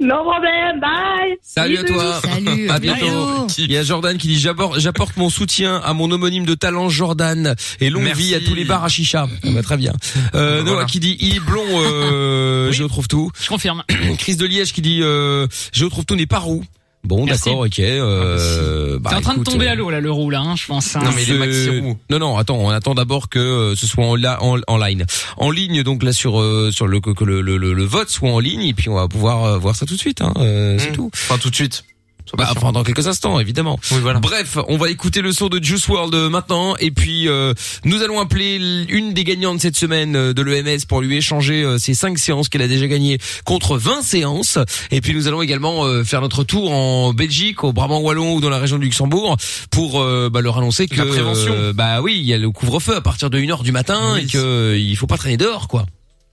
No problem, bye.
Salut à
Bisous.
toi. *laughs*
Salut.
À bientôt.
Bisous.
Il y a Jordan qui dit j'aborde- j'apporte mon soutien à mon homonyme de talent Jordan et longue
Merci.
vie à tous les bars à chicha. Ah bah, très bien. Euh,
Voilà.
Noah qui dit il est blond, euh, je trouve tout.
Je confirme.
*coughs* Chris de Liège qui dit euh, je trouve tout n'est pas roux. Bon
Merci.
d'accord, ok. Euh, bah,
T'es en train
écoute,
de tomber
euh,
à l'eau, là, le roux, là, hein, je pense. hein.
Non, mais il est
c'est-
maxi roux.
Non non, attends, on attend d'abord que euh, ce soit en, la- en en ligne, en ligne donc là sur euh, sur le que que le, le, le- le vote soit en ligne et puis on va pouvoir euh, voir ça tout de suite. Hein, euh, C'est
Mmh.
tout.
Enfin, tout de suite. Sois
Bah,
patient.
enfin dans quelques instants évidemment.
Oui, voilà.
Bref, on va écouter le son de Juice World euh, maintenant et puis euh, nous allons appeler l- une des gagnantes cette semaine euh, de l'EMS pour lui échanger euh, ses 5 séances qu'elle a déjà gagnées contre 20 séances et puis nous allons également euh, faire notre tour en Belgique au Brabant wallon ou dans la région du Luxembourg pour euh, bah, leur annoncer que
La prévention.
euh, bah oui, il y a le couvre-feu à partir de 1h du matin
Oui.
et que euh, il faut pas traîner dehors quoi.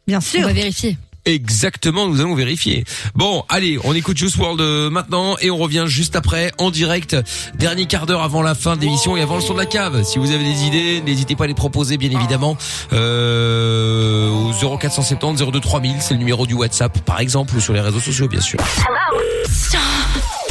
Bien
On
sûr.
va vérifier.
Exactement, nous allons vérifier. Bon, allez, on écoute Juice World euh, maintenant et on revient juste après en direct. Dernier quart d'heure avant la fin de l'émission et avant le son de la cave. Si vous avez des idées, n'hésitez pas à les proposer bien évidemment euh, au 0470 02 3000, c'est le numéro du WhatsApp par exemple ou sur les réseaux sociaux bien sûr.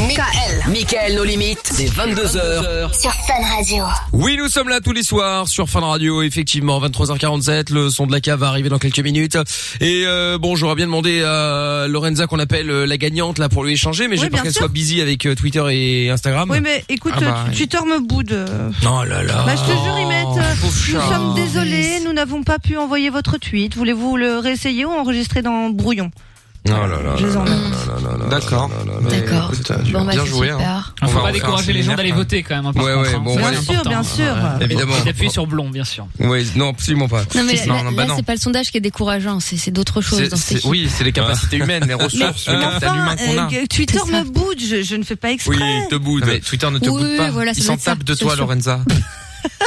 Michael. Michael, nos limites. C'est 22h.
Sur Fun Radio.
Oui, nous sommes là tous les soirs sur Fan Radio, effectivement, 23h47, le son de la cave va arriver dans quelques minutes. Et euh, bon, j'aurais bien demandé à Lorenza qu'on appelle euh, la gagnante là pour lui échanger, mais j'ai peur
bien
qu'elle
sûr.
soit busy avec euh, Twitter et Instagram.
Oui, mais écoute,
Ah bah,
tu- Twitter me boude.
Oh là là.
Bah, je te jure, ils mettent. euh, nous
chat.
sommes désolés, nous n'avons pas pu envoyer votre tweet. Voulez-vous le réessayer ou enregistrer dans Brouillon
Oh là là.
Je les emmerde.
D'accord.
D'accord.
Bon, bah, bien c'est joué, super. hein.
Faut
Enfin,
pas
on va faire
décourager les
un
gens d'aller
séminaire,
voter quand même. hein, par
Ouais,
contre,
ouais,
hein.
bon,
Ça,
ouais.
c'est
Bien sûr,
important,
bien
hein.
sûr.
Ouais.
Évidemment.
Et d'appuyer sur blond, bien sûr.
Oui, non, absolument pas.
Non mais là,
Non, non,
là,
bah non.
c'est pas le sondage qui est décourageant, c'est c'est d'autres choses. dans ces chiffres.
c'est
Ah.
les capacités
*laughs*
humaines, les ressources, le capital humain qu'on a.
Euh, Twitter me boude, je, je ne fais pas exprès.
il te boude.
Mais Twitter ne te
Oui,
boude pas.
voilà, ça
Il s'en
doit être ça,
tape de
c'est
toi, *laughs*
sûr.
Lorenza.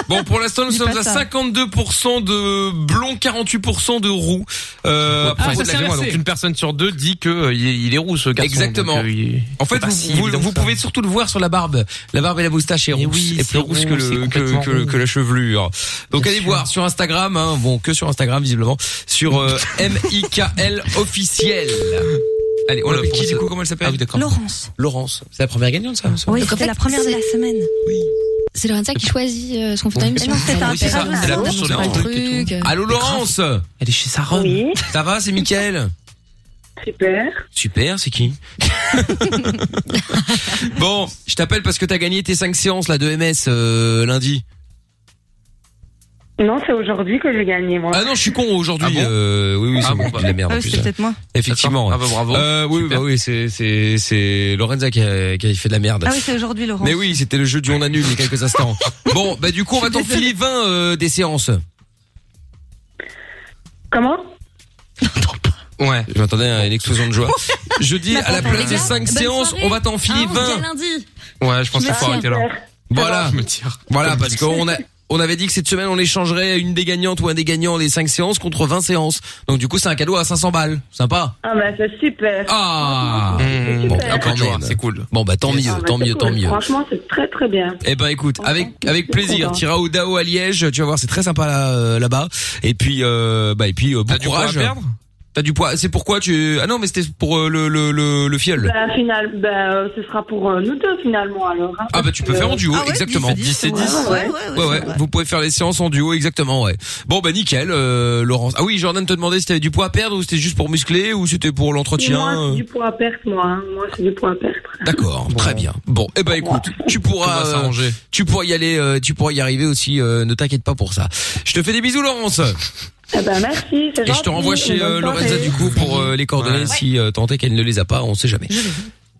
Bon, pour l'instant, nous
Dis
sommes
pas
à
ça.
52% de Euh, blond, 48% de roux. Euh, à
Après,
propos de la
excusez-moi,
gamme.
donc une personne sur deux dit que euh, il est- il est roux ce garçon.
Exactement.
donc, euh, il-
En fait,
c'est pas
vous,
si
vous-
évident
vous
que ça.
pouvez surtout le voir sur la barbe. La barbe et la moustache est rousse,
oui,
et
c'est
plus rousse
roux,
que, le-
c'est
que,
complètement
que-
roux.
que la chevelure. Donc allez voir sur Instagram, hein, bon que sur Instagram visiblement, sur
*laughs*
euh, MIKL officiel. Allez, on
Voilà,
l'appelle qui
pour
du
ça.
coup Comment elle s'appelle
Laurence.
Laurence, c'est la première gagnante ça.
Oui,
Donc, en
c'était
fait,
la première de la semaine.
C'est Lorenza qui choisit euh, ce qu'on fait dans l'émission.
Non, c'est un
c'est
apéro.
ça.
Elle
appuie sur le
C'est un truc.
Allô Laurence Euh, Elle est chez Sarah. Ça va, c'est Mickaël
Super.
Super, c'est qui *laughs* Bon, je t'appelle parce que t'as gagné tes 5 séances là de MS euh, lundi.
Non, c'est aujourd'hui que j'ai gagné, moi. Ah,
Ah non, je suis con aujourd'hui. euh, oui, oui, c'est moi qui dis de la
Ah,
merde. en plus, hein.
moi.
Effectivement. Ah bah bravo. Euh, oui, bah oui, c'est c'est c'est Lorenza qui a, qui a fait de la merde.
Ah oui, c'est aujourd'hui, Laurence.
Mais oui, c'était le jeu du on annule il y a quelques *laughs* instants. bon, bah du coup, on va t'en filer 20 euh, des séances.
Comment
Ouais. J'entendais euh, une explosion de joie. Je dis à la place des 5 séances, on va t'en filer 20.
lundi.
Ouais, je
pense Je qu'il me faut tire. arrêter là.
Voilà. Voilà, parce qu'on a, on avait dit que cette semaine, on échangerait une des gagnantes ou un des gagnants des 5 séances contre 20 séances. Donc, du coup, c'est un cadeau à 500 balles. Sympa.
Ah bah c'est super.
Ah!
Mmh.
Bon,
super.
quand même. C'est cool. Bon, bah, tant mieux,
Ah bah,
tant
c'est
mieux,
cool.
tant mieux.
Franchement, c'est très très bien.
Eh ben écoute, avec avec plaisir,
content.
t'iras au Dao à Liège, tu vas voir, c'est très sympa là euh, là-bas. Et puis euh, bah et puis euh, bon
T'as du poids à
courage.
perdre
T'as du poids. C'est pourquoi tu ah non mais c'était pour euh, le le le, le fiole.
Bah, final, bah, euh, ce sera pour euh, nous deux finalement alors. hein.
Ah bah tu peux faire en duo,
Ah ouais,
exactement.
10 et 10, ouais, ouais, ouais,
ouais, Vous pouvez faire les séances en duo, exactement, ouais. Bon bah nickel, euh, Laurence. Ah oui, Jordan te demandait si t'avais du poids à perdre ou c'était juste pour muscler ou c'était pour l'entretien.
Moi,
euh.
c'est du poids à perdre, moi. hein. Moi, c'est du poids à perdre.
D'accord, très bien. Bon, eh ben écoute, tu pourras,
va s'arranger.
euh, tu pourras y aller, euh, tu pourras y arriver aussi. euh, ne t'inquiète pas pour ça. Je te fais des bisous, Laurence.
Eh ben, merci. c'est
Et je te
gentil,
renvoie chez
bonne
euh,
soirée.
Lorenza du coup pour euh, les coordonnées si euh, tant est qu'elle ne les a pas, on sait jamais.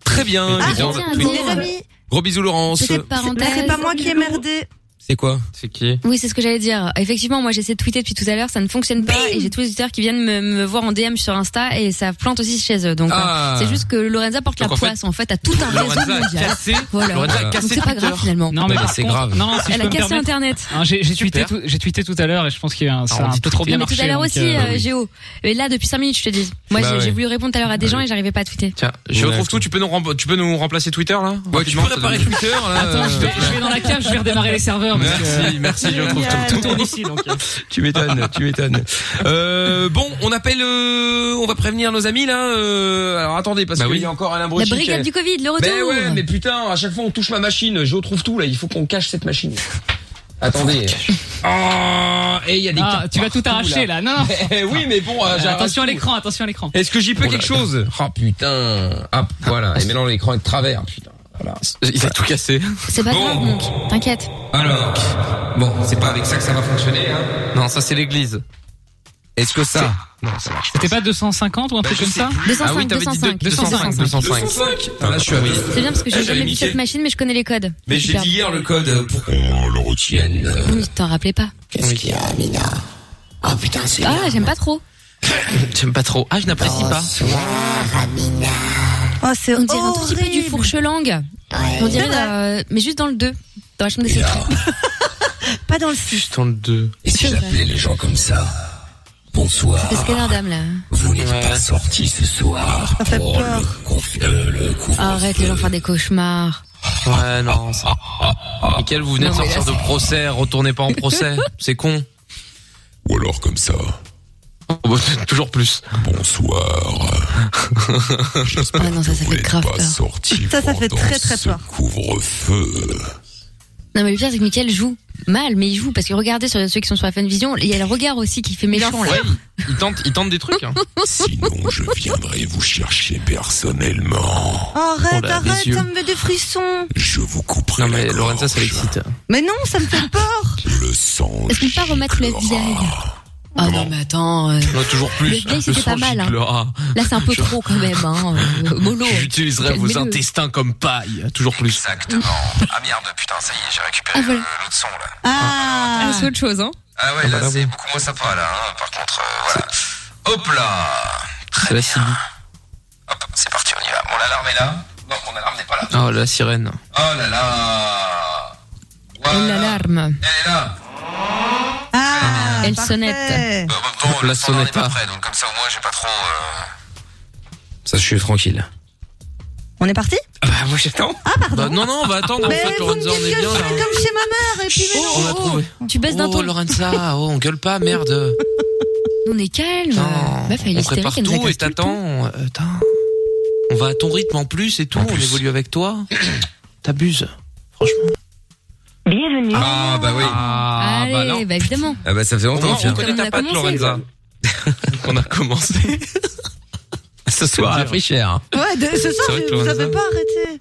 Très bien.
Ah,
j'ai bien
tiens,
votre tweet.
les amis,
Gros bisous Laurence.
Petite parenthèse.
Mais c'est pas moi qui ai merdé.
C'est quoi C'est qui
Oui, c'est ce que j'allais dire. Effectivement, moi j'essaie de tweeter depuis tout à l'heure, ça ne fonctionne pas et j'ai tous les auditeurs qui viennent me, me voir en DM sur Insta et ça plante aussi chez eux. Donc
Ah.
euh, c'est juste que Lorenza porte
Donc,
la
en fait,
poisse en fait à tout un réseau
Lorenza a
mondial.
cassé-
Voilà.
Lorenza a
Donc,
cassé
c'est pas
Twitter.
grave finalement.
Non, mais par
contre- Non, si je
Elle
peux
a
me
cassé
permettre-
Internet.
Hein, J'ai j'ai tweeté,
Super.
tout- j'ai tweeté tout à l'heure et je pense qu'il y a un, ça a un peu trop bien
mais
marché.
tout à l'heure
donc,
aussi,
Bah
euh,
euh, Géo. Mais là, depuis 5 minutes, je te dis. Moi,
Bah
j'ai
ouais.
j'ai voulu répondre tout à l'heure à
Bah
des gens et j'arrivais pas à tweeter.
Tiens, je
Ouais,
retrouve tout. Tu peux nous rem- tu peux nous remplacer Twitter là
Ouais, tu peux réparer Twitter là.
Attends, je vais, je vais dans la cave, je vais redémarrer les serveurs. parce
Euh, Merci,
que-
merci, je retrouve tout.
Tout tourne ici, donc.
*laughs*
euh.
tu m'étonnes, *laughs* tu m'étonnes. Ah. Euh, bon, on appelle, euh, on va prévenir nos amis là. euh, alors attendez parce qu'il y a encore Alain
La
Brochet.
brigade du Covid, le
Mais
retour.
Bah ouais, mais putain, à chaque fois on touche ma machine, je retrouve tout là. Il faut qu'on cache cette machine. Attendez. Ah, et il y a des
Ah,
cartes
tu vas tout
partout,
arracher là, non, non.
*laughs* Eh oui, mais bon, euh, j'arrache
attention à
tout.
l'écran, attention à l'écran.
Est-ce que j'y peux quelque chose Ah putain. Ah voilà, et maintenant l'écran est de travers, putain. Voilà. Il a tout cassé.
C'est pas
Bon.
grave, donc. T'inquiète.
Alors, bon, c'est pas avec ça que ça va fonctionner, hein Non, ça c'est l'église. Est-ce que ça Ah, Non, ça marche. Bah,
C'était pas 250 ou un truc comme ça
205, Ah oui, t'avais dit 205. 205.
205. Putain, Ah, là, je suis à
C'est bien parce que j'ai
Eh, j'avais
jamais vu
niqué.
cette machine, mais je connais les codes.
Mais j'ai
Super.
dit hier le code euh, pour qu'on le retienne.
Oui,
Euh,
tu t'en rappelais pas.
Qu'est-ce qu'il y a, Amina Oh putain, c'est
Ah, j'aime pas trop.
J'aime pas trop. Ah, je n'apprécie pas.
Oh, c'est On dirait un tout petit peu du fourche-langue. On dirait,
C'est vrai.
euh, mais juste dans le 2, dans la chambre des secrets.
Pas dans le 6.
Dans le 2.
Et si j'appelais les gens comme ça
Bonsoir.
C'est Scanner Dame là.
Vous n'êtes pas sorti ce soir
Ça fait
pour
peur.
le, conf- euh, le couvre-
Arrête, les gens faire des cauchemars.
Ouais, non. ça-
*laughs*
Mickaël, vous venez de
Non, mais là,
sortir de procès, retournez pas en
*laughs*
procès. C'est con.
Ou alors comme ça.
Oh, bah, Toujours plus. *laughs*
Bonsoir. J'espère
Ah non, ça, ça fait grave
pas
peur.
sorti
Ça, ça fait
pendant
très, très
ce
peur.
couvre-feu.
Non, mais le pire, c'est que Mickaël joue mal, mais il joue parce que regardez sur ceux qui sont sur la fan vision, il y a le regard aussi qui fait méchant là.
Ouais,
*laughs*
il- il tente, il tente des trucs. Hein.
Sinon, je viendrai vous chercher personnellement.
Arrête,
bah,
Oh là,
arrête,
des yeux.
ça me met des frissons.
Je vous couperai
Non, mais Lorenza, ça l'excite.
Mais non, ça me fait peur.
le sang.
Est-ce qu'on peut pas remettre le FBI Ah non, mais attends. euh,
Non, toujours plus.
Le FBI, c'était
sang
pas mal, hein.
gicle, ah.
Là, c'est un peu trop quand même, hein. euh, Mollo.
J'utiliserai vos
Calmez-le.
intestins comme paille. Toujours plus.
Exactement.
*laughs*
Ah merde, putain, ça y est, j'ai récupéré
Ah, voilà.
le- l'autre son là.
Ah, c'est autre chose, hein.
Ah ouais,
bah,
là c'est beaucoup moins sympa là, hein. par contre, euh, voilà. Hop là
C'est la cible.
Hop, c'est parti, on y va. Mon alarme est là. Non, mon alarme n'est pas là.
Oh, la sirène.
Oh là là
L'alarme.
Elle est là
Ah, Elle sonnette.
Bon,
la
son, on en est
sonnette
pas
pas.
prêt, donc comme ça au moins j'ai pas trop. euh,
Ça, je suis tranquille.
On est parti
Ah, bah, moi, j'attends. Ah, pardon. Bah, non, non, on va attendre. En
Mais
fait,
vous me
Lorenza, on
dites
est
que je
bien
fais
là. Oh,
comme chez ma mère et puis mais non.
on a trouvé.
Tu baisses d'un
Oh,
ton.
Lorenza, oh, on gueule pas, merde.
On est
Euh,
calme. Meuf, elle est
on
hystérique,
prépare
elle nous
tout et
agace tout le temps.
t'attends. euh, attends. On va à ton rythme en plus et tout. On évolue avec toi. T'abuses.
Bienvenue. Ah bah oui.
Ah,
bah non.
Allez, bah évidemment.
Ah bah ça faisait
Au
longtemps.
moins,
tiens.
on connaît
Comme on
ta
a
patte,
commencé,
Lorenza. on a commencé. *laughs* Ce soir, la frichère.
Ouais, de- ce soir,
C'est vrai que
je- vous
Lorenza-
avez pas arrêté.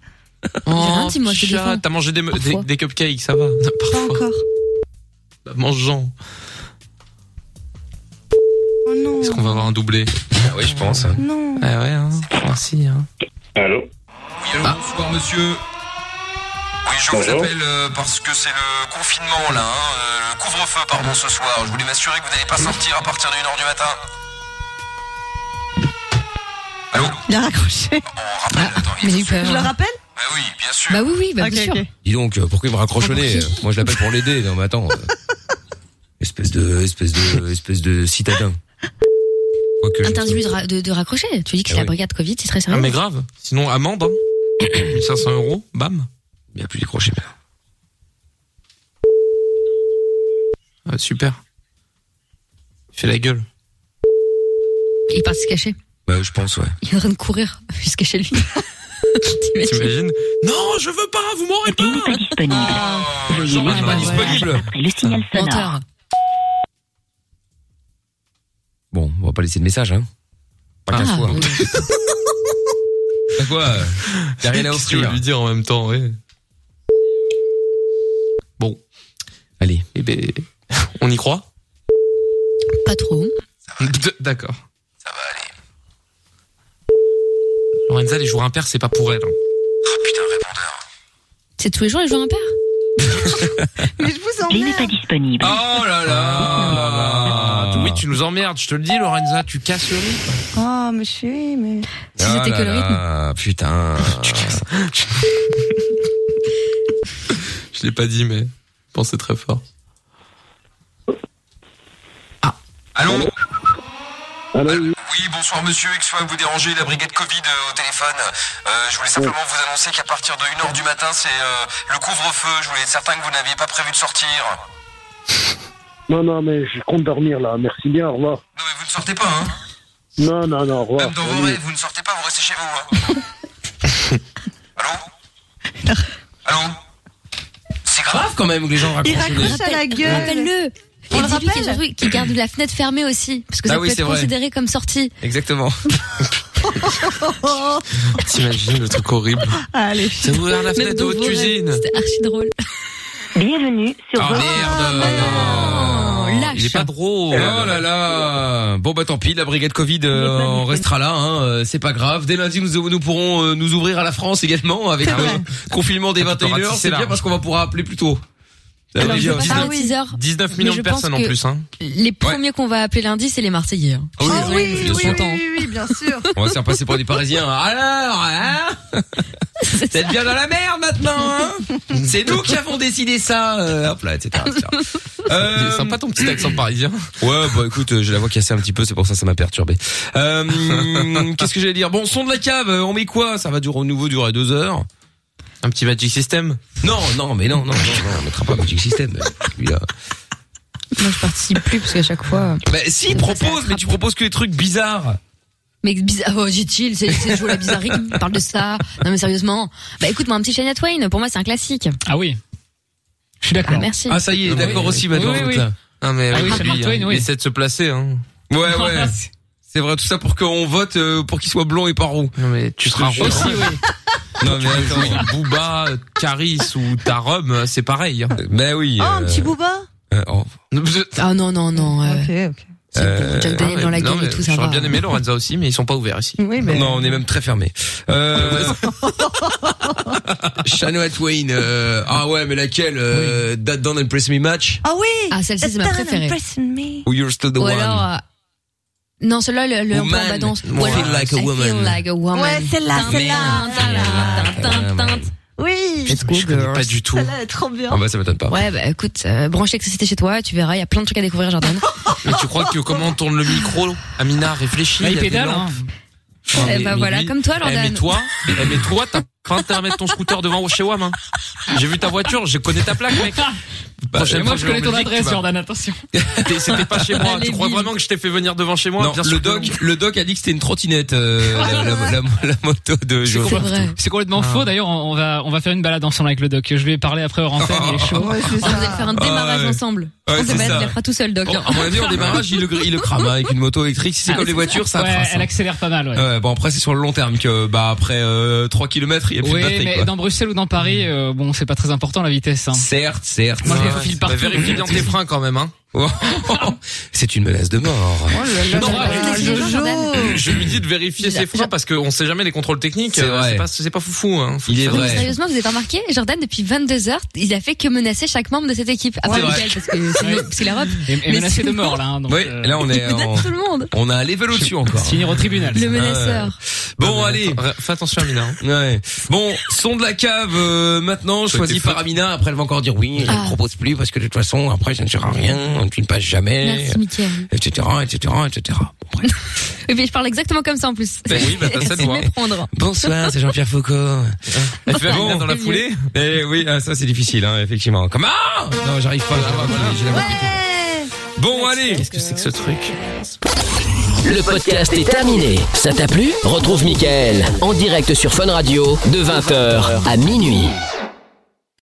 Oh,
gentil, moi, je te
chat,
défends.
T'as mangé des, des-
Parfois.
des cupcakes, ça va. *laughs*
Pas encore.
Bah, Mange-en.
Oh non.
Est-ce qu'on va avoir un doublé
Ah oui, je pense.
Non.
Ah ouais, hein. merci. Hein.
Allô
Ah.
Bonsoir monsieur. Oui, je vous
Bonjour.
appelle euh, parce que c'est le confinement là, hein, euh, le couvre-feu pardon ce soir. Je voulais m'assurer que vous n'allez pas sortir à partir de 1h du matin.
Il a raccroché.
Ah,
Mais j'ai eu peur.
Je le rappelle
Bah oui, bien sûr.
Bah oui, oui, bah bien sûr.
Dis donc, euh, pourquoi il me raccroche au nez Euh, Moi, je l'appelle pour l'aider. Non, mais attends. euh, espèce de, espèce de, espèce de citadin. Quoique je-
Interdit-lui de, ra- de- de raccrocher. Tu dis que c'est
Ah
la
oui.
brigade Covid, c'est très
Ah,
sérieux.
mais grave. Sinon, amende.
*coughs*
Hein. 1500 euros, bam.
Il a plus décroché. putain.
Ah, super. Fais la gueule.
Il part se cacher.
Bah, je pense, ouais.
Il est en train de courir *laughs* jusqu'à chez lui.
T'imagines Non, je veux pas, vous m'aurez pas
Genre, il est Ah, pas disponible.
Le signal
sonore. Bon, on va pas laisser de message, hein. Pas qu'à
Ah,
soi. hein.
oui.
Ah.
T'as quoi euh, T'as rien à
Qu'est-ce que tu veux
offrir.
lui dire en même temps, ouais. Bon.
Allez.
Eh ben, on y croit
Pas trop.
D- *laughs* D'accord. Ça va aller. Lorenza, les jours impairs, c'est pas pour elle. hein.
C'est tous les jours les jours impairs
*laughs* Mais je vous emmerde. n'est pas
disponible.
Oh là
Ah,
là Oui, tu nous emmerdes, je te le dis, Lorenza, tu casses le rythme.
Oh, mais je suis, mais.
Ah là là, Putain.
*laughs* Je l'ai pas dit, mais pensez très fort. Ah.
Allô Oui, bonsoir monsieur, excusez-moi de vous déranger, la brigade Covid euh, au téléphone. Euh, je voulais simplement vous annoncer qu'à partir de 1h du matin, c'est euh, le couvre-feu. Je voulais être certain que vous n'aviez pas prévu de sortir. Euh,
Non, non, mais je compte dormir là. Merci bien, au revoir.
Vous ne sortez pas, hein
Non, non, non, au revoir.
Même dans vos rêves, vous ne sortez pas, vous restez chez vous. hein. Allô Allô C'est grave
quand même que les gens
Il
raccrochent au nez.
raccroche à la gueule.
Rappelle-le.
On
Et dis-lui qu'il y a
le rappelle
surtout qu'il garde la fenêtre fermée aussi. Parce que
Ah
ça
oui,
peut
c'est
être
vrai.
considéré
*laughs*
comme
*laughs*
sortie.
Exactement.
T'imagines le truc
*laughs*
horrible.
Allez.
C'est ouvert la fenêtre de votre cuisine.
C'était archi drôle. Bienvenue
Oh merde, non.
lâche.
Oh, Il est pas drôle. Oh là là. Bon bah tant pis, la brigade Covid euh, on restera là hein, euh, c'est pas grave. Dès lundi nous nous pourrons euh, nous ouvrir à la France également avec
Ah
le confinement des
Ah, tu peux
21h,
ratisser
c'est
là.
bien parce qu'on va pouvoir appeler plus tôt. Ça va
Alors, Ah, je
bien
veux pas
aussi.
parler de 6 heures,
19
mais
millions
je
de
pense
personnes en
que
plus, hein. Oh
Les premiers qu'on va appeler lundi, c'est les Marseillais. hein.
Ah oui,
Ils
ah
ont-
oui,
ils
bien
sont
sûr.
contents.
Oui, bien *laughs* sûr.
On va se faire passer pour des parisiens. Alors, hein Vous êtes bien dans la merde maintenant, hein
C'est nous qui avons décidé ça. euh, hop là, etc. etc. Euh...
C'est sympa ton petit accent parisien.
Ouais, bah écoute, euh, j'ai la voix cassée un petit peu, c'est pour ça que ça m'a perturbé.
*laughs*
Euh, Qu'est-ce que j'allais dire Bon, son de la cave, euh, on met quoi Ça va durer au nouveau durer deux heures. Un petit Magic System Non, non, mais non, non, non, non on mettra pas Magic System. euh, celui-là.
Moi, je participe plus parce qu'à chaque fois.
Bah si, propose, mais tu proposes que des trucs bizarres.
Mais bizarre, oh, j'ai chill, c'est c'est toujours la bizarrerie. Il parle de ça. Non, mais sérieusement. Bah écoute, moi, un petit Shania Twain, pour moi, c'est un classique.
Ah oui. Je suis d'accord.
Ah, merci.
Ah ça y est, d'accord aussi maintenant.
Oui, oui.
l'autre, là. Non mais
Ah
oui,
oui,
lui,
Shania Twain,
hein,
oui.
il essaie de se placer. Hein.
*laughs*
Ouais, ouais. C'est vrai, tout ça pour qu'on vote euh, pour qu'il soit blond et pas roux. Non mais tu
seras roux.
Aussi, oui.
*laughs* Non mais
Genre
attends.
Booba, euh, Caris ou Tarom, euh, c'est pareil.
Ben oui.
Oh, un
euh,
petit booba
Ah non, non, non. euh, Jack
ah
Daniel dans la gueule et tout, ça
J'aurais
va.
bien aimé Lorenza aussi, mais ils sont pas ouverts ici.
Oui, mais-
Non, on est même très fermé.
*laughs*
Euh... Shania Twain. euh, Ah ouais, mais laquelle euh... That Don't Impress Me Match
Ah oui
Ah, celle-ci, c'est ma
That's
préférée.
impressing me.
ou You're Still the
Ou
One
alors. euh, Non, celle-là, le, le un peu en
Woman.
bas danse. Ou
Feel
alors,
like a
I
woman.
Feel like a woman.
Ouais, celle-là,
Tin,
celle-là.
tin, tin, tin, tin.
Oui.
Let's go, girls.
Pas du tout.
Celle-là, elle est trop bien.
Ah bah ça m'étonne pas.
Ouais, bah écoute, euh, branche l'excité chez toi, tu verras, il y a plein de trucs à découvrir,
*laughs*
Jordan.
Mais tu crois que comment on tourne le micro Amina, réfléchis.
Bah, il
y a des
pédale,
lampes.
Eh
mais-
bah
mais
voilà,
lui-
comme toi,
Eh,
Jordan.
Mais toi, eh, mais toi, t'as pas intérêt à mettre ton scooter devant chez WAM. Hein. J'ai vu ta voiture, je connais ta plaque, mec. Prochaine
Et Bah, moi,
fois que
je
vais en
connais ton
Belgique, tu
adresse,
vas-
Jordan, attention.
T'es- C'était pas chez moi.
Allez,
Tu crois
ville.
vraiment que je t'ai fait venir devant chez moi
Non,
Bien sûr
le
que non.
doc, le doc a dit que c'était une
*laughs*
trottinette, euh, la, la- la- la moto de
C'est
Joe.
complètement- C'est complètement
Ah.
Ah.
faux. D'ailleurs, on on va on va faire une balade ensemble avec le doc. Je vais parler après hors antenne. Il est chaud.
On va faire un démarrage
ouais.
ensemble.
Ouais,
on
c'est ça.
va tout seul, hein. Doc.
Bon, ah, à mon avis, en démarrage, il le, gr- il le crame hein, avec une moto électrique. Si c'est
Ah,
comme les
c'est
voitures, ça
ouais,
trace.
Elle
hein.
accélère pas mal. Ouais.
Euh,
Ouais, bon après c'est sur le long terme que bah après euh, 3 km il y a plus
oui,
de batterie.
mais
quoi.
dans Bruxelles ou dans Paris, euh, bon, c'est pas très important la vitesse. Hein.
Certes, certes.
Moi, je file
Bah,
partout.
vérifie bien tes freins quand
*laughs*
même. Hein.
c'est une menace de
Oh
mort.
Non,
Qu'est-ce qu'il y a, Jordan
Je lui dis de vérifier ses freins parce qu'on sait jamais les contrôles techniques.
C'est
euh,
vrai.
C'est pas, c'est pas foufou. Hein. Faut
Il est
que ça-
Non, mais
vrai.
Sérieusement, vous avez pas remarqué, Jordan, depuis 22 heures, il a fait que menacer chaque membre de cette équipe. Après
C'est vrai.
Michael, parce
*laughs*
que c'est- parce qu'il est Europe.
Et, et
Mais
menacé de
sinon-
mort là. Hein, donc,
Oui,
euh,
là on est
Il
en-
menace tout le monde.
on a un level au-dessus encore. Ah
c'est finir au tribunal.
Le menaceur.
Bon allez.
Attends, Fais attention, Amina. hein.
Ouais. Bon, son de la cave euh, maintenant
Ça a
choisi
été fait.
par Amina, après elle va encore dire oui, je
Ah.
ne propose plus parce que de toute façon après ça ne sert à rien, tu ne passes jamais,
Merci, Michael.
etc., etc., etc. Bon, bref.
Et puis je parle exactement comme ça en plus.
Ben oui, bah, t'as ça de
*laughs* C'est
voir.
méprendre.
Bonsoir, c'est Jean-Pierre Foucault.
Elle fait Amina dans la
c'est
foulée.
Eh oui, ah, ça c'est difficile, hein, effectivement. Comment Non, j'arrive pas. j'ai pas compris, j'ai la voix
Eh,
piquée. Bon, allez.
Qu'est-ce que c'est que ce truc
Le podcast est terminé. Ça t'a plu Retrouve Mickaël en direct sur Fun Radio de 20h à minuit.